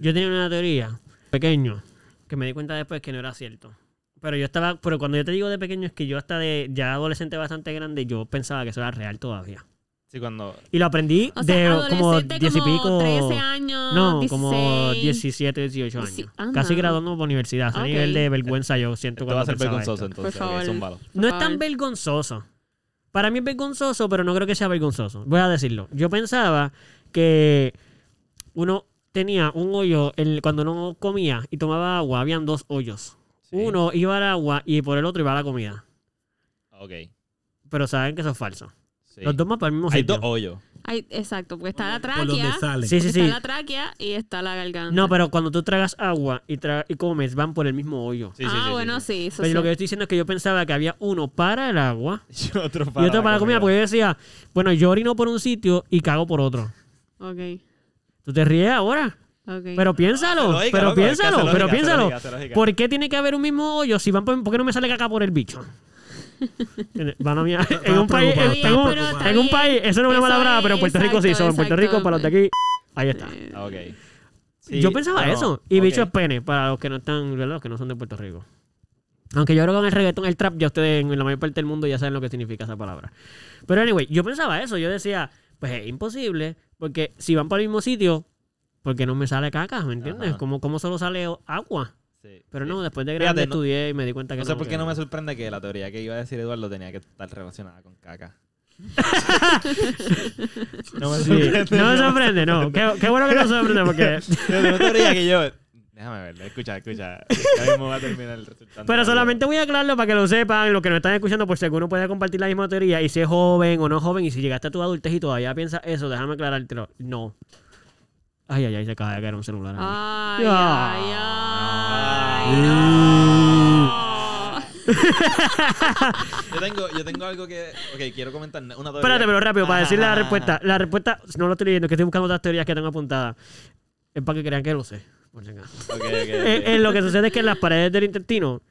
B: Yo tenía una teoría, pequeño, que me di cuenta después que no era cierto. Pero yo estaba, pero cuando yo te digo de pequeño es que yo hasta de ya adolescente bastante grande, yo pensaba que eso era real todavía.
A: Sí, cuando.
B: Y lo aprendí
C: O
B: de
C: sea,
B: como
C: adolescente
B: 10 y pico.
C: 13 años,
B: no, como
C: 16.
B: 17, 18 años.
C: Sí, anda.
B: Casi graduándonos por universidad. A
C: Ok.
B: nivel de vergüenza yo siento
A: Esto va a
B: cuando
A: ser
B: pensaba
A: vergonzoso,
B: esto.
A: entonces.
C: Por
A: ok,
C: favor.
A: zúmbalo.
B: No es
C: Por
B: tan
C: favor.
B: vergonzoso. Para mí es vergonzoso, pero no creo que sea vergonzoso. Voy a decirlo. Yo pensaba que uno tenía un hoyo en- cuando no comía y tomaba agua. Habían dos hoyos.
A: Sí.
B: Uno iba al agua y por el otro iba a la comida.
A: Ok.
B: Pero saben que eso es falso.
A: sí.
B: Los dos más para el mismo
A: Hay
B: sitio.
A: dos hoyos.
C: Ay, exacto, porque está la
D: Por donde
C: tráquea.
D: salen.
B: Sí, sí,
C: Está
B: sí.
C: la tráquea y está la garganta.
B: No, pero cuando tú tragas agua y, tra- y comes, van por el mismo hoyo.
A: Sí, sí,
C: ah,
A: sí, sí,
C: bueno,
A: sí.
C: sí. eso
B: Pero
C: sí.
B: lo que yo estoy diciendo es que yo pensaba que había uno para el agua
A: Y otro
B: y otro para la comida. pues, Porque yo decía, bueno, yo orino por un sitio y cago por otro.
C: Ok,
B: ¿Tú te ríes ahora?
C: ok.
B: Pero piénsalo,
A: lógica,
B: pero
A: loco,
B: piénsalo,
A: es que hace lógica,
B: pero
A: hace
B: piénsalo.
A: lógica, hace lógica.
B: ¿Por qué tiene que haber un mismo hoyo si van por, por qué no me sale caca por el bicho? Van a mí- en un país, en, en un,
C: Pero está
B: en un
C: bien.
B: país, eso no es una
C: Eso
B: palabra,
C: es,
B: pero en Puerto Rico sí,
C: exacto,
B: son en Puerto Rico
C: exacto.
B: para los de aquí. Ahí está.
C: Eh,
A: Ah, ok.
B: yo pensaba
A: bueno,
B: eso. Y
A: ok.
B: bicho es pene, para los que no están, ¿verdad? Los que no son de Puerto Rico. Aunque yo creo que con el reggaetón, el trap, ya ustedes en la mayor parte del mundo ya saben lo que significa esa palabra. Pero anyway, yo pensaba eso. Yo decía, pues es imposible, Porque si van para el mismo sitio, porque no me sale caca? ¿Me entiendes?
A: Ajá.
B: Como, como solo sale o- agua.
A: Sí.
B: Pero
A: Sí.
B: no, después de
A: Fíjate,
B: grande
A: no-
B: estudié y me di cuenta que
A: No sé por
B: que-
A: qué no me sorprende que la teoría que iba a decir Eduardo tenía que estar relacionada con caca. no me
B: Sí. No me sorprende, no. Qué, qué bueno que no me sorprende porque...
A: Yo tengo teoría que yo. Déjame verlo, escucha, escucha. Ya mismo va a terminar el resultado.
B: Pero solamente voy a aclararlo para que lo sepan, los que nos están escuchando, por si alguno puede compartir la misma teoría, y si es joven o no joven, y si llegaste a tu adultez y todavía piensas eso, déjame aclarártelo. No. Ay, ay, ay, se acaba de caer un celular. ahí.
C: Ay,
B: Ah.
C: ay, ay. no.
A: Yo tengo, yo tengo algo que. Ok, quiero comentar una teoría.
B: Espérate, pero rápido, para
A: Ajá,
B: decirle la
A: ajá,
B: respuesta.
A: ajá.
B: La respuesta, no lo estoy leyendo, que estoy buscando otras teorías que tengo apuntadas. Es para que crean que lo sé. por si acaso.
A: Ok, ok, ok.
B: Eh, eh, lo que sucede es que en las paredes del intestino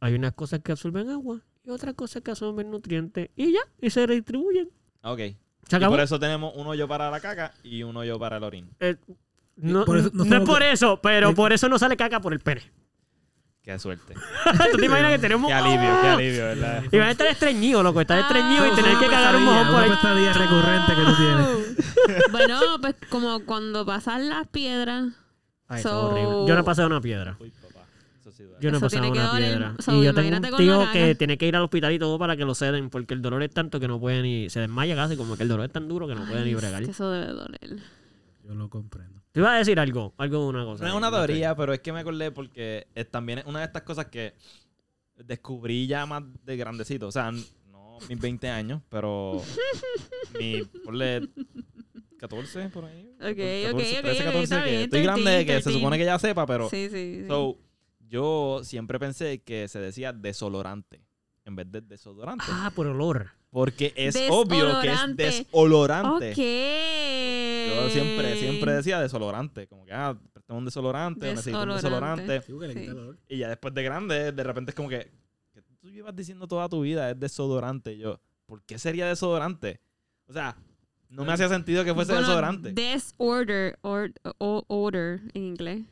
B: hay unas cosas que absorben agua y otras cosas que absorben nutrientes. Y ya, y se redistribuyen.
A: Ok. Y
B: Se acabó.
A: por eso tenemos un hoyo para la caca y un hoyo para el orín.
B: Eh, no,
D: Por eso no
B: no es
D: estamos-
B: por eso, pero
D: Eh.
B: por eso no sale caca por el pene.
A: Qué suerte.
B: ¿Tú te imaginas que tenemos...
A: Qué alivio, qué alivio, ¿verdad?
B: Y van a estar estreñidos, loco. Estar estreñido y
C: Ah,
B: tener que cagar un mojón por
D: Una
B: ahí.
D: pesadilla recurrente que tú tienes.
C: Bueno, pues como cuando pasan las piedras.
B: Ay,
C: So-
B: eso es horrible. Yo no he pasado una piedra.
A: Uy, papá. Eso sí duele.
B: Yo no he
C: Eso
B: pasado
C: tiene que
B: una
C: doler.
B: piedra.
C: So,
B: y yo tengo
C: imagínate
B: un
C: con
B: tío
C: la
B: que
C: gaga.
B: tiene que ir al hospital y todo para que lo ceden, porque el dolor es tanto que no puede ni. Se desmaya casi, como que el dolor es tan duro que no puede
C: Ay,
B: ni
C: es
B: bregar.
C: que eso debe doler.
D: Yo lo comprendo.
B: Te iba a decir algo, algo de una cosa. Este,
A: No es una
B: Ok.
A: teoría, pero es que me acordé porque es también es una de estas cosas que descubrí ya más de grandecito. O sea, n- no mis 20 años, pero mi, ponle 14 por ahí.
C: Ok, ok, ok, ok, está
A: que
C: bien,
A: estoy grande,
C: 13,
A: que se
C: 13.
A: supone que ya sepa, pero...
C: Sí, sí. sí.
A: So, yo siempre pensé que se decía desolorante en vez de desodorante.
B: Ah, por olor.
A: Porque es obvio que es
C: Desolorante.
A: desolorante.
C: ok.
A: Yo siempre, siempre decía desolorante. Como que, ah, préstame un desolorante, necesito un
C: Desolorante.
A: desolorante.
D: Sí, porque le quita el olor.
A: Y ya después de grande, de repente es como que, ¿qué tú llevas diciendo toda tu vida? Es desodorante. Y yo, ¿por qué sería desodorante? O sea, no me hacía sentido que fuese
C: Bueno,
A: desodorante.
C: Disorder, or- o- odor en inglés.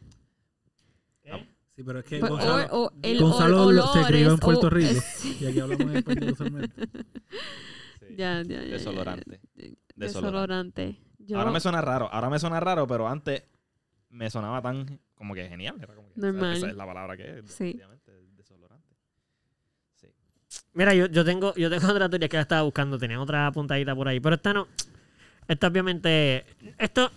D: Sí, pero es que
C: Pues,
D: Gonzalo,
C: o- o- el
D: Gonzalo
C: ol-
D: lo- se
C: olores,
D: crió en
C: o-
D: Puerto Rico. Y aquí hablamos en español usualmente.
A: Sí.
C: Ya, eh, ya, ya, ya.
A: Desolorante. Desolorante.
C: Desolorante. Yo-
A: Ahora me suena raro. Ahora me suena raro, pero antes me sonaba tan como que genial. Era como que, o sea,
C: Normal.
A: Esa es la palabra que es.
C: Sí.
A: definitivamente, Desolorante. Sí.
B: Mira, yo, yo tengo, yo tengo otra teoría que la estaba buscando, tenía otra puntadita por ahí, pero esta no. Esta obviamente. Esto.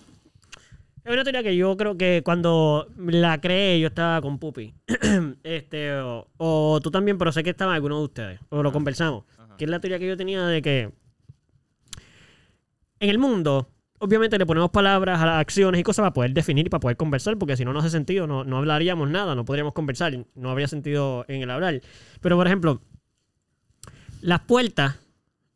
B: Es una teoría que yo creo que cuando la creé yo estaba con Pupi. este, o, o tú también, pero sé que estaba alguno de ustedes. O lo
A: Ah.
B: conversamos.
A: Ajá.
B: Que es la teoría que yo tenía de que. En el mundo, obviamente le ponemos palabras a las acciones y cosas para poder definir y para poder conversar, porque si no, no hace sentido, no, no hablaríamos nada, no podríamos conversar, no habría sentido en el hablar. Pero, por ejemplo, las puertas,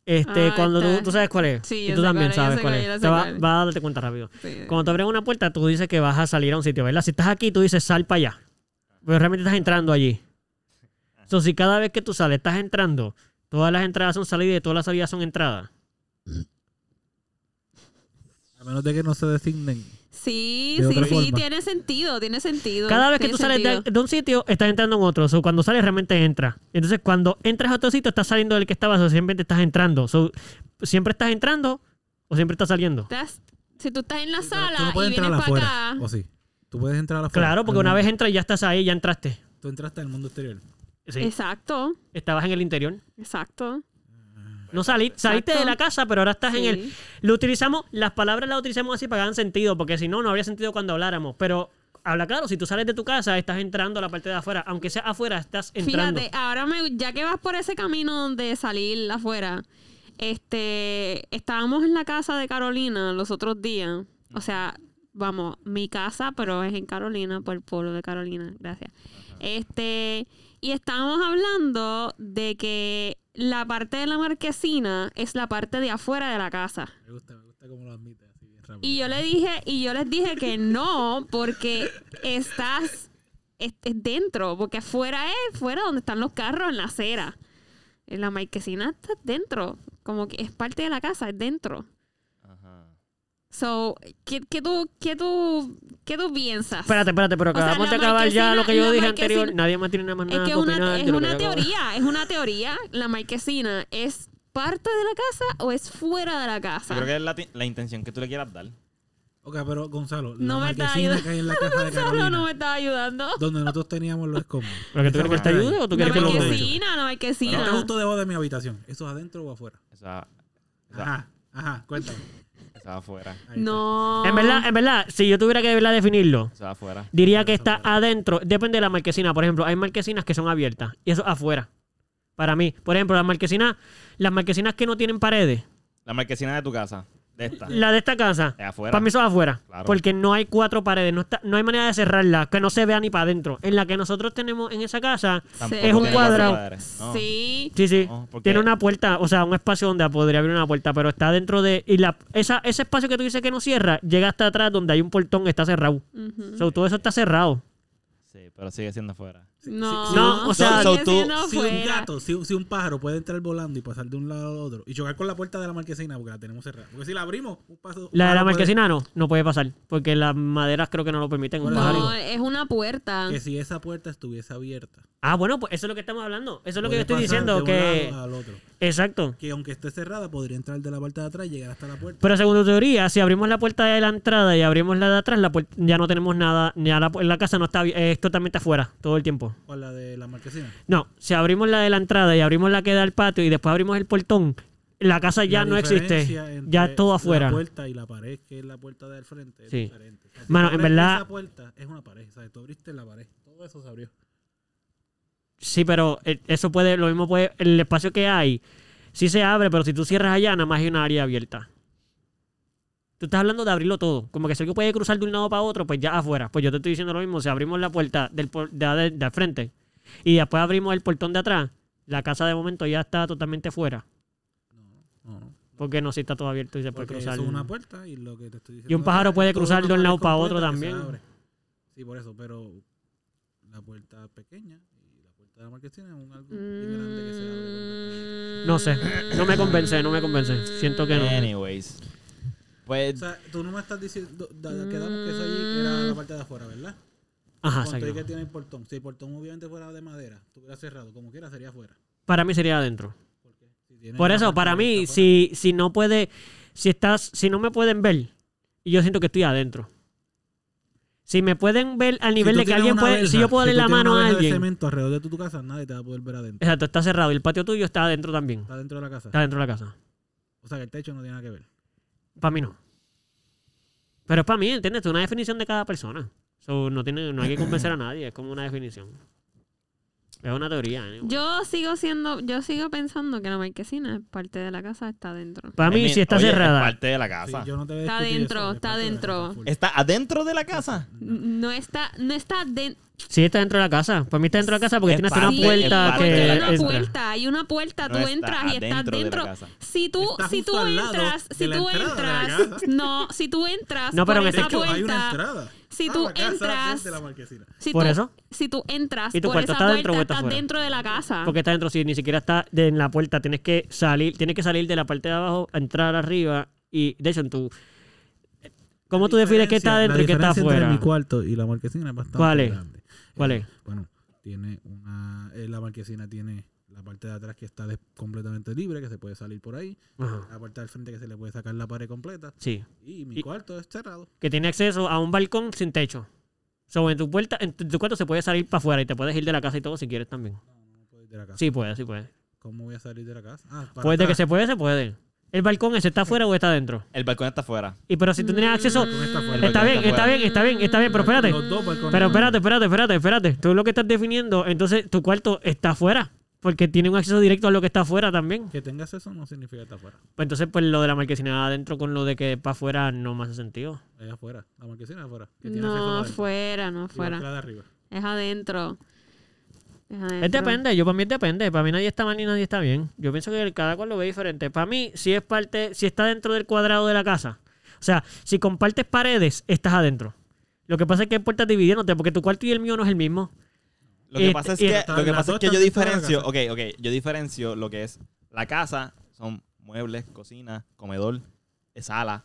B: este,
C: Ah,
B: cuando tú,
C: está.
B: tú sabes cuál es,
C: Sí,
B: y
C: yo
B: tú
C: sé
B: también
C: cuál es, yo
B: sabes
C: sé
B: cuál
C: cuál
B: es,
C: es, yo sé
B: te va-
C: cuál es.
B: vas a darte cuenta rápido.
C: Sí.
B: Cuando te abren una puerta, tú dices que vas a salir a un sitio, ¿verdad? Si estás aquí, tú dices sal para allá. Pero realmente estás entrando allí. Entonces, si cada vez que tú sales, estás entrando, todas las entradas son salidas y todas las salidas son entradas.
D: A menos de que no se designen.
C: Sí,
D: De
C: sí,
D: otra
C: sí,
D: forma.
C: tiene sentido, tiene sentido.
B: Cada vez que
C: tiene
B: tú sales de,
C: sentido.
B: de un sitio, estás entrando en otro. So, cuando sales, realmente entras. Entonces, cuando entras a otro sitio, estás saliendo del que estabas o siempre te estás entrando. So, siempre estás entrando o siempre estás saliendo.
C: Estás- si tú estás en la
D: tú
C: sala
D: no
C: y
D: puedes entrar
C: vienes para
D: afuera.
C: acá,
D: O sí. Tú puedes entrar afuera.
B: Claro, porque
D: al
B: una vez
D: mundo.
B: entras, ya estás ahí, ya entraste.
D: Tú entraste al mundo exterior.
B: Sí.
C: exacto,
B: Estabas en el interior.
C: exacto.
B: No sali- saliste de
C: Exacto.
B: la casa, pero ahora estás en
C: Sí.
B: el Lo utilizamos, las palabras las utilizamos así para que hagan sentido, porque si no, no habría sentido cuando habláramos. Pero habla claro, si tú sales de tu casa, estás entrando a la parte de afuera. Aunque sea afuera, estás entrando.
C: Fíjate, ahora me, ya que vas por ese camino de salir afuera, este, estábamos en la casa de Carolina los otros días. O sea, vamos, mi casa, pero es en Carolina, por el pueblo de Carolina, gracias. Este, y estábamos hablando de que la parte de la marquesina es la parte de afuera de la casa.
D: Me gusta, me gusta cómo lo admites así bien rápido.
C: Y yo le dije, y yo les dije que no, porque estás es- es dentro, porque afuera es fuera donde están los carros, en la acera. En la marquesina está dentro, como que es parte de la casa, es dentro.
A: Ajá.
C: So, ¿qué, qué tú, qué tú, qué tú piensas?
B: Espérate, espérate, pero
C: sea,
B: acabamos
C: la
B: de acabar ya
C: marquesina-
B: lo que yo
C: la
B: dije
C: marquesina-
B: anterior. Nadie más tiene nada más
C: es
B: nada que
C: que es una,
B: opinar de
C: es
B: lo que
C: una
B: acabo-
C: teoría, es una teoría. La marquesina es parte de la casa o es fuera de la
A: Yo
C: casa?
A: creo que es la, ti- la intención que tú le quieras dar.
D: Ok, pero Gonzalo,
C: No
D: la
C: me está
D: marquesina
C: ayudando.
D: que hay en la casa de
C: Gonzalo
D: Carolina,
C: no me estaba ayudando.
D: donde nosotros teníamos los escombros.
B: ¿Pero que tú
D: Esa
B: quieres que él te
D: madre.
B: ayude o tú
C: La
B: quieres que lo
C: marquesina, la
D: Está
C: marquesina.
D: justo debajo de mi habitación. ¿Eso es adentro o afuera?
A: Esa, esa,
D: Ajá, ajá, cuéntame.
A: esa afuera.
D: Ahí
C: No.
B: En verdad, en verdad, si yo tuviera que de verdad definirlo,
A: Esa afuera.
B: diría que está adentro. Depende de la marquesina. Por ejemplo, hay marquesinas que son abiertas y eso es afuera. Para mí, por ejemplo, las marquesinas, las marquesinas que no tienen paredes,
A: La marquesina de tu casa. De esta.
B: la de esta casa,
A: Es afuera.
B: para mí son afuera,
A: Claro.
B: porque no hay cuatro paredes, no, está, no hay manera de cerrarla, que no se vea ni para adentro. En la que nosotros tenemos en esa casa,
A: Tampoco
C: Es un
A: tiene
B: cuadrado.
A: cuadradores. No.
C: Sí.
B: Sí, sí.
A: No, porque-
B: Tiene una puerta, o sea, un espacio donde podría abrir una puerta, pero está dentro de. Y la, esa, ese espacio que tú dices que no cierra, llega hasta atrás donde hay un portón que está cerrado.
C: Ujú.
B: O sea, todo eso está cerrado.
A: Sí, pero sigue siendo afuera.
C: No,
B: No, o sea,
C: sigue
A: so tú-
C: siendo
D: Si un
C: fuera.
D: gato, si, un- si un pájaro puede entrar volando y pasar de un lado al otro y chocar con la puerta de la marquesina porque la tenemos cerrada. Porque si la abrimos, un paso. un
B: La de la
D: pájaro Ah, puede-
B: marquesina no, no puede pasar, porque las maderas creo que no lo permiten. un
D: Por eso
B: pájaro.
C: No, es una puerta.
D: Que si esa puerta estuviese abierta.
B: Ah, bueno, pues eso es lo que estamos hablando. Eso es lo que yo
D: puede
B: estoy
D: pasar de
B: diciendo,
D: un
B: que.
D: lado al otro.
B: Exacto.
D: Que aunque esté cerrada, podría entrar de la puerta de atrás y llegar hasta la puerta.
B: Pero según tu teoría, si abrimos la puerta de la entrada y abrimos la de atrás, la puer- ya no tenemos nada, ya la, la casa no está, abi- es totalmente afuera todo el tiempo.
D: O la de la marquesina.
B: No, si abrimos la de la entrada y abrimos la que da al patio y después abrimos el portón, la casa ya
D: La
B: no existe.
D: diferencia entre
B: Ya es todo
D: La
B: afuera.
D: puerta y la pared, que es la puerta del frente, es
B: Sí.
D: diferente. O sea, si
B: Mano,
D: tú
B: en
D: abres
B: verdad-
D: Esa puerta es una pared. O sea, tú abriste la pared. Todo eso se abrió.
B: Sí, pero eh, eso puede, lo mismo puede, el espacio que hay, sí se abre, pero si tú cierras allá, nada más hay una área abierta. Tú estás hablando de abrirlo todo. Como que si algo puede cruzar de un lado para otro, pues ya afuera. Pues yo te estoy diciendo lo mismo. Si abrimos la puerta del por- de, de- de al frente y después abrimos el portón de atrás, la casa de momento ya está totalmente fuera.
D: No, no.
B: Porque no si está todo abierto y se puede
D: Porque
B: cruzar.
D: eso es una puerta y lo que te estoy diciendo.
B: Y un pájaro
D: ahora es
B: puede
D: todo
B: cruzar de
D: una
B: un
D: pared
B: lado para otro
D: completa que se
B: también.
D: abre. Sí, por eso, pero la puerta pequeña y la puerta de la marquesina es un algo bien grande que se abre.
B: No sé. No me convence, no me convence. Siento que no.
A: Anyways.
D: O
A: Pues
D: sea, tú no me estás diciendo, da- quedamos que eso allí era la parte de afuera, ¿verdad?
B: Ajá,
D: Con todo y que
B: Ah, exacto.
D: tiene el portón. Si el portón obviamente fuera de madera, estuviera cerrado, como quiera, sería afuera.
B: Para mí sería adentro.
D: Porque si tiene
B: Por
D: la
B: eso,
D: parte
B: para
D: abierta
B: mí,
D: afuera,
B: si, si no puede, si estás, si no me pueden ver, y yo siento que estoy adentro. Si me pueden ver al
D: Si
B: nivel
D: tú
B: de que
D: tienes
B: alguien
D: una
B: puede,
D: verja,
B: si yo puedo
D: si
B: darle
D: tú
B: la
D: tienes
B: mano
D: una
B: a
D: verja de
B: alguien.
D: cemento alrededor de tu casa, nadie te va a poder ver adentro.
B: Exacto, está cerrado. Y el patio tuyo está adentro también.
D: Está dentro de la casa.
B: Está dentro de la casa.
D: O sea, que el techo no tiene nada que ver.
B: Para mí no. Pero es para mí, ¿entiendes? Es una definición de cada persona. So, no, tiene, no hay que convencer a nadie, es como una definición. Es una teoría.
C: Yo sigo siendo, yo sigo pensando que la marquesina es parte de la casa, está adentro.
B: Para mí,
A: Oye,
B: si está
A: oye,
B: cerrada.
A: Es parte de la
D: Sí,
A: casa.
D: yo no te voy a
C: Está
D: discutir
C: dentro,
D: eso, es
C: está
D: parte de la
C: dentro.
D: casa, full.
A: ¿Está adentro de la casa?
C: No está, no está dentro.
B: Sí, está dentro de la casa. Para mí está dentro de la casa porque
A: Es
B: tiene hasta una
A: parte-
B: puerta
A: es parte de
B: que
A: la
C: hay una
A: casa.
B: entra.
C: puerta, hay una puerta,
A: No
C: tú
A: está
C: entras y estás
A: adentro de la
C: dentro.
A: casa.
C: Si tú,
D: Está
C: si
D: justo
C: tú
D: al lado
C: entras,
D: de
C: si
D: la
C: tú
D: entrada de la
C: entras,
D: casa.
C: no, si tú entras
B: No, pero
C: por
B: en este
C: esa
B: hecho,
C: puerta,
D: hay una entrada.
C: si
D: Ah,
C: tú
D: la casa
C: entras-
D: de la marquesina.
C: si
B: ¿Por
C: tú,
B: eso?
C: si tú entras
B: ¿Y tu
C: por
B: cuarto
C: esa
B: está dentro o está
C: puerta, estás
B: afuera?
C: dentro de la casa.
B: Porque está dentro, si ni siquiera está de- en la puerta, tienes que salir, tienes que salir de la parte de abajo, entrar arriba y de hecho en tu ¿Cómo tú defines que está
D: Diferencia-
B: dentro y que está
D: La diferencia entre
B: afuera?
D: mi cuarto y la marquesina es bastante
B: ¿Cuál es?
D: grande. Eh,
B: ¿Cuál es?
D: Bueno, tiene una... eh, la marquesina tiene la parte de atrás que está des- completamente libre, que se puede salir por ahí.
B: Ajá.
D: La parte del frente que se le puede sacar la pared completa.
B: Sí,
D: Y mi
B: Y-
D: cuarto es cerrado.
B: que tiene acceso a un balcón sin techo. So, en tu puerta, en tu, en tu cuarto se puede salir para afuera y te puedes ir de la casa y todo si quieres también.
D: No puedo ir de la casa.
B: Sí puedes, sí puedes.
D: ¿Cómo voy a salir de la casa? Ah, para
B: Puede que
D: atrás.
B: se puede, se puede. El balcón ese está afuera o está adentro.
A: El balcón está afuera.
B: Y pero si tú tienes acceso,
D: Con esta fuerza.
B: está bien,
A: afuera.
B: está bien, está bien, está bien, pero espérate.
D: Los dos balcones.
B: Pero espérate, espérate, espérate, espérate. Tú lo que estás definiendo, entonces tu cuarto está afuera. Porque tiene un acceso directo a lo que está afuera también.
D: Que tengas eso no significa que está afuera.
B: Pues entonces, pues lo de la marquesina adentro con lo de que para afuera no me hace sentido.
D: Es afuera. La marquesina es afuera. Que tiene acceso para
C: no,
D: adentro.
C: afuera, no
D: Igual que
C: afuera.
D: la de arriba.
C: Es adentro. Es adentro.
B: Es depende, yo para mí es depende. Para mí nadie está mal ni nadie está bien. Yo pienso que cada cual lo ve diferente. Para mí, si es parte, si está dentro del cuadrado de la casa. O sea, si compartes paredes, estás adentro. Lo que pasa es que hay puertas dividiéndote, porque tu cuarto y el mío no es el mismo.
A: Lo que
B: Y-
A: pasa es
B: y-
A: que,
D: Está-
A: lo que,
D: las
A: pasa
D: dos
A: es que yo
D: están dentro de la
A: diferencio, ok, ok, yo diferencio lo que es la casa, son muebles, cocina, comedor, sala,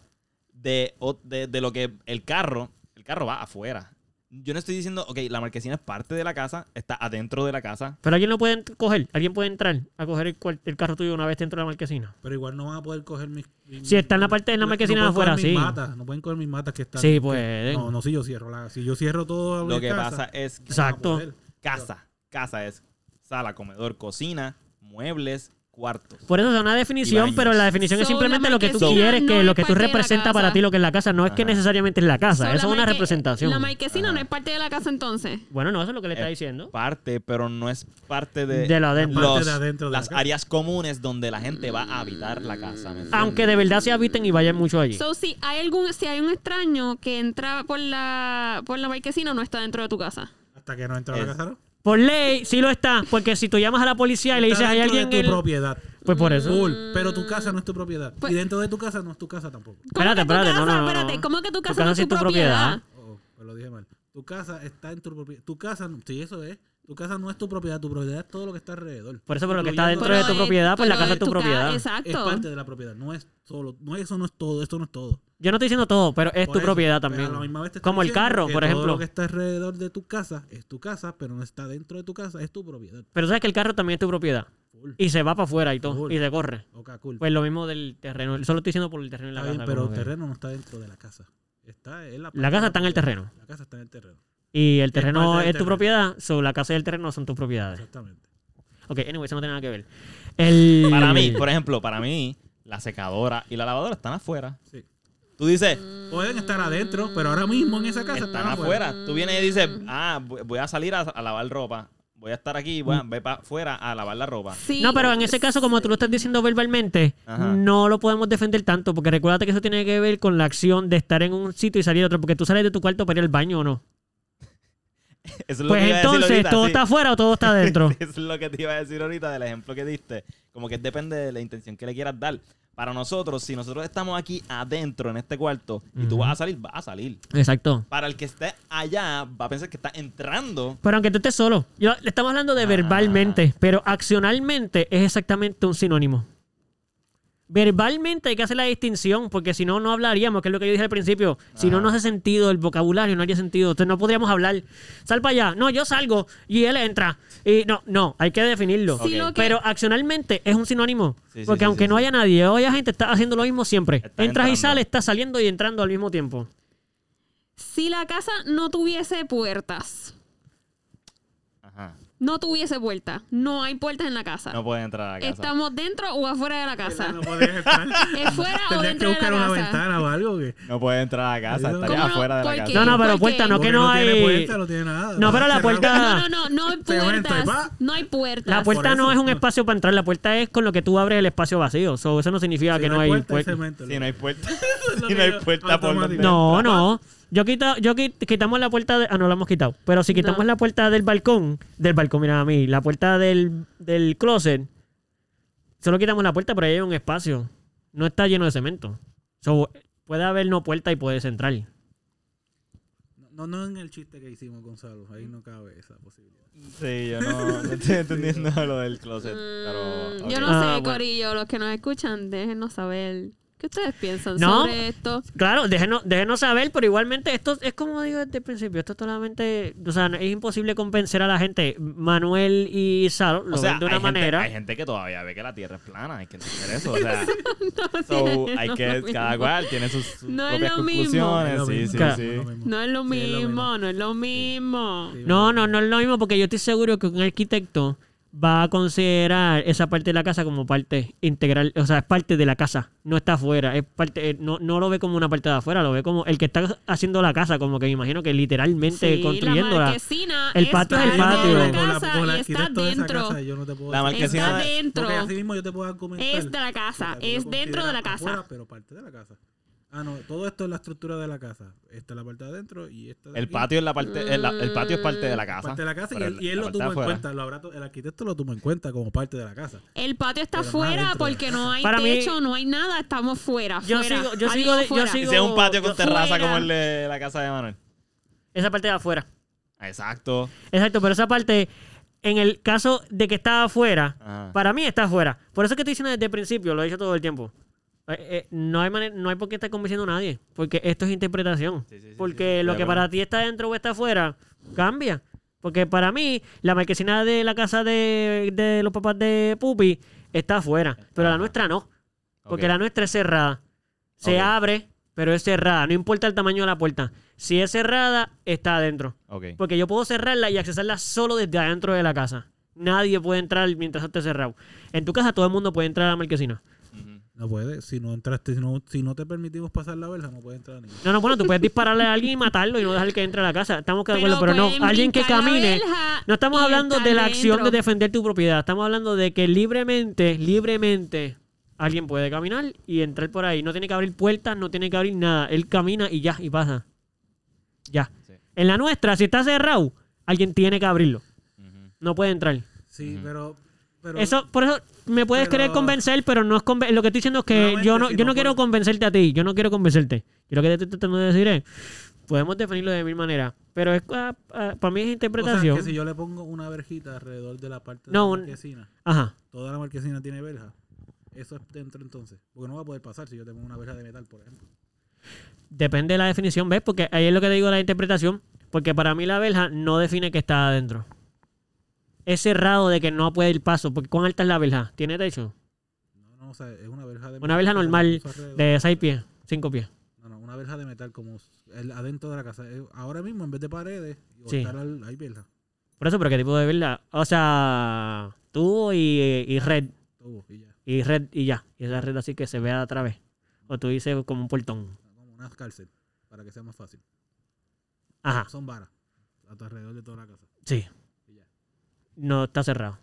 A: de, o- de, de lo que el carro, el carro va afuera. Yo no estoy diciendo, ok, la marquesina es parte de la casa, está adentro de la casa.
B: Pero alguien lo puede ent- coger, alguien puede entrar a coger el, cuar- el carro tuyo una vez dentro de la marquesina.
D: Pero igual no van a poder coger mis. mis-
B: Si está en la parte de la
D: no-
B: marquesina
D: no
B: de afuera,
D: pueden coger mis
B: sí.
D: matas, no pueden coger mis matas que están.
B: Sí,
D: que-
B: pueden.
D: No, no, si yo cierro la. Si yo cierro todo.
A: Lo
D: la
A: que
D: casa,
A: pasa es que
D: no van a
B: Exacto.
D: poder.
A: casa, casa es sala, comedor, cocina, muebles, cuartos.
B: Por eso es una definición,
A: baños.
B: pero la definición es
C: So,
B: simplemente
C: la
B: lo que tú
C: marquesina
B: quieres,
C: no
B: que
C: es
B: lo que tú
C: parte de la
B: representas
C: casa.
B: para ti lo que es la casa. No es que
A: Ajá.
B: necesariamente es la casa,
C: So,
B: eso es
C: la
B: una
C: marque-
B: representación.
C: La marquesina
A: Ajá.
C: no es parte de la casa entonces.
B: Bueno, no, eso es lo que le está
D: Eh,
A: Es
B: diciendo.
A: Parte, pero no es parte de,
B: De lo adentro.
A: los-
D: Parte de adentro de la
A: las
D: casa.
A: áreas comunes donde la gente va a habitar la casa. ¿me entiendes?
B: Aunque de verdad se habiten y vayan mucho allí.
C: So, si hay algún, si hay un extraño que entra por la, por la marquesina, no está dentro de tu casa.
D: Hasta que no entra la
A: Es-
D: casa, ¿no?
B: Por ley, sí lo está, porque si tú llamas a la policía y le dices
D: Está
B: hay
D: dentro
B: alguien
D: de
B: en
D: tu
B: el-"
D: propiedad.
B: Pues por eso.
D: Full, pero tu casa no es tu propiedad.
C: Pues-
D: y dentro de tu casa no es tu casa tampoco.
C: ¿Cómo
B: Espérate,
C: que tu
B: espérate, no,
C: casa?
B: no, no,
C: espérate,
B: no.
C: ¿cómo que tu casa
B: casa
C: no
B: sí
C: es
B: es
C: tu
B: tu propiedad.
C: propiedad?
D: Oh, pues lo dije mal. Tu casa está en tu propiedad. Tu casa, no- sí, eso es. Tu casa no es tu propiedad. Tu propiedad es todo lo que está alrededor.
B: Por eso, pero lo que está
D: Incluyendo-
B: dentro de
C: Pero
B: tu
C: es-
B: propiedad, pues la
C: pero
B: casa es tu
C: ca-
B: propiedad.
D: Es
C: Exacto.
D: parte de la propiedad. No es solo. No, eso no es todo. Esto no es todo.
B: Yo no estoy diciendo todo, pero es
D: Por
B: tu
D: eso,
B: propiedad
D: pero
B: también.
D: a la misma vez te estoy
B: Como el
D: diciendo
B: carro,
D: que
B: por
D: Todo lo
B: ejemplo.
D: que está alrededor de tu casa es tu casa, pero no está dentro de tu casa. Es tu propiedad.
B: Pero sabes que el carro también es tu propiedad.
D: Full.
B: Y se va para afuera y todo,
D: Full.
B: y se corre.
D: Ok, cool.
B: Pues lo mismo del terreno. Solo estoy diciendo por el terreno y la
D: está bien,
B: casa.
D: pero
B: como
D: el
B: que-
D: terreno no está dentro de la casa. Está en la, parte
B: La
D: de
B: casa está en el
D: propiedad.
B: terreno.
D: La casa está en el terreno.
B: Y el
D: parte
B: terreno
D: del
B: es, tu
D: terreno.
B: propiedad, so la casa y el terreno son tus propiedades.
D: Exactamente.
B: Ok, anyway, eso no tiene nada que ver. El...
A: Para mí, por ejemplo, para mí, la secadora y la lavadora están afuera.
D: Sí.
A: Tú dices,
D: Pueden estar adentro, pero ahora mismo en esa casa
A: están afuera. Tú vienes y dices, ah, voy voy a salir a, a lavar ropa. Voy a estar aquí, voy a, voy para afuera a lavar la ropa.
C: Sí.
B: No, pero en ese caso, como tú lo estás diciendo verbalmente,
A: Ajá.
B: no lo podemos defender tanto, porque recuérdate que eso tiene que ver con la acción de estar en un sitio y salir a otro, porque tú sales de tu cuarto para ir al baño o no.
A: Eso es lo
B: Pues
A: que iba a decir
B: entonces,
A: ahorita,
B: ¿todo
A: sí.
B: está afuera o todo está adentro?
A: Eso es lo que te iba a decir ahorita del ejemplo que diste. Como que depende de la intención que le quieras dar. Para nosotros, si nosotros estamos aquí adentro en este cuarto y tú
B: Ujú.
A: vas a salir, vas a salir.
B: Exacto.
A: Para el que esté allá, va a pensar que está entrando.
B: Pero aunque tú estés solo, yo, le estamos hablando de
A: Ah.
B: verbalmente, pero accionalmente es exactamente un sinónimo. Verbalmente hay que hacer la distinción, porque si no, no hablaríamos, que es lo que yo dije al principio. Si no,
A: Ajá.
B: no hace sentido el vocabulario, no haría sentido. Entonces no podríamos hablar. Sal para allá. No, yo salgo y él entra. Y no, no, hay que definirlo.
A: Sí, lo
C: que-
B: Pero accionalmente es un sinónimo.
A: Sí, sí,
B: porque
A: sí,
B: aunque
A: sí,
B: no
A: sí.
B: haya nadie, o haya gente, está haciendo lo mismo siempre.
A: Está
B: Entras y
A: entrando.
B: sales, estás saliendo y entrando al mismo tiempo.
C: Si la casa no tuviese puertas,
A: Ajá.
C: no tuviese puerta, no hay puertas en la casa.
A: No puede entrar a la casa.
C: Estamos dentro o afuera de la casa.
D: No podías estar.
C: Es Eh, fuera o
D: Tendrías que
C: dentro de la
D: buscar una
C: casa.
D: ventana o algo que.
A: No puede entrar a la casa.
D: ¿Cómo
A: Estaría
C: no?
A: afuera de la
C: ¿Por
A: casa.
C: qué?
B: No, no, pero
C: ¿Por
B: puerta,
C: qué?
B: no,
D: Porque
B: que no, hay.
D: tiene puerta, no tiene nada.
B: No, pero la
D: Cerrado.
B: puerta-
C: No, no, no, no hay
D: Te venta,
C: puertas.
D: pa.
C: No hay puertas. Mm,
B: La puerta
D: Por eso,
B: no es un
D: no.
B: espacio para entrar, la puerta es con lo que tú abres el espacio vacío. So, eso no significa
D: Si
B: que no hay pues.
D: puerta,
B: puerta.
D: cemento.
A: Si no hay puerta.
D: es lo
A: si
D: que
A: no hay
D: yo-
A: puerta por donde
D: automático.
B: No, no. Yo quita, yo qui- quitamos la puerta de, ah, no la hemos quitado. Pero si quitamos
C: No.
B: la puerta del balcón, del balcón, mira a mí, la puerta del, del closet, solo quitamos la puerta, pero ahí hay un espacio. No está lleno de cemento. So, puede haber no puerta y puedes entrar.
D: No, no en el chiste que hicimos, Gonzalo. Ahí no cabe esa posibilidad.
A: Sí, yo no, no estoy entendiendo lo del closet. Pero,
C: Mm, Yo
A: ok.
C: no
B: Ah,
C: sé,
B: bueno.
C: Corillo, los que nos escuchan, déjenos saber qué ustedes piensan
B: No.
C: sobre esto.
B: Claro, déjenos, déjenos saber, pero igualmente esto es como digo desde el principio, esto es totalmente, o sea, es imposible convencer a la gente. Manuel y Saro lo
A: O sea,
B: ven de una
A: hay gente-
B: manera.
A: hay gente que todavía ve que la Tierra es plana. Hay que entender eso. O sea,
C: No,
A: so,
C: sí,
A: hay
C: no
A: que,
C: es lo
A: cada
C: mismo.
A: cual tiene sus, sus
C: No es
A: propias
C: lo mismo.
A: conclusiones.
D: Es lo
A: Sí,
D: mismo,
A: sí,
B: Claro.
A: sí.
D: es lo mismo.
C: No es lo
D: Sí, es lo
C: mismo, no es lo mismo.
D: Sí,
B: No, no, no es lo mismo porque yo estoy seguro que un arquitecto va a considerar esa parte de la casa como parte integral, o sea, es parte de la casa, no está afuera, es parte, eh, no, no lo ve como una parte de afuera, lo ve como el que está haciendo la casa, como que me imagino que literalmente
C: Sí, La
B: construyéndola.
C: marquesina
B: El
C: es
B: patio es el
C: parte
B: patio.
C: de la
D: Con la-
C: casa
D: con la
C: y está
D: arquitecto de esa
C: dentro.
D: casa, yo no te puedo
A: La
D: decir.
A: marquesina
C: Está
A: de-
C: dentro.
D: Porque así mismo yo te puedo argumentar.
C: Es de la casa,
D: que
C: es
D: lo
C: dentro de la
D: consideras
C: casa.
D: afuera, pero parte de la casa. Ah, no, todo esto es la estructura de la casa. Esta es la parte de adentro y esta de
A: El
D: aquí,
A: patio es la parte, el, el patio es parte de la casa.
D: Parte de la casa y
A: pero
D: él, y él
A: la
D: lo
A: parte
D: tuvo en
A: afuera.
D: cuenta. Lo habrá to- el arquitecto lo tomó en cuenta como parte de la casa.
C: El patio está
D: Pero no
C: fuera
D: adentro.
C: porque no hay
B: Para mí-
C: techo, no hay nada, estamos fuera.
B: Yo
C: fuera.
B: sigo- yo
C: Adiós,
B: sigo de- yo
C: fuera.
A: Que
B: sigo-
A: sea un patio con
B: Yo-
A: terraza
C: Fuera.
A: como el de la casa de Manuel.
B: Esa parte de afuera.
A: Exacto.
B: Exacto, pero esa parte, en el caso de que está afuera,
A: Ajá. Ah.
B: para mí está afuera. Por eso es que estoy diciendo desde el principio, lo he dicho todo el tiempo. Eh, eh, no, hay manera, no hay por qué estar convenciendo a nadie, porque esto es interpretación.
A: Sí, sí, sí,
B: porque
A: sí.
B: lo
A: De
B: que
A: acuerdo.
B: para ti está dentro o está afuera cambia. Porque para mí, la marquesina de la casa de, de los papás de Pupi está afuera, pero la
A: Ajá.
B: nuestra no. Porque
A: Ok.
B: la nuestra es cerrada. Se
A: Ok.
B: abre, pero es cerrada. No importa el tamaño de la puerta. Si es cerrada, está adentro.
A: Ok.
B: Porque yo puedo cerrarla y accesarla solo desde adentro de la casa. Nadie puede entrar mientras esté cerrado. En tu casa todo el mundo puede entrar a la marquesina.
A: Ujú.
D: No puede. Si no entraste, si no, si no te permitimos pasar la verja, no puede entrar ninguno.
B: No, no, bueno, tú puedes dispararle a alguien y matarlo y no dejar que entre a la casa. Estamos de acuerdo, pero
C: pueden
B: no. Alguien que
C: brincar la
B: camine.
C: verja
B: No estamos
C: y
B: hablando
C: estar
B: de la acción de
C: dentro.
B: defender tu propiedad. Estamos hablando de que libremente, libremente, alguien puede caminar y entrar por ahí. No tiene que abrir puertas, no tiene que abrir nada. Él camina y ya, y pasa. Ya.
A: Sí.
B: En la nuestra, si está cerrado, alguien tiene que abrirlo.
A: Ujú.
B: No puede entrar.
D: Sí,
A: Ujú.
D: pero, pero.
B: Eso, por eso me puedes
D: pero-
B: querer convencer, pero no es conven- lo que estoy diciendo es que
D: Nuevamente,
B: yo no,
D: si
B: yo
D: no
B: no quiero
D: por-
B: convencerte a ti, yo no quiero convencerte. Yo lo que te estoy tratando de decir es, podemos definirlo de mil maneras, pero es ah, ah, para mí es
D: O sea,
B: interpretación.
D: que si yo le pongo una verjita alrededor de la parte de
B: No,
D: la
B: un-
D: marquesina,
B: Ajá.
D: toda la marquesina tiene verja. Eso es dentro entonces. Porque no va a poder pasar si yo tengo una verja de metal, por ejemplo.
B: Depende de la definición, ¿ves? Porque ahí es lo que te digo la interpretación, porque para mí la verja no define que está adentro. Es cerrado de que no puede ir paso, porque ¿cuán alta es la verja? ¿Tiene techo?
D: No, no, o sea, es una verja de metal.
B: Una verja
D: que se le
B: normal
D: puso alrededor.
B: de 6 pies, 5 pies.
D: No, no, una verja de metal como el- adentro de la casa. Eh, Ahora mismo, en vez de paredes, o
B: Sí.
D: estar al- hay verja.
B: Por eso, pero ¿qué tipo de verja? O sea, tú y, y Red.
D: Todo, y ya.
B: y red y ya. Y esa red así que se vea a través. O tú dices como un portón.
D: Como una cárcel, para que sea más fácil.
B: Ajá,
D: Son varas. a tu alrededor de toda la casa.
B: sí.
D: Y ya.
B: No está cerrado.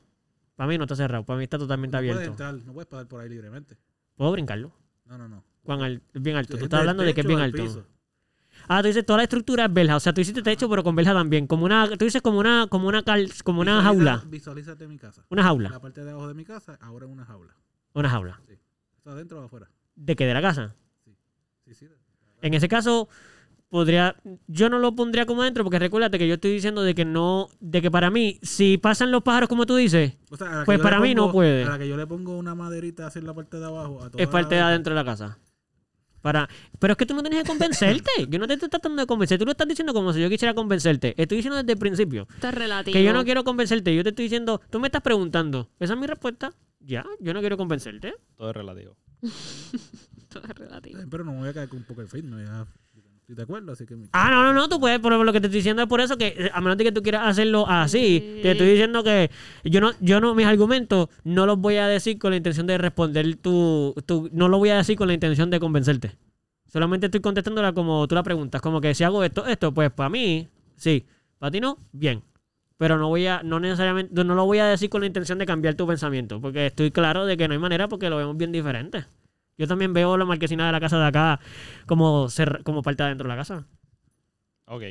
B: Para mí no está cerrado. Para mí está totalmente
D: no puedes
B: abierto.
D: entrar, no puedes pasar por ahí libremente.
B: ¿Puedo brincarlo?
D: No, no, no.
B: Cuán al- es bien alto. Tú
D: Es
B: estás
D: del
B: hablando de que es
D: techo
B: bien
D: al
B: alto.
D: piso.
B: Ah, tú dices toda la estructura es verja. O sea, tú hiciste techo pero con verja también. Como una, tú dices como una, como una, cal- como una
D: Visualiza-
B: jaula.
D: Visualízate mi casa.
B: Una jaula.
D: La parte de abajo de mi casa, ahora es una jaula.
B: Una jaula.
D: ¿Está adentro o afuera?
B: ¿De qué? De la casa.
D: Sí, sí.
B: En ese caso, podría. Yo no lo pondría como adentro, porque recuérdate que yo estoy diciendo de que no. De que para mí, si pasan los pájaros como tú dices,
D: O sea, a la que
B: Pues
D: yo le
B: para mí no
D: pongo-
B: puede.
D: A la que yo le pongo una maderita así en la parte de abajo. A toda
B: es parte de
D: la-
B: adentro de la casa. Para... Pero es que tú no tienes que convencerte. Yo no te estoy tratando de convencer. Tú lo estás diciendo como si yo quisiera convencerte. Estoy diciendo desde el principio
C: Esto es relativo.
B: que yo no quiero convencerte. Yo te estoy diciendo, tú me estás preguntando. Esa es mi respuesta. Ya, yo no quiero convencerte.
A: Todo es relativo.
C: Esto es relativo.
D: Eh, Pero no me voy a caer con Poker Fit, no voy a... Estoy de acuerdo, así que... mi-
B: Ah, no, no, no, tú puedes, pero lo que te estoy diciendo es por eso que eh, a menos de que tú quieras hacerlo así, te estoy diciendo que yo no, yo no, mis argumentos no los voy a decir con la intención de responder tu, tu- no lo voy a decir con la intención de convencerte. Solamente estoy contestándola como tú la preguntas, como que si hago esto, esto, pues para mí, sí, para ti no, bien. Pero no voy a, no necesariamente, no lo voy a decir con la intención de cambiar tu pensamiento, porque estoy claro de que no hay manera porque lo vemos bien diferente. Yo también veo la marquesina de la casa de acá como, cer- como parte de adentro de la casa.
A: Ok.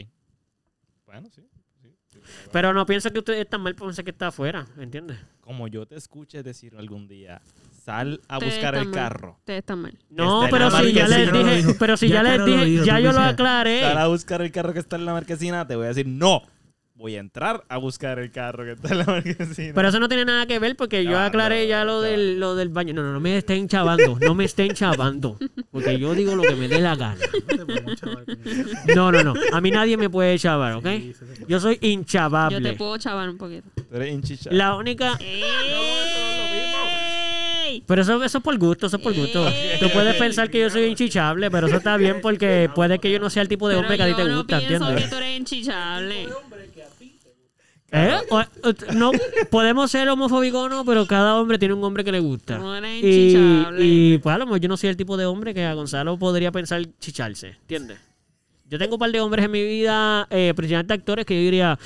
A: Bueno, sí. sí, sí.
B: Pero no pienso que ustedes están mal por pensar que está afuera, ¿entiendes?
A: Como yo te escuche decir algún día, sal a
C: Ustedes
A: buscar el
C: están mal.
A: carro.
C: Ustedes están mal.
B: No,
A: Está
D: Este,
B: pero
A: en la
B: si ya les
A: marquesina.
B: dije, pero si
D: Ya
B: ya les
D: Carlos lo
B: dije,
D: dijo,
B: ya
D: tú
B: yo lo
D: quisieras.
A: Sal
B: aclaré.
A: a buscar el carro que está en la marquesina, te voy a decir no. Voy a entrar a buscar el carro que está en la marquesina.
B: Pero eso no tiene nada que ver porque yo
A: Ya,
B: aclaré
A: ya,
B: ya lo
A: ya.
B: del, lo del baño. No, no, no me estén chavando, no me estén chavando. Porque yo digo lo que me dé la gana.
D: No te podemos chavar con eso.
B: No, no, no. A mí nadie me puede chavar, ¿ok?
D: Sí, sí, sí.
B: Yo soy
C: Yo te
B: inchavable.
C: puedo chavar un poquito.
A: Tú eres hinchicha.
B: La única...
C: ¡Ey!
B: Pero eso, eso es por gusto, eso es por gusto. Tú puedes pensar que yo soy inchichable, pero eso está bien porque puede que yo no sea el tipo de
C: Pero
B: hombre que a ti
C: yo
B: te
C: no
B: gusta,
C: pienso
B: ¿entiendes?
C: que tú eres enchichable.
B: ¿Eh? O- o- t- no, podemos ser homofóbicos o no, pero cada hombre tiene un hombre que le gusta.
C: No eres
B: Y,
C: chichable.
B: y, pues a lo mejor yo no soy el tipo de hombre que a Gonzalo podría pensar chicharse, ¿entiendes? Yo tengo un par de hombres en mi vida, eh, principalmente actores, que yo diría,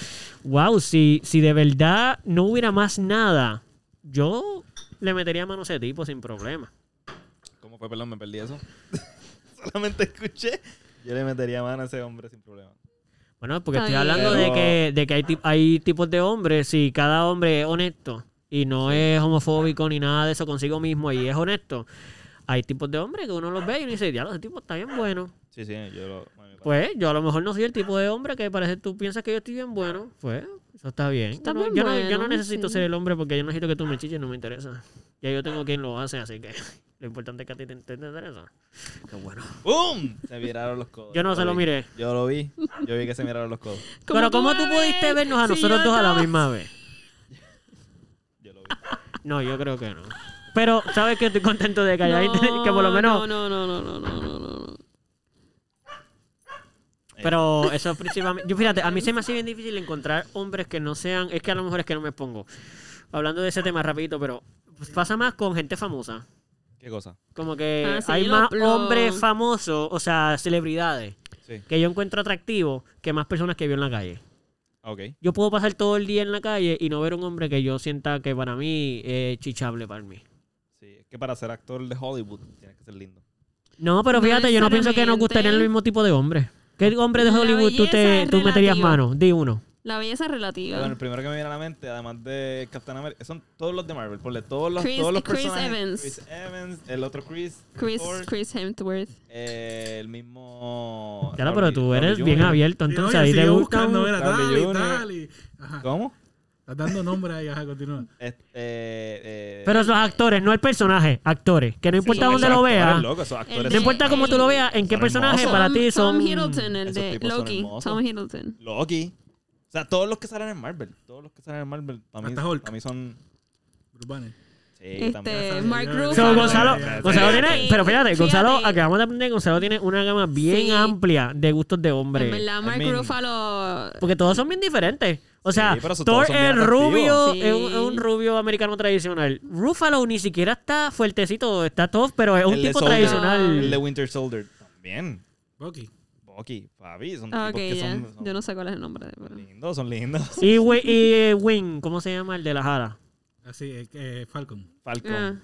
B: wow, si, si de verdad no hubiera más nada, yo le metería mano a ese tipo sin problema.
A: ¿Cómo fue? Perdón, me perdí eso. Solamente escuché. Yo le metería mano a ese hombre sin problema.
B: Bueno, porque
C: Está
B: estoy hablando de
A: bien.
B: que, de que hay, tip- hay tipos de hombres, y cada hombre es honesto y no es homofóbico ni nada de eso consigo mismo y es honesto, hay tipos de hombres que uno los ve y uno dice, diablo, ese tipo está bien bueno.
A: Sí, sí, yo lo. a mí me pasa.
B: Pues yo a lo mejor no soy el tipo de hombre que parece tú piensas que yo estoy bien bueno. Pues eso está bien.
C: Está
B: yo, no,
C: bien
B: yo no- yo no
C: bueno,
B: necesito
C: sí.
B: ser el hombre porque yo necesito que tú me chiches, no me interesa. Ya yo tengo quien lo hace, así que Lo importante es que a ti te, te, te interesa. Qué bueno.
A: ¡Bum! Se miraron los codos.
B: Yo no se lo
A: vi.
B: miré.
A: Yo lo vi. Yo vi que se miraron los codos.
B: Pero ¿cómo tú
C: me
B: pudiste
C: ves
B: vernos a
C: si
B: nosotros
C: yo
B: dos a la
C: estaba-
B: misma vez?
A: Yo lo vi.
B: No, yo creo que no. Pero, ¿sabes que Estoy contento de que hayáis,
C: No,
B: que por lo menos...
C: No, no, no, no, no, no, no, no.
B: Pero eso principalmente. Yo fíjate, a mí se me hace bien difícil encontrar hombres que no sean. Es que a lo mejor es que no me pongo. Hablando de ese tema rapidito, pero pues, pasa más con gente famosa.
A: ¿Qué cosa?
B: Como que
C: Ah, sí,
B: hay
C: los
B: más
C: blogs.
B: hombres famosos, o sea, celebridades,
A: Sí.
B: que yo encuentro atractivos que más personas que veo en la calle.
A: Ah, Ok.
B: Yo puedo pasar todo el día en la calle y no ver un hombre que yo sienta que para mí es chichable para mí.
A: Sí, es que para ser actor de Hollywood tienes que ser lindo.
B: No, pero fíjate, yo no pienso que nos gustaría el
C: necesariamente.
B: mismo tipo de hombre. ¿Qué hombre de
C: La
B: Hollywood tú, te,
C: belleza
B: tú
C: es
B: meterías
C: relativa.
B: mano? Di uno.
C: La belleza es relativa.
A: Bueno, el primero que me viene a la mente, además de Captain America, son todos los de Marvel. Ponle todos los,
C: Chris-
A: todos los
C: Chris
A: personajes.
C: Evans.
A: Chris Evans, el otro Chris.
C: Chris,
A: Thor,
C: Chris Hemsworth.
A: eh, el mismo.
B: Claro, pero
A: Downey-
B: tú
A: Downey
B: eres
A: Jr.
B: bien abierto,
D: Sí,
B: entonces
D: oye,
B: ahí te
D: sigo
B: gusta.
D: buscando, mira,
A: Downey
D: dale,
A: Jr.
D: dale. Ajá,
A: ¿Cómo?
D: estás dando nombre ahí, ajá, continúa.
A: Este, eh,
B: Pero los actores, no el personaje, actores. Que no importa
A: esos
B: dónde lo
A: actores,
B: veas,
A: loco, esos actores
B: no
C: de-
A: son-
B: importa cómo tú lo veas, en
A: son
B: qué personaje
A: hermosos.
B: Ah, para ti
C: Tom
B: son.
C: Hiddleton, el
A: Esos
C: de
A: tipos son
C: Loki.
A: hermosos.
C: Tom Hiddleton.
A: Loki. O sea, todos los que salen en Marvel. Todos los que salen en Marvel. Para mí,
D: Hasta Hulk.
A: para mí son.
D: Urbane.
A: Sí, también.
C: Este, Mark
D: Yo-
B: So,
C: Ruffalo.
B: Gonzalo,
D: Sí,
B: Gonzalo
A: sí,
B: tiene,
A: sí.
B: pero fíjate, Gonzalo,
C: Fíjate.
B: acabamos de aprender, Gonzalo tiene una gama bien
C: Sí.
B: amplia de gustos de
C: En
B: hombre.
C: verdad,
A: I
C: Mark
A: mean-
C: Ruffalo.
B: Porque todos son bien diferentes. O sea,
A: Sí, pero so- todos
B: Thor
A: son bien
B: es rubio,
A: atractivos.
B: es, un,
C: Sí.
B: es un rubio americano tradicional. Ruffalo ni siquiera está fuertecito, está tough, pero es un
A: El de
B: tipo
A: Soldier.
B: tradicional.
A: El de Winter Soldier también.
D: Bucky.
A: Bucky, Fabi, son
C: Ah,
A: tipos
C: ok,
A: que
C: ya.
A: son, son
C: Yo no sé cuál es el nombre. de- pero-
A: lindos, son lindos.
B: Y, Wi- y eh, Wing, ¿cómo se llama? El de la jara.
D: Así, eh, eh, Falcon.
A: Falcon.
C: Ah.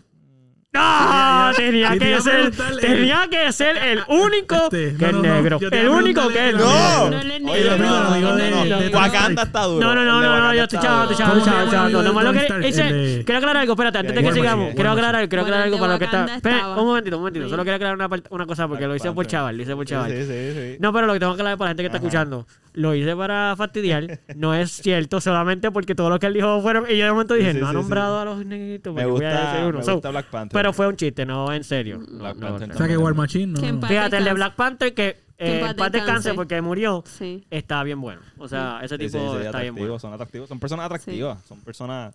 B: ¡Ah! Tenía
D: Yo te iba
B: que
D: a
B: ser.
D: preguntarle.
B: Tenía que ser el único
D: Este,
B: que
D: no,
B: es
D: no, no,
B: negro.
D: yo te
B: El
D: iba a
B: único que es
D: preguntarle
B: negro.
A: ¡No!
C: No, no es
A: Oye,
C: negro,
A: no, no, no,
D: no, no,
A: no,
D: no,
A: no.
D: no.
A: Wakanda está duro.
B: No, no,
A: El de
B: no, no, no,
A: Wakanda
B: yo
A: está
B: estoy chavo,
A: duro.
B: estoy chavo,
D: ¿Cómo
B: estoy chavo,
D: se
B: estoy
D: llama
B: chavo.
D: el
B: No,
D: de
B: más lo que
D: Tony Stark?
B: ese-
D: El de-
B: Quiero aclarar algo, espérate, antes de que
A: Guardian,
B: sigamos.
A: Guardian.
B: Quiero aclarar algo, quiero aclarar algo para lo que está.
C: Guardian de
B: Espera,
C: Wakanda
B: un momentito, un momentito.
C: estaba.
B: Solo quiero aclarar una, parte- una cosa porque lo hice por
A: Panther.
B: chaval, lo hice por chaval.
A: Sí, sí, sí.
B: No, pero lo que tengo que aclarar para la gente que está
A: Ajá.
B: escuchando, lo hice para fastidiar, no es cierto solamente porque todo lo que él dijo fueron. Y yo de momento dije,
A: Sí, sí,
B: no ha
A: sí, sí.
B: nombrado a los negritos,
A: Me
B: porque voy a
A: gusta,
B: decir uno.
A: me
B: So,
A: gusta Black Panther.
B: pero fue un chiste, no, en serio. No,
A: Black
B: no,
A: Panther
B: no.
D: O sea que War Machine
C: Que en
D: no.
C: paz
B: Fíjate, el de
C: descanse.
B: Black Panther que
C: Que en
B: eh,
C: paz
B: en paz descanse
C: descanse.
B: porque murió,
C: Sí.
B: está bien bueno. O sea, ese
A: Sí, sí,
B: tipo
A: sí,
B: está bien
A: atractivos,
B: bueno.
A: Son atractivos, son personas atractivas. Son personas.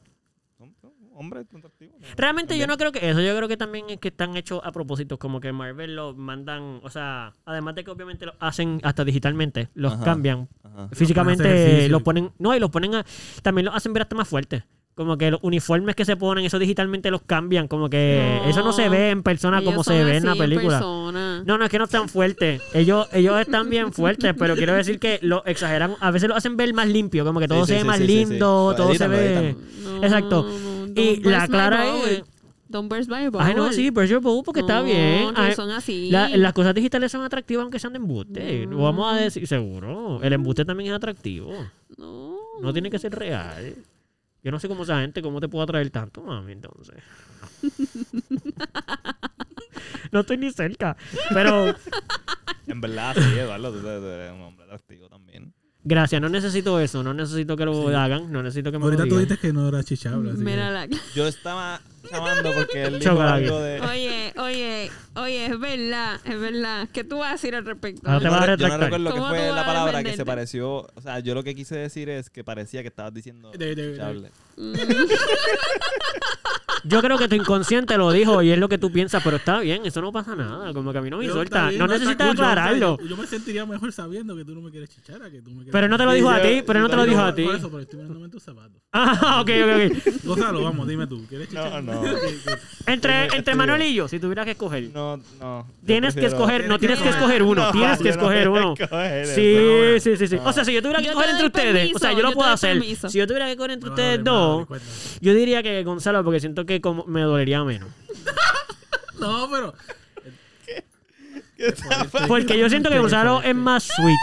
A: Son son hombres atractivos. ¿no?
B: Realmente yo
A: También.
B: no creo que eso, yo creo que también es que están hechos a propósito, como que Marvel los mandan, o sea, además de que obviamente lo hacen hasta digitalmente, los
A: Ajá.
B: cambian
A: Ajá.
D: Los ponen a hacer
B: físicamente
D: ejercicio.
B: los ponen no y los ponen a, también los hacen ver hasta más fuertes como que los uniformes que se ponen eso digitalmente los cambian como que
C: No.
B: eso no se ve en persona
C: Ellos
B: como
C: son
B: se ve en
C: así
B: la película
C: persona.
B: no no es que no están fuertes ellos ellos están bien fuertes pero quiero decir que lo exageran a veces lo hacen ver más limpio como que todo
A: Sí, sí,
B: se ve
A: sí,
B: más
A: sí, sí, sí.
B: lindo
A: Lo
B: todo
A: editan,
B: se
A: lo
B: ve
A: editan.
C: No,
B: exacto
C: no, no,
B: y
C: don't
B: la
C: burst my
B: clara
C: bubble.
B: es
C: Don't burst my bubble.
B: ay no sí pero yo puedo porque está
C: No,
B: bien
C: no
B: Ay,
C: son así.
B: la- las cosas digitales son atractivas aunque sean de embuste
C: No.
B: vamos a decir seguro el embuste también es atractivo
C: No.
B: no tiene que ser real. Yo no sé cómo esa gente, cómo te puedo atraer tanto, mami, entonces. No estoy ni cerca. Pero,
A: En verdad, sí, Eduardo, tú tú eres un hombre atractivo también.
B: gracias, no necesito eso. No necesito que lo hagan. No necesito que me
D: Ahorita tú
B: lo digan.
D: dices que no era chichabla. así que-
C: Mira la...
A: Yo estaba llamando porque él dijo
B: Chocolate.
A: algo de.
C: Oye, oye, oye, es verdad, es verdad. ¿Qué tú vas a decir al respecto?
B: Ah, te
A: Yo no, re- yo
B: vas a
A: no
B: retractar.
A: recuerdo lo que
C: ¿Cómo
A: fue
C: tú vas
A: la
C: a
A: palabra que se
C: defenderte?
A: pareció. O sea, yo lo que quise decir es que parecía que estabas diciendo.
D: De- de- de-
A: chable.
B: Yo creo que tu inconsciente lo dijo y es lo que tú piensas, pero está bien, eso no pasa nada. Como que a mí no me
D: Pero está
B: insulta.
D: bien,
B: No
D: está
B: necesitas
D: cool, yo-
B: aclararlo.
D: Yo, yo me sentiría mejor sabiendo que tú no me quieres chichara, que tú me quieres-
B: Pero no te lo
A: Sí,
B: dijo a
A: yo-
B: ti, pero no
A: yo
B: te lo dijo
D: Digo,
B: a ti.
D: Por eso, pero estoy poniéndome en tus zapatos.
B: Ah, ok, ok, ok.
D: Gonzalo, vamos, dime tú. ¿Quieres
A: No,
D: chichara?
A: no.
B: Entre,
A: Estoy-
B: entre
A: estoy
B: Manuel y yo, si tuvieras que escoger.
A: No, no. yo
B: Tienes que
A: prefiero-
B: escoger, no
D: Tienes
B: tienes
D: que
B: que escoger uno,
A: No,
B: tienes que
A: yo no voy a
B: escoger uno.
A: escoger eso.
B: Sí, sí, sí, sí. O sea, si yo tuviera que
C: Yo te
B: escoger entre
C: doy
B: ustedes, o sea, yo
C: permiso,
B: lo
C: yo
B: puedo
C: te doy
B: hacer.
C: permiso.
B: Si yo tuviera que escoger entre
D: Bueno,
B: ustedes
D: dale,
B: dos,
D: dale, cuéntame.
B: yo diría que Gonzalo, porque siento que como me dolería menos.
D: No, pero.
A: ¿Qué está
B: Pues, Porque yo siento que Gonzalo es más sweet.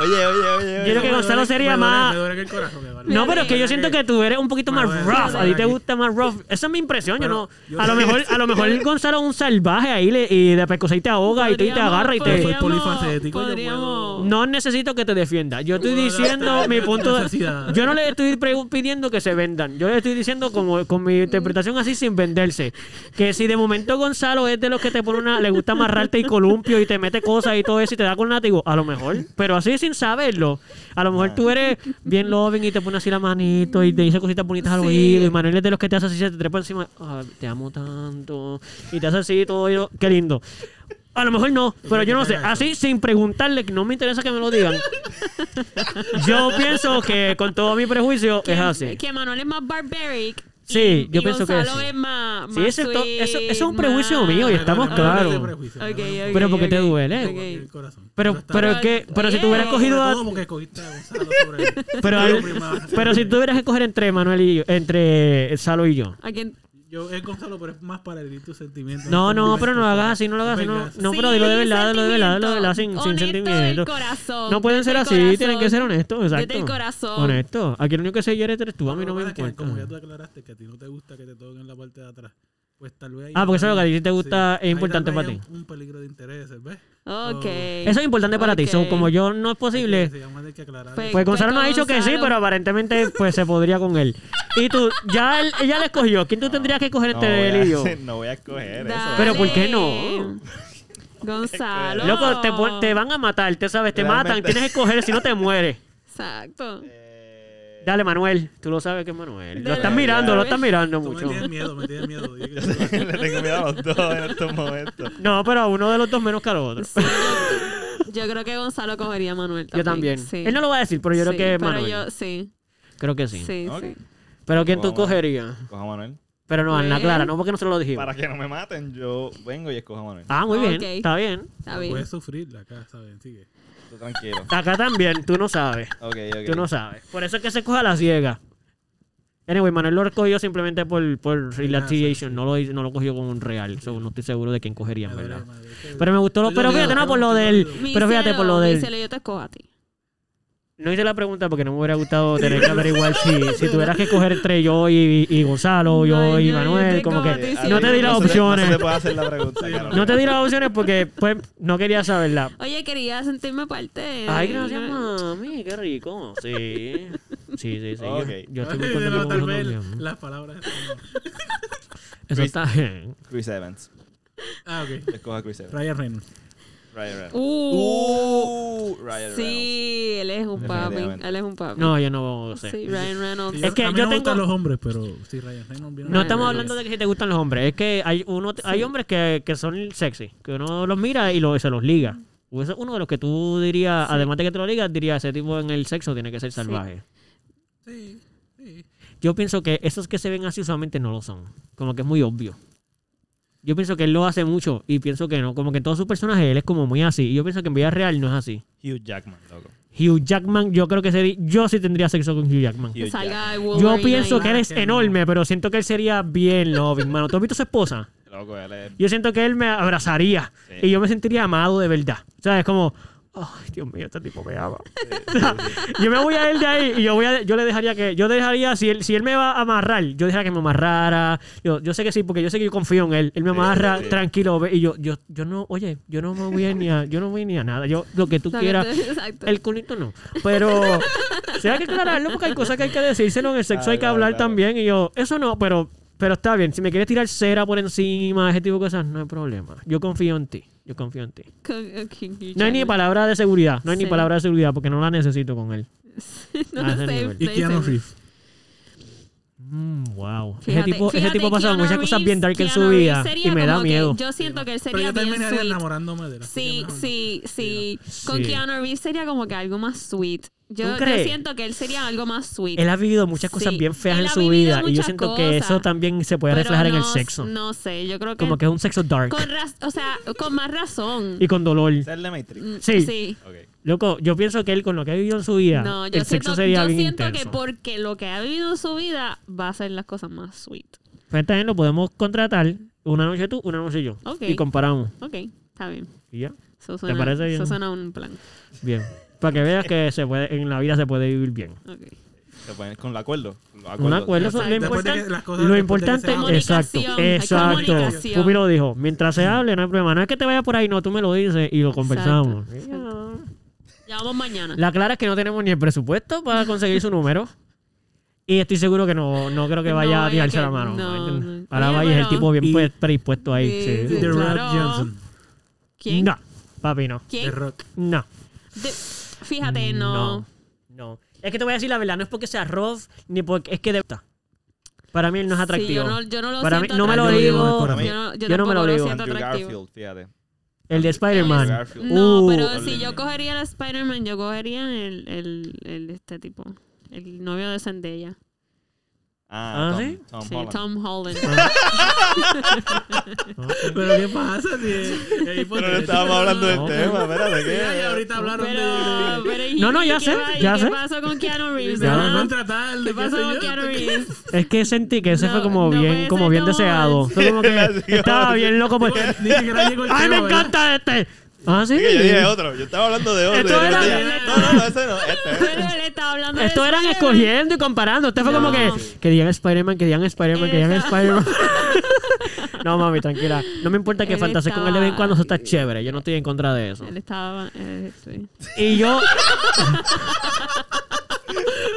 A: Oye, oye, oye.
B: Yo
A: oye.
B: creo que Gonzalo sería más.
D: Me duele que el corazón, me duele.
B: No, pero es que yo siento que tú eres un poquito más
D: Bueno, bueno,
B: rough. A ti
D: bueno,
B: te
D: aquí.
B: gusta más rough. Esa es mi impresión. Yo
D: Pero
B: no.
D: yo
B: A lo
D: soy-
B: mejor, a lo mejor Gonzalo es un salvaje ahí le- y de pescosa y te ahoga y, tú- y te
C: Podríamos-
B: agarra y te.
D: Yo soy
C: podríamos-
D: polifacético, yo
C: podríamos-
B: No necesito que te defienda. Yo estoy
D: No, no,
B: diciendo
D: no,
B: mi
D: no,
B: punto de...
D: necesidad.
B: Yo no le estoy pre- pidiendo que se vendan. Yo le estoy diciendo como con mi interpretación así sin venderse. Que si de momento Gonzalo es de los que te pone una... Le gusta amarrarte y columpio y te mete cosas y todo eso y te da con látigo, a lo mejor. Pero así sin saberlo. A lo mejor tú eres bien loving y te pone así la manito y te dice cositas bonitas al
C: Sí.
B: oído. Y Manuel es de los que te hace así, se te trepa encima. "Ah, te amo tanto. Y te hace así todo. y- Qué lindo. A lo mejor no, pero yo no sé. Así, sin preguntarle, no me interesa que me lo digan. Yo pienso que con todo mi prejuicio
C: que,
B: es así.
C: que Manuel es más barbaric.
B: Sí, yo
C: y
B: pienso que
C: Gonzalo
B: sí.
C: es más,
B: Sí,
C: más
B: eso es to-
C: sweet,
B: eso- eso es un prejuicio mío y
D: Me duele,
B: estamos
D: me duele
B: claros.
D: ese prejuicio, me
C: Ok,
D: duele un
C: ok,
B: Pero porque te
C: ok,
B: duele.
D: poco el
C: ok.
D: corazón.
B: Pero,
D: está
B: pero
D: bien.
B: es que, pero si
C: Oye.
B: tú hubieras cogido
D: Sobre
B: a,
D: todo porque cogiste a Gonzalo sobre él.
B: pero,
D: Yo,
B: al-
D: prima,
B: pero si tú hubieras que coger entre Manuel y yo, entre Salo y yo.
C: ¿A quién?
D: Yo es Gonzalo, pero es más para herir tus sentimientos.
B: No, no,
D: es
B: pero no lo hagas así, no lo hagas así. No,
D: Venganza.
B: no,
C: Sí,
B: pero dilo de
C: sin
B: verdad, dilo de verdad, dilo de verdad, sin,
C: sentimiento.
B: sin
C: Honesto del
B: sentimiento.
C: corazón,
B: No pueden ser
C: del
B: así, tienen
C: corazón,
B: que ser honestos,
C: desde el
B: exacto.
C: corazón.
B: Honesto. Aquí lo único que se hiere eres tú, a mí no
D: Lo
B: me
D: que pasa es que,
B: importa.
D: Como ya tú aclaraste que a ti no te gusta que te toquen la parte de atrás. Pues tal vez. ahí
B: Ah, porque eso es lo que a ti te
D: también-
B: gusta, es
D: ahí tal
B: importante
D: vez
B: para
D: hay
B: ti.
D: Un peligro de intereses, ¿ves?
C: Ok.
B: Eso es importante para ti. so,
C: Ok.
B: como yo no es posible,
D: Sí, vamos a tener que aclarar
C: Pues-
D: eso.
B: Pues Gonzalo
C: Pues
B: nos ha dicho que sí,
C: Gonzalo.
B: pero aparentemente pues se podría con él. Y tú, ya él, ella le escogió. ¿Quién tú tendrías que coger entre
A: voy
B: él
A: a-
B: y yo?
A: No voy a escoger
C: Dale.
A: eso.
B: este Pero ¿por qué no?
C: Gonzalo.
B: Loco, te, pon- te van a matar, te sabes, te matan,
A: Realmente.
B: tienes que escoger, si no te mueres.
C: Exacto.
A: Eh,
B: Dale, Manuel, tú lo sabes que es Manuel. Lo
C: Dale,
B: estás mirando, lo
C: Manuel.
B: estás mirando
D: Tú
B: mucho.
D: me tienes miedo, me tienes miedo. Yo-
B: pues,
A: Le tengo miedo a los dos en estos momentos.
B: No, pero a uno de los dos menos que al otro.
C: Sí, yo, yo creo que Gonzalo cogería a Manuel
B: Yo
C: también.
B: también.
C: Sí.
B: Él no lo va a decir, pero yo
C: Sí,
B: creo que es
C: pero
B: Manuel.
C: yo- sí,
B: Creo que sí.
C: sí, sí.
A: Ok.
B: Pero ¿quién tú
A: Vamos a ver.
B: cogerías?
A: Coja a Manuel.
B: Pero no, Ana
C: Pues-
B: Clara, no porque nosotros lo dijimos.
A: Para que no me maten, yo vengo y escojo a Manuel.
B: Ah, muy bien,
C: Ok.
B: está bien.
C: Está bien.
D: Puedes sufrirla acá, ¿saben? Sigue.
A: Tú tranquilo.
B: Acá también, tú no sabes.
A: Ok, ok.
B: Tú no sabes. Por eso es que se coja la ciega. Anyway, Manuel lo recogió simplemente por, por relaxation. No lo, hizo- no lo cogió con un real. So, no estoy seguro de quién cogería, en
D: Me duele,
B: ¿verdad?
D: madre, que-
B: Pero me gustó. Lo, pero fíjate, no, por lo del...
C: Mi
B: Pero fíjate,
C: cielo,
B: por lo
C: mi
B: del...
C: cielo, yo te escojo a ti.
B: No hice la pregunta porque no me hubiera gustado tener que averiguar si, si tuvieras que coger entre yo y, y Gonzalo, yo
C: No,
B: y
C: yo- yo
B: Manuel.
C: estoy
B: Como
C: como
B: que
C: tú,
B: no te di las
A: No se le-
B: opciones.
A: No se te puede hacer la pregunta, Carolina.
B: No te di las opciones porque pues no quería saberla.
C: Oye, quería sentirme parte de...
B: Ay, gracias,
C: Eh,
B: mami. Qué rico. Sí. Sí, sí, sí. Yo-
A: Ok.
B: Yo, estoy muy
D: Ay,
B: contento
D: pero
B: con
D: tal
B: vosotros
D: vez
B: también.
D: las palabras.
B: Eso
A: Chris-
B: está bien.
A: Chris Evans.
D: Ah, ok.
A: Escoja a Chris Evans.
D: Ryan Reynolds.
A: Ryan Reynolds.
C: Uh,
A: Uh, Ryan Reynolds.
C: sí, él es un papi.
A: Definitivamente.
C: Él es un papi.
B: No, yo no sé.
C: sí, Ryan Reynolds.
D: Y
B: Es que
D: a mí
B: yo
D: no me gustan
B: tengo-
D: los hombres, pero sí, Ryan Reynolds viene
B: No
D: a-
B: estamos hablando de que si te gustan los hombres. Es que hay uno hay hombres que, que son sexy. Que uno los mira y lo- se los liga. O ese es uno de los que tú dirías, además de que te lo ligas, dirías, ese tipo en el sexo tiene que ser salvaje.
D: Sí, sí.
B: Yo pienso que esos que se ven así usualmente no lo son. Como que es muy obvio. Yo pienso que él lo hace mucho y pienso que no. Como que en todos sus personajes él es como muy así. Y yo pienso que en vida real no es así.
A: Hugh Jackman, loco.
B: Hugh Jackman, yo creo que sería. Yo sí tendría sexo con Hugh Jackman.
A: Hugh Jackman.
C: Salga de
B: Yo
C: Wolverine
B: pienso
C: ahí.
B: que él es
D: Ah, qué
B: enorme, pero siento que él sería bien loving, mano. ¿Tú has visto su esposa?
A: Loco, él es...
B: Yo siento que él me abrazaría
A: Sí.
B: y yo me sentiría amado de verdad. O sea, es como, ay, Dios mío, este tipo me ama. O sea, yo me voy a él de ahí y yo voy a, yo le dejaría que, yo dejaría, si él, si él me va a amarrar, yo dejaría que me amarrara. Yo, yo sé que sí, porque yo sé que yo confío en él. Él me
A: Sí,
B: amarra
A: sí.
B: tranquilo ve, y yo, yo, yo no, oye, yo no me voy a ni a, yo no voy ni a nada. Yo, lo que tú
C: Lo que
B: quieras.
C: tú- exacto.
B: El culito no. Pero se hay que aclararlo porque hay cosas que hay que decírselo. En el sexo
A: Claro,
B: hay que
A: claro,
B: hablar
A: claro.
B: también. Y yo, eso no, pero, pero está bien. Si me quieres tirar cera por encima, ese tipo de cosas, no hay problema. Yo confío en ti. Yo confío en ti.
C: Con- con Hugh
B: No hay ni
C: Jackman.
B: palabra de seguridad. No hay ni
C: Sí.
B: palabra de seguridad porque no la necesito con él.
C: No
B: a ese
C: sé,
B: nivel.
D: Y
C: estoy
D: Keanu
C: segura.
D: Reeves.
B: Mm, wow. ese
C: Fíjate,
B: tipo, ese
C: fíjate,
B: tipo ha pasado
C: Keanu
B: muchas cosas
C: Reeves-
B: bien dark en su
C: Keanu Reeves
B: vida.
C: sería
B: Y me da
C: como que-
B: miedo.
C: yo siento que él
D: Pero
C: sería
D: yo
C: bien
D: terminaría
C: sweet.
D: enamorándome de la
C: Sí, sí, sí, Con
B: Sí.
C: Keanu Reeves sería como que algo más sweet. Yo,
B: ¿Tú
C: yo
B: crees?
C: siento que él sería algo más sweet.
B: Él ha vivido muchas cosas
C: Sí,
B: bien feas
C: él
B: en
C: ha
B: su vida.
C: vivido
B: Y yo
C: muchas
B: siento que eso
C: cosas,
B: también se puede
C: Pero
B: reflejar en el
C: no-
B: sexo.
C: No sé, yo creo que.
B: Como que es un sexo dark.
C: con raz- o sea, con más razón.
B: Y con dolor.
A: ¿Ese es el de Matrix?
C: Mm,
B: Sí.
C: sí.
A: Ok.
B: Loco, yo pienso que él con lo que ha vivido en su vida,
C: No, yo
B: el sexo
C: siento,
B: sería
C: yo
B: bien
C: siento
B: intenso.
C: que porque lo que ha vivido en su vida va a ser las cosas más sweet.
B: Pues también lo podemos contratar una noche tú, una noche yo.
C: Ok.
B: Y comparamos.
C: Ok, está bien.
B: Y ya.
C: Eso suena,
B: parece bien?
C: Eso suena a un plan.
B: Bien. Para que veas que se puede, en la vida se puede vivir bien.
C: Ok.
A: Se pueden- Con el acuerdo. los
B: Un
A: acuerdos.
B: acuerdo, eso es lo
D: Después de que
B: importante.
D: las cosas-
B: Lo
D: después de que se
B: importante,
C: hablen.
B: exacto,
C: Comunicación, hay
B: exacto.
C: comunicación.
B: Pupi lo dijo. Mientras se hable, no hay problema. No es que te vaya por ahí, no, tú me lo dices y lo conversamos.
C: Ya vamos mañana.
B: La clara es que no tenemos ni el presupuesto para conseguir su número. Y estoy seguro que no, no creo que
C: No
B: vaya a
C: vaya
B: tirarse
C: que-
B: la mano.
C: no.
B: Ahora
C: Oye,
B: vaya el
C: pero-
B: tipo bien
D: Y-
B: pre- predispuesto ahí.
C: Sí,
B: sí.
C: sí.
D: The Rock
C: Claro.
D: Johnson.
C: ¿Quién?
B: No, papi, no.
D: The
C: ¿Quién?
D: Rock.
B: No.
C: De- Fíjate, Este no.
B: No. No. Es que te voy a decir la verdad, no es porque sea Rof, ni porque es que de Para mí él no es atractivo.
C: Sí, yo, no, yo no lo
B: Para mí-
C: siento
B: no me lo
C: atractivo.
B: digo.
D: Para
A: mí-
C: Yo no, yo
B: yo no me lo
C: tampoco
B: digo.
C: siento
A: Andrew
C: atractivo.
A: Garfield, fíjate.
B: El de
A: Andrew
B: Spider-Man.
A: Garfield.
C: No,
B: Uh.
C: pero si yo cogería el Spider-Man, yo cogería el, el, el- este tipo. El novio de Zendaya.
A: Ah,
B: Ah,
A: Tom,
B: ¿sí?
A: Tom
C: sí,
A: Holland.
C: Tom Holland.
D: Pero ¿qué pasa? Si es- es
A: Pero no
D: hipotético.
A: estábamos hablando del
B: No.
A: tema, espérate,
D: Mira, y
A: ¿qué?
D: ahorita hablaron de...
C: Pero, pero, ¿y
B: No, no, ya
C: qué
B: sé,
C: va- y
B: ya sé.
C: ¿Qué pasó con Keanu Reeves?
D: De
B: Ya.
D: la
C: ah?
D: contratar, de
C: ¿Qué pasó
D: sé
C: con
D: yo,
C: Keanu
D: de qué-
C: Reeves?
B: Es que sentí que ese
C: No,
B: fue como
C: no
B: bien,
C: puede
B: como
C: ser
B: bien
C: Tom
B: deseado.
C: Holmes.
B: Fue como que estaba bien loco. Pues.
D: Ni siquiera llegó el
B: ¡Ay, me
D: tema, ¿verdad?
B: encanta este! Ah, sí.
A: Que yo dije otro, yo estaba hablando de otro.
B: Esto
A: y yo
B: era-
A: decía, No, no, no, ese no, este.
C: Pero él estaba hablando de
B: Esto eran
C: Spider-Man.
B: escogiendo y comparando. Este fue como
C: No.
B: que querían Spider-Man, querían Spider-Man, querían
C: Esa.
B: Spider-Man. no, mami, tranquila. No me importa que
C: Él
B: fantasees con él de vez en cuando, eso está chévere. Yo no estoy en contra de eso.
C: Él estaba. eh, sí.
B: Y yo,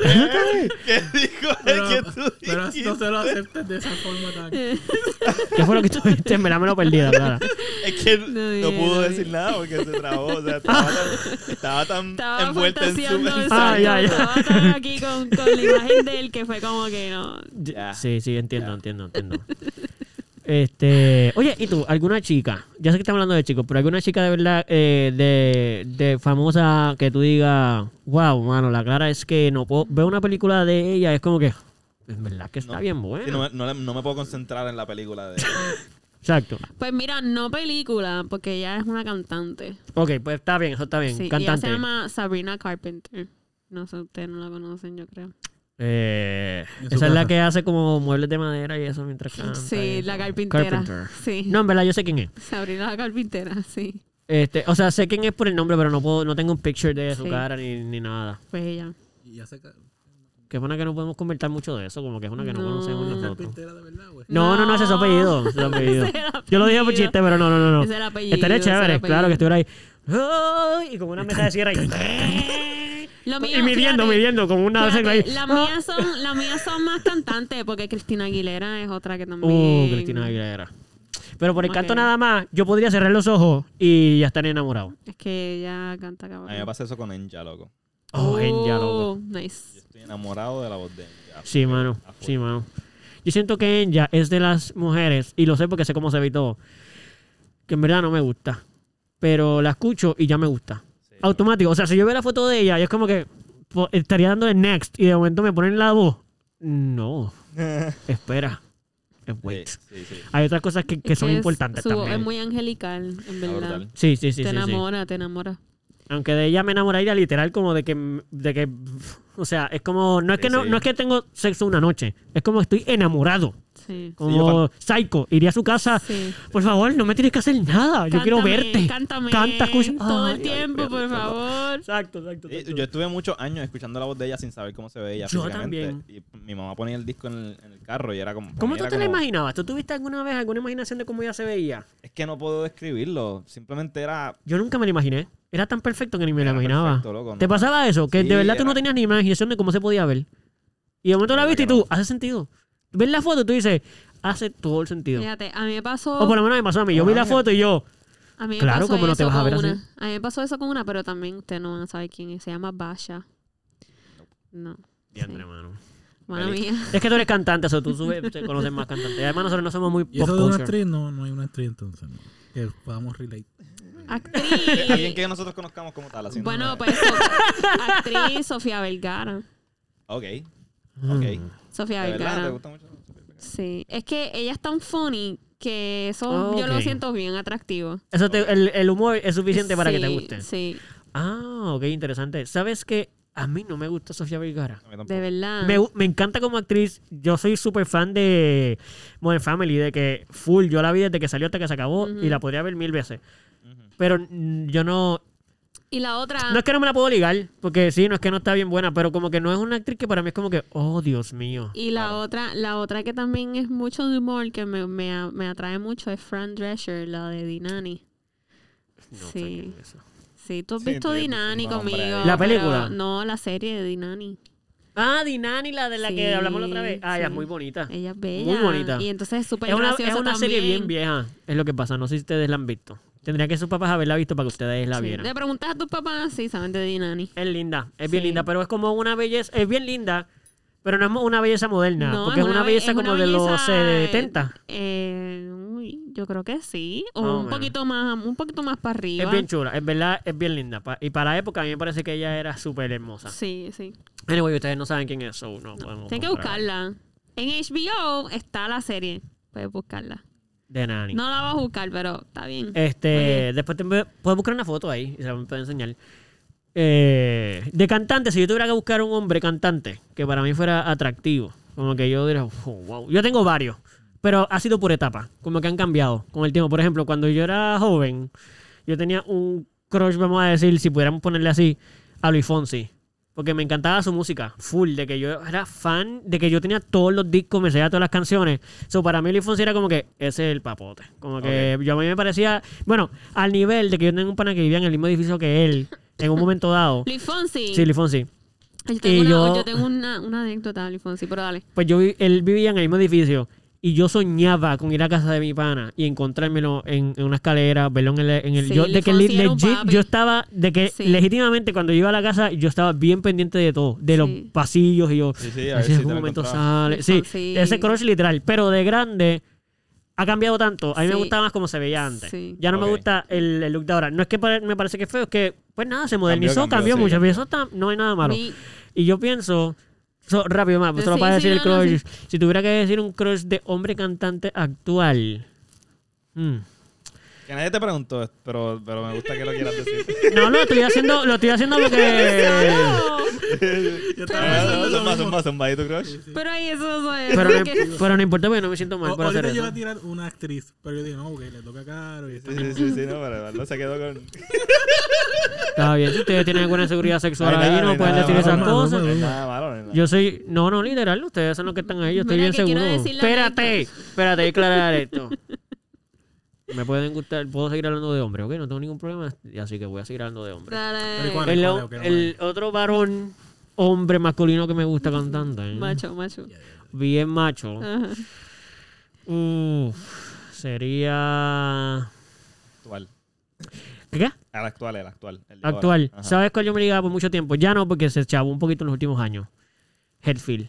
A: ¿Qué dijo
D: Pero,
A: el que tú
D: pero no
A: dijiste?
D: se lo aceptes de esa forma tan...
B: ¿qué fue lo que tuviste? Me la me lo perdí, la verdad.
A: Es que
C: No,
A: no
C: bien,
A: pudo
C: no,
A: decir nada porque se trabó. O sea, estaba tan, estaba tan
C: Estaba
A: envuelta en su
C: fantaseando.
A: mensaje.
B: Ah,
C: exacto,
B: ya, ya.
C: Estaba tan aquí con, con la imagen de él que fue como que no.
A: Ya.
B: Sí, sí, entiendo, entiendo, entiendo. Este, oye, ¿y tú? ¿Alguna chica? Ya sé que estamos hablando de chicos, pero alguna chica de verdad, eh, de, de famosa que tú digas, wow, mano, la clara es que no puedo. Veo una película de ella, es como que, en verdad que está
A: No.
B: bien buena.
A: Sí, no, me- no le- no me puedo concentrar en la película de.
B: Exacto.
C: Pues mira, no película, porque ella es una cantante.
B: Ok, pues está bien, eso está bien.
C: Sí, Ella
B: Cantante.
C: se llama Sabrina Carpenter. No sé, ustedes no la conocen, yo creo.
B: Eh,
D: En su
B: esa es la
D: casa.
B: que hace como muebles de madera y eso mientras
C: Ah,
B: canta. y
C: Sí, la
B: eso.
C: carpintera.
B: Carpenter.
C: Sí.
B: No, en verdad yo sé quién es.
C: Sabrina la carpintera, sí.
B: Este, o sea, sé quién es por el nombre, pero no puedo, no tengo un picture de su
C: Sí.
B: cara ni, ni nada.
C: Pues ella.
D: Y ya se ca-
B: Que es una que no podemos convertir mucho de eso, como que es una que no,
C: No.
B: conocemos en la foto.
D: carpintera de verdad, güey.
B: No, no, no, ese es su apellido. ese es su apellido. Yo lo dije por chiste, pero no, no, no. no.
C: Ese es el apellido,
B: Estaría
C: ese es el
B: chévere,
C: apellido.
B: claro, que estuviera ahí. ¡Ay! Y con una mesa de sierra y...
C: Lo mío,
B: y midiendo,
C: fíjate,
B: midiendo, con una
C: fíjate,
B: regla ahí.
C: las
B: ¡Ah!
C: mías son, las mías son más cantantes, porque Cristina Aguilera es otra que también.
B: Uh, Cristina Aguilera. Pero por el
C: ¿Cómo
B: canto
C: que?
B: nada más, yo podría cerrar los ojos y ya estar enamorado.
C: Es que ella canta
A: A
C: cabrón.
A: mí me pasa eso con Enya, loco.
B: Oh, en ya, loco.
C: Oh,
A: Yo
C: Nice.
A: estoy enamorado de la voz de Enya.
B: Sí, mano.
A: Ah,
B: Sí, mano. Yo siento que ella es de las mujeres, y lo sé porque sé cómo se ve y todo, que en verdad no me gusta. Pero la escucho y ya me gusta.
A: Sí,
B: Automático. O sea, si yo veo la foto de ella, yo es como que po- estaría dando el next y de momento me ponen la voz. No. Espera. Eh, Wait.
A: Sí, sí, sí.
B: Hay otras cosas que, que
C: Es
B: son
C: es-
B: importantes
C: su voz
B: también.
C: Es muy angelical, en
A: Está
C: verdad.
A: brutal.
B: Sí, sí, sí. sí, sí.
C: te enamora, te enamora.
B: Aunque de ella me enamoraría literal como de que de que o sea, es como no es que
A: Sí,
B: no,
A: sí.
B: no es que tengo sexo una noche, es como estoy enamorado,
C: Sí.
B: como psycho, iría a su casa,
C: Sí.
B: por favor, no me tienes que hacer nada, Ah, yo quiero
C: Cántame,
B: verte.
C: Cántame.
B: Canta, escucha-
C: Todo
B: Ay,
C: el tiempo,
A: ay,
C: por
A: perdón.
C: favor.
B: Exacto, exacto.
A: Sí, Eh, Yo estuve muchos años escuchando la voz de ella sin saber cómo se veía
B: Yo
A: físicamente. Y mi mamá ponía el disco en el, en el carro y era como. para
B: ¿Cómo
A: mí
B: tú
A: era
B: te la
A: como-
B: imaginabas? ¿Tú tuviste alguna vez alguna imaginación de cómo ella se veía?
A: Es que no puedo describirlo. Simplemente era.
B: Yo nunca me la imaginé. Era tan perfecto que ni me la
A: Era
B: imaginaba.
A: perfecto, loco,
B: ¿Te
A: no.
B: pasaba eso? Que
A: Sí,
B: de verdad tú no
A: era-
B: tenías ni imaginación de cómo se podía ver. Y de momento la
A: De verdad
B: viste y
A: que
B: tú,
A: no.
B: hace sentido. Ves la foto y tú dices, hace todo el sentido.
C: Fíjate, a mí me pasó.
B: O por lo menos me pasó a mí. Yo vi la foto y yo.
C: a mí me
B: claro,
C: pasó
B: ¿cómo no
C: eso
B: te vas a
C: con
B: ver así?
C: una. A mí me pasó eso con una, pero también ustedes no van a saber quién es. Se llama Basha. No.
B: Diandre, mano.
C: Mala
A: Feliz.
C: mía.
B: Es que tú eres cantante, o sea, tú subes, te conoces más cantantes. Además, nosotros no somos muy
D: Y eso
B: pop
D: de una
B: culture.
D: actriz, no, no hay una actriz entonces. ¿no? Que podamos relate.
A: Alguien
C: Actriz.
A: que nosotros conozcamos como tal. Así, ¿no?
C: bueno, pues so- actriz Sofía Vergara.
A: Ok. Ok.
C: Sofía
A: ¿De verdad? ¿Te
C: Vergara.
A: gusta mucho?
C: Sí. Es que ella es tan funny que eso yo
B: Oh, Ok.
C: lo siento bien atractivo.
B: Eso te- el, el humor es suficiente para que te
C: Sí,
B: guste.
C: Sí,
B: Ah, ok, interesante. ¿Sabes qué? A mí no me gusta Sofía Vergara.
A: A mí tampoco.
C: de verdad.
B: Me, gu- me encanta como actriz. Yo soy súper fan de Modern Family, de que full, yo la vi desde que salió hasta que se acabó y la podría ver mil veces. Pero mm, yo no...
C: Y la otra.
B: No es que no me la puedo ligar, porque sí, no es que no está bien buena, pero como que no es una actriz que para mí es como que, oh, Dios mío.
C: Y la otra, la otra que también es mucho de humor, que me, me a- me atrae mucho, es Fran Drescher, la de Dinani.
B: No,
C: sí,
B: saquen eso.
C: sí, tú has
A: Sí, entiendo,
C: visto Dinani
A: sí, nombre
C: conmigo.
A: ahí.
B: ¿La
C: pero-
B: película?
C: No, la serie de Dinani.
B: Ah, Dinani, la de la
C: Sí,
B: que hablamos la otra vez. Ah, ella es
C: sí.
B: muy bonita.
C: Ella es bella.
B: Muy bonita.
C: Y entonces es súper
B: Es una,
C: graciosa
B: es una serie bien
C: también.
B: vieja, es lo que pasa. No sé si ustedes la han visto. Tendría que sus papás haberla visto para que ustedes la
C: Sí,
B: vieran.
C: Le preguntas a tus papás, sí, saben de Dinani.
B: Es linda, es bien
C: Sí.
B: linda, pero es como una belleza, es bien linda, pero no es mo- una belleza moderna,
C: No,
B: porque es una,
C: be-
B: belleza
C: es
B: como
C: una
B: de los
C: belleza,
B: 70.
C: eh, uy, yo creo que sí. O
B: Más o
C: un
B: menos.
C: poquito más, un poquito más para arriba.
B: Es bien chula, es verdad, es bien linda. pa- Y para la época a mí me parece que ella era súper hermosa.
C: Sí, sí.
B: Anyway, ustedes no saben quién es, so no, podemos
C: Tienes que
B: comparar.
C: buscarla. En HBO está la serie. Puedes buscarla.
B: De Nani.
C: No la vas a buscar, pero está bien.
B: Este, después te envío- puedes buscar una foto ahí y se la puedo enseñar. Eh, de cantante, si yo tuviera que buscar un hombre cantante que para mí fuera atractivo, como que yo diría, "Oh, wow. Yo tengo varios, pero ha sido por etapa, como que han cambiado con el tiempo. Por ejemplo, cuando yo era joven, yo tenía un crush, vamos a decir, si pudiéramos ponerle así, a Luis Fonsi. Porque me encantaba su música, full, de que yo era fan, de que yo tenía todos los discos, me sabía todas las canciones. So, para mí Luis Fonsi era como que, ese es el papote. Como que Eh, yo a mí me parecía, bueno, al nivel de que yo tengo un pana que vivía en el mismo edificio que él, en un momento dado.
C: Luis Fonsi.
B: Sí, Luis Fonsi.
C: yo, tengo
B: y
C: una,
B: yo-
C: yo tengo una, una anécdota de Luis Fonsi, pero dale.
B: Pues yo, vi- él vivía en el mismo edificio y yo soñaba con ir a casa de mi pana y encontrármelo en, en una escalera, verlo en el... en el-
C: Sí,
B: yo,
C: Luis
B: de que
C: Fonsi
B: le-
C: era un
B: legit-
C: papi.
B: yo estaba, de que
C: Sí.
B: legítimamente cuando iba a la casa yo estaba bien pendiente de todo, de los
C: Sí.
B: pasillos y yo...
A: Sí, sí, a ver
B: "Ay, si
A: si
B: en
A: te
B: algún
A: lo
B: momento
A: encontraba.
B: sale. Sí,
C: Fonsi.
B: ese crush literal, pero de grande... Ha cambiado tanto. A mí me
C: Sí.
B: gustaba más como se veía antes.
C: Sí.
B: Ya no me
A: Ok.
B: gusta el, el look de ahora. No es que pare- me parece que es feo, es que, pues nada, se modernizó, cambió,
A: cambió, sí,
B: mucho.
A: cambió.
B: Eso está- no hay nada malo.
C: Mi-
B: Y yo pienso, so- rápido pues más, solo
C: Sí,
B: para
C: sí,
B: decir
C: no, no,
B: el crush. Si tuviera que decir un crush de hombre cantante actual. mm.
A: Que nadie te preguntó, pero, pero me gusta que lo quieras decir.
B: No, lo estoy haciendo, lo estoy haciendo porque.
C: Oh,
A: No, Zumba, zumba, zumba. ¿Y tu crush?
C: pero ahí eso no es.
B: Pero no,
C: porque-
B: pero no importa porque no me siento mal
D: O-
B: por hacer
D: Ahorita yo
B: eso.
D: iba a tirar una actriz, pero yo dije, no, ok, le toca a Caro y está.
A: Sí, sí, sí, sí, no, pero no se quedó con...
B: Está bien, si ustedes tienen alguna inseguridad sexual
A: No hay
B: ahí,
A: nada, no
B: no
A: hay
B: pueden
A: nada,
B: decir
A: no,
B: esas
D: no, no,
B: cosas.
A: No es nada malo, no es nada.
B: Yo soy. No, no, literal, ustedes son los que están ahí, yo estoy
C: Mira,
B: bien
C: que quiero
B: seguro.
C: decir la
B: Espérate,
C: anécdota.
B: espérate, hay que aclarar esto. Me pueden gustar, puedo seguir hablando de hombre, ok, no tengo ningún problema, así que voy a seguir hablando de hombre.
D: Pero ¿y
C: Dale.
D: cuál?
B: El,
D: ¿Cuál es? ¿Cuál es?
B: el otro varón, hombre masculino que me gusta cantando. ¿eh?
C: Macho, macho.
B: Bien macho.
D: Ah.
C: Ajá.
B: Uf, sería.
A: Actual.
B: ¿Qué?
A: El actual, el actual. el de ahora.
B: Actual.
A: Ajá.
B: ¿Sabes cuál yo me ligaba por mucho tiempo? Ya no, porque se chavó un poquito en los últimos años. Headfield.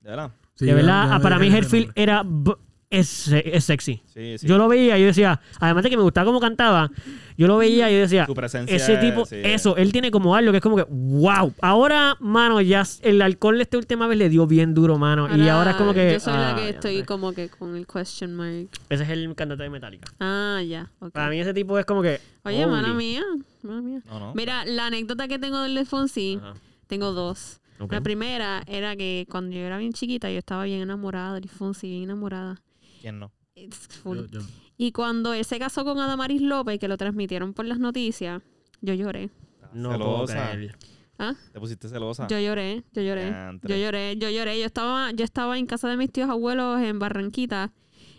A: ¿De verdad?
D: Sí,
B: de
D: ya-
B: verdad,
D: ya
B: ah,
D: me
B: para mí
D: dijeron ese
B: Headfield
D: nombre.
B: era. b- Es, es sexy.
A: Sí, sí.
B: Yo lo veía y yo decía, además de que me gustaba cómo cantaba, yo lo veía y yo decía,
A: Su presencia
B: ese tipo,
A: es- sí,
B: eso, él tiene como algo que es como que, wow. Ahora, mano, ya s- el alcohol de esta última vez le dio bien duro, mano. y ahora es como que.
C: Yo soy la
B: ah,
C: que
B: ya,
C: estoy
B: no.
C: como que con el question mark.
B: Ese es el cantante de Metallica.
C: Ah, ya. ok.
B: Para mí, ese tipo es como que.
C: Oye, mala
B: holy.
C: mía. mala mía.
A: No, no.
C: Mira, la anécdota que tengo de Luis Fonsi,
B: Ajá.
C: tengo dos.
B: Ok.
C: La primera era que cuando yo era bien chiquita, yo estaba bien enamorada de Luis Fonsi, bien enamorada.
A: ¿Quién no?
C: It's full.
D: Yo- yo-
C: Y cuando él se casó con Adamaris López, que lo transmitieron por las noticias, yo lloré.
B: No puedo
A: celosa.
B: creer.
C: ¿Ah?
A: Te pusiste celosa.
C: Yo lloré, yo lloré.
A: Diantre.
C: Yo lloré, yo lloré. Yo estaba, yo estaba en casa de mis tíos abuelos en Barranquita.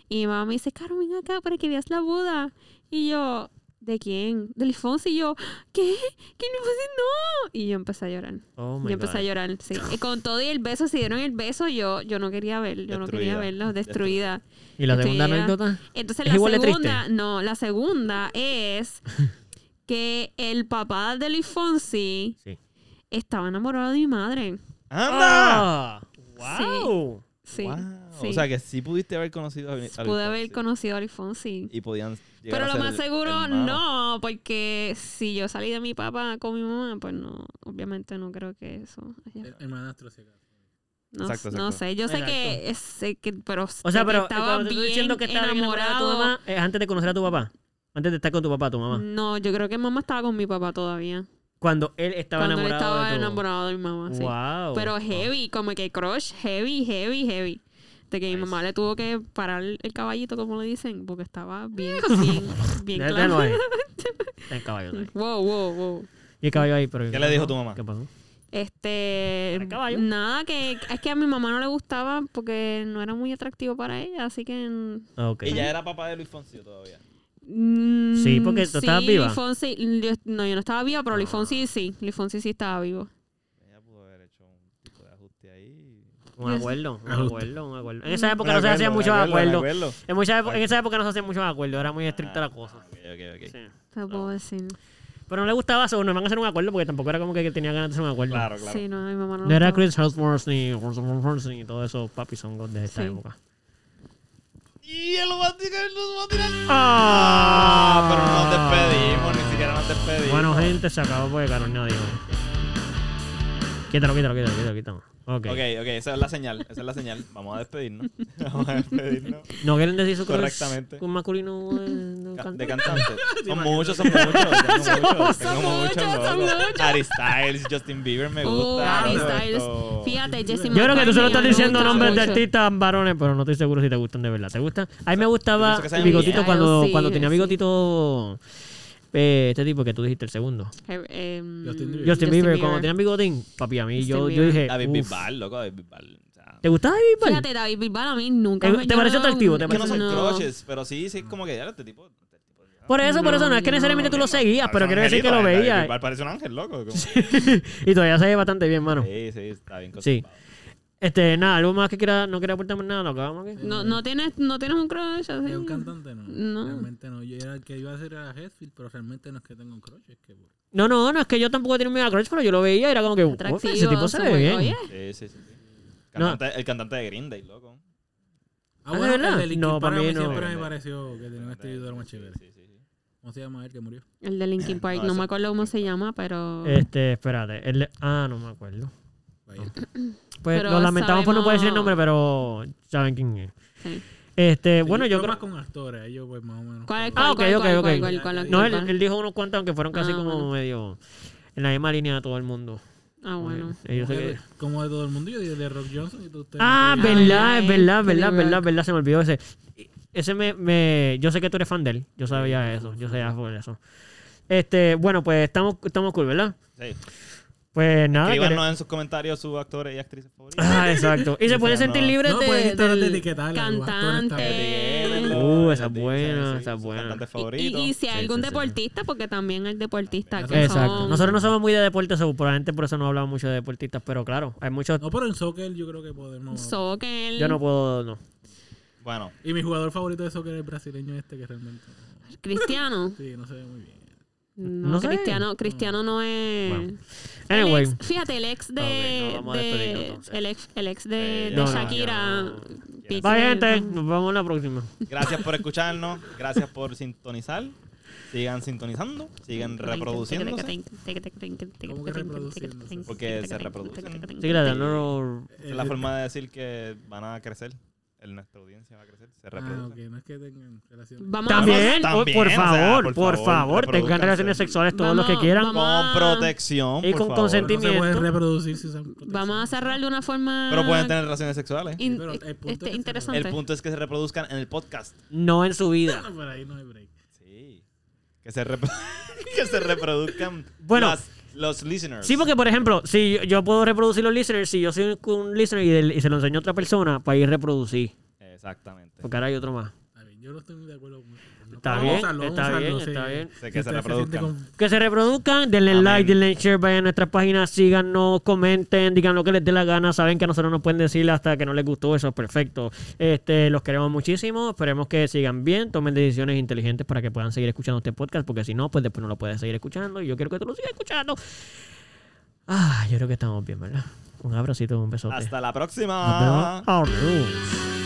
C: Y mi mamá me dice, Caro, ven acá para que veas la boda. Y yo, ¿de quién? De Luis Fonsi. Y yo, ¿qué? ¿Qué Luis Fonsi? No. Y yo empecé a llorar.
B: Oh my
C: yo empecé a
B: God.
C: llorar, sí. Y con todo y el beso, si dieron el beso, yo, yo no quería ver, yo no quería
A: Destruida.
C: verlo, destruida.
B: ¿Y la
C: Estoy
B: segunda
C: ya-
B: anécdota?
C: Entonces
B: ¿Es
C: la
B: igual de
C: segunda, no, la segunda es que el papá de Luis Fonsi
B: Sí.
C: estaba enamorado de mi madre.
A: ¡Anda!
B: Ah, ¡Wow!
C: Sí.
A: Wow.
C: sí.
A: O sea que sí pudiste haber conocido a Luis
C: Pude haber
A: Fonsi.
C: conocido a Luis Fonsi.
A: Y podían llegar
C: Pero
A: a
C: lo
A: ser
C: más seguro
A: hermanos.
C: no, porque si yo salí de mi papá con mi mamá, pues no, obviamente no creo que eso. haya-
D: El hermanastro se
C: No,
A: Exacto,
C: no
A: exacto.
C: sé, yo sé
B: Exacto.
C: que, es- sé que, pero,
B: O sea,
C: sé que
B: pero
C: estaba
B: cuando te
C: bien
B: estoy diciendo que estaba bien enamorada de tu
C: enamorado. Mm.
B: mamá, es antes de conocer a tu papá. Antes de estar con tu papá, tu mamá.
C: No, yo creo que mamá estaba con mi papá todavía.
B: Cuando él estaba
C: cuando él
B: enamorado.
C: estaba
B: de tu...
C: enamorado de mi mamá, sí.
B: Oh, Wow.
C: Pero heavy, como que crush, heavy, heavy, heavy. De que mi mamá le tuvo que parar el caballito, como le dicen, porque estaba bien, bien, bien
B: Déjalo
C: claro.
B: ahí. Está en caballo. está ahí.
C: Wow, wow, wow.
B: Y el caballo ahí, pero...
A: ¿Qué le dijo tu mamá?
B: ¿Qué pasó?
C: Este,
B: Para el caballo.
C: nada que es que a mi mamá no le gustaba porque no era muy atractivo para ella, así que mm,
B: Ah, ok.
A: Y ya era papá de Luis Fonsi todavía.
B: Sí, porque tú
C: mm, sí,
B: estabas viva. Ah.
C: Luis Fonsi- yo- no, yo no estaba viva, pero Luis Fonsi sí, Luis Fonsi sí estaba vivo.
A: Ella pudo haber hecho un tipo de ajuste ahí.
B: Un acuerdo, un
D: Ajuste.
B: acuerdo, Ah, un acuerdo. En esa época no se hacían muchos acuerdos. En, mucha época- en esa época no se hacían muchos acuerdos, era muy estricta la cosa.
A: Ok, ok, ok.
B: Sí.
C: Te puedo decir.
B: Pero no le gustaba eso, no van a hacer un acuerdo porque tampoco era como que tenía ganas de hacer un acuerdo.
A: Claro, claro.
C: Sí, no, a mi mamá no
B: No
C: le
B: era
C: gustaba.
B: Chris Hemsworth ni Hemsworth ni todos esos papizongos de esta
C: Sí.
B: época.
A: Y el Vaticano nos va a tirar.
B: Ah,
A: Pero nos despedimos, ni siquiera nos despedimos.
B: Bueno, gente, se acabó porque Carolina dijo. Quítalo, quítalo, quítalo, quítalo, quítalo. Ok.
A: Ok, ok, esa es la señal, esa es la señal. Vamos a despedirnos. Vamos a despedirnos.
B: ¿No quieren decir su color
A: Correctamente.
B: con masculino eh,
A: Ca-
B: de cantante?
A: De cantante. Son muchos, son muchos. Tengo muchos, tengo muchos.
C: muchos,
A: loco.
C: son muchos.
A: Harry Styles, Justin Bieber me
C: Oh,
A: gusta.
C: Harry
A: todo
C: Styles.
A: esto.
C: Fíjate, Jesse
B: Yo creo que tú solo estás
C: McCartney,
B: diciendo
C: me gusta
B: nombres de
C: mucho.
B: artistas varones, pero no estoy seguro si te gustan de verdad. ¿Te gustan? A mí me gustaba
A: pienso que saben
B: Bigotito
C: bien.
B: cuando,
C: Sí,
B: cuando tenía
C: sí.
B: Bigotito. eh, este tipo que tú dijiste, el segundo.
C: Eh, eh,
D: Justin Bieber.
B: Justin, Bieber, cuando tenía Bigotín, papi, a mí
C: Justin
B: yo, yo
C: Bieber.
B: dije.
A: David
B: uf.
A: Bisbal, loco, David Bisbal. O sea,
B: ¿Te gustaba David Bisbal?
C: Fíjate, David Bilbao a mí nunca
B: ¿Te-
C: me-
B: te
C: yo
B: pareció
C: no-
B: atractivo? ¿Te
A: es que no son
C: no.
A: croches, pero sí, sí, es como que ya este tipo. Este tipo ya.
B: Por eso, por eso, no es que
C: No,
B: necesariamente tú
A: Ok,
B: lo seguías,
A: parece
B: pero
A: un
B: quiero decir que
A: angelito,
B: lo
A: eh, David
B: veías.
A: Bisbal parece un ángel, loco. como-
B: Y todavía se ve bastante bien, mano.
A: Sí, sí, está bien.
B: Sí.
A: conservado.
B: Este, nada, algo más que quiera, no quiera aportar más nada, lo acabamos aquí.
C: No, no tienes, no tienes un crush así.
D: ¿De un cantante? No,
C: No.
D: Realmente no. Yo era el que iba a hacer a Hetfield, pero realmente no es que tenga un crush. Es que pues,
B: No, no, no, es que yo tampoco tenía un mega crush, pero yo lo veía y era como que, "Uf,
C: Atractivo,
B: ese tipo se ve
C: súper-
B: bien.
C: oye.
A: Sí, sí, sí. sí.
B: No.
A: Cantante- El cantante de Green Day, loco.
B: Ah, ¿de
D: el
B: verdad?
D: de Linkin
B: No, para
D: Park
B: mí
D: a
B: no.
D: siempre me pareció que tenía un
A: Cantante de
D: estilo de lo más
A: Green Day,
D: chévere.
A: sí, sí, sí.
D: ¿Cómo se llama él que murió?
C: El de Linkin Park,
A: No,
C: no,
A: ese-
C: me acuerdo cómo se llama, pero.
B: Este, espérate. el de- ah, no me acuerdo.
D: Vaya.
B: Pues
C: Pero
B: lo lamentamos por no poder decir el
C: sabemos-
B: nombre, pero saben quién es.
C: sí.
B: Este, bueno, yo creo.
D: más con actores, ellos pues más o menos.
B: Ah,
C: ¿Cuál, cuál,
B: ok,
C: cuál,
B: ok,
C: cuál,
B: ok.
C: cuál, cuál, cuál,
B: No,
C: cuál,
B: él,
C: cuál?
B: él dijo unos cuantos, aunque fueron casi
C: Ah,
B: como
C: bueno.
B: medio en la misma línea de todo el mundo.
C: Ah, bueno.
B: Eh, yo sé
D: Como
B: que-
D: de- Como de todo el mundo, yo de, de Rock Johnson y tú ustedes.
B: Ah,
D: no te-
B: verdad, es verdad,
C: Eddie
B: verdad,
C: Rock.
B: verdad, verdad, se me olvidó ese. Ese me, me- yo sé que tú eres fan de él. Yo sabía eso, yo sabía por eso. Este, bueno, pues estamos, estamos cool, ¿verdad?
A: Sí.
B: Pues nada.
A: Escríbanos en sus comentarios sus actores y actrices
B: quere-
A: favoritos.
B: Ah, exacto. Y se pueden
A: sea,
B: sentir
A: no-
B: libres
D: No
B: de.
D: puedes tratar de
B: del-
D: etiquetar a los actores
C: Cantante.
D: también.
B: Uh, esa es
A: Sí, sí,
B: buena,
A: sí,
B: esa es
A: sus
B: buena.
A: cantantes
C: Y,
A: favoritos.
C: y si hay
B: Sí,
C: algún
B: sí, sí.
C: deportista, porque también el deportista. Que
B: Exacto.
C: son-
B: Nosotros no somos muy de deportes, so- probablemente por eso no hablamos mucho de deportistas, pero claro, hay muchos.
D: No, pero en soccer yo creo que podemos.
C: Soccer.
B: Yo no puedo, no.
A: Bueno,
D: y mi jugador favorito de soccer es el brasileño este que realmente.
C: Cristiano.
D: Sí, no se ve muy bien.
C: No,
B: No sé. Mm.
C: Cristiano, Cristiano no es.
B: Bueno.
C: El
B: Anyway.
C: ex- fíjate, el ex de.
B: Ok, no, vamos a
C: de-
B: despedirnos, entonces.
C: el, ex, el ex de,
A: Eh,
C: de
B: no, no,
C: Shakira.
B: no, no,
C: Piqué.
B: Bye, gente. Nos vemos la próxima.
A: gracias por escucharnos. Gracias por sintonizar. Sigan sintonizando. Sigan reproduciendo.
D: ¿Cómo que reproduciéndose?
A: Porque se reproducen.
B: Sí, gracias. No,
A: Es la forma de decir que van a crecer. El- nuestra audiencia va a crecer. Se
D: Ah,
A: reproduce.
D: ok, no es que tengan relación.
C: Vamos
B: También,
A: Vamos,
B: oh, por
A: también, o sea,
B: favor,
A: por
B: por
A: favor,
B: favor, tengan
A: reprodúzcanse.
B: relaciones sexuales todos los que
C: Vamos,
B: quieran.
C: vamos.
A: Con protección.
B: Y
A: por
B: con
A: favor.
B: consentimiento.
D: No se pueden reproducir si usan protección.
C: Vamos a cerrar de una forma.
A: Pero pueden tener relaciones sexuales.
C: in-
D: Sí, pero el punto
C: este,
D: es que se-
C: interesante.
A: El punto es que se reproduzcan en el podcast.
B: No en su vida.
D: Por ahí no hay break.
A: Sí. Que se, repro- que se reproduzcan
B: Bueno.
A: las- los listeners.
B: Sí, porque por ejemplo, si yo, yo puedo reproducir los listeners, si yo soy un, un listener y, del- y se lo enseño a otra persona, para ir reproducir.
A: Exactamente.
B: Porque ahora hay otro más.
D: Está bien, yo no estoy muy de acuerdo con eso. No,
B: Está
D: vamos a
B: bien,
D: usarlo, vamos a
B: está bien,
D: usarlo, sí.
B: está
A: Sé
B: bien.
A: que se
D: Usted siente
A: reproduzcan.
D: con-
B: Que se reproduzcan, denle
A: Amén.
B: like, denle share, vayan a nuestras páginas, síganos, comenten, digan lo que les dé la gana. Saben que a nosotros nos pueden decir hasta que no les gustó, eso es perfecto. Este, los queremos muchísimo, esperemos que sigan bien, tomen decisiones inteligentes para que puedan seguir escuchando este podcast, porque si no, pues después no lo puedes seguir escuchando y yo quiero que tú lo sigas escuchando. Ah, yo creo que estamos bien, ¿verdad? Un abracito, un besote.
A: Hasta la
B: Nos vemos.
A: próxima.
B: Adiós.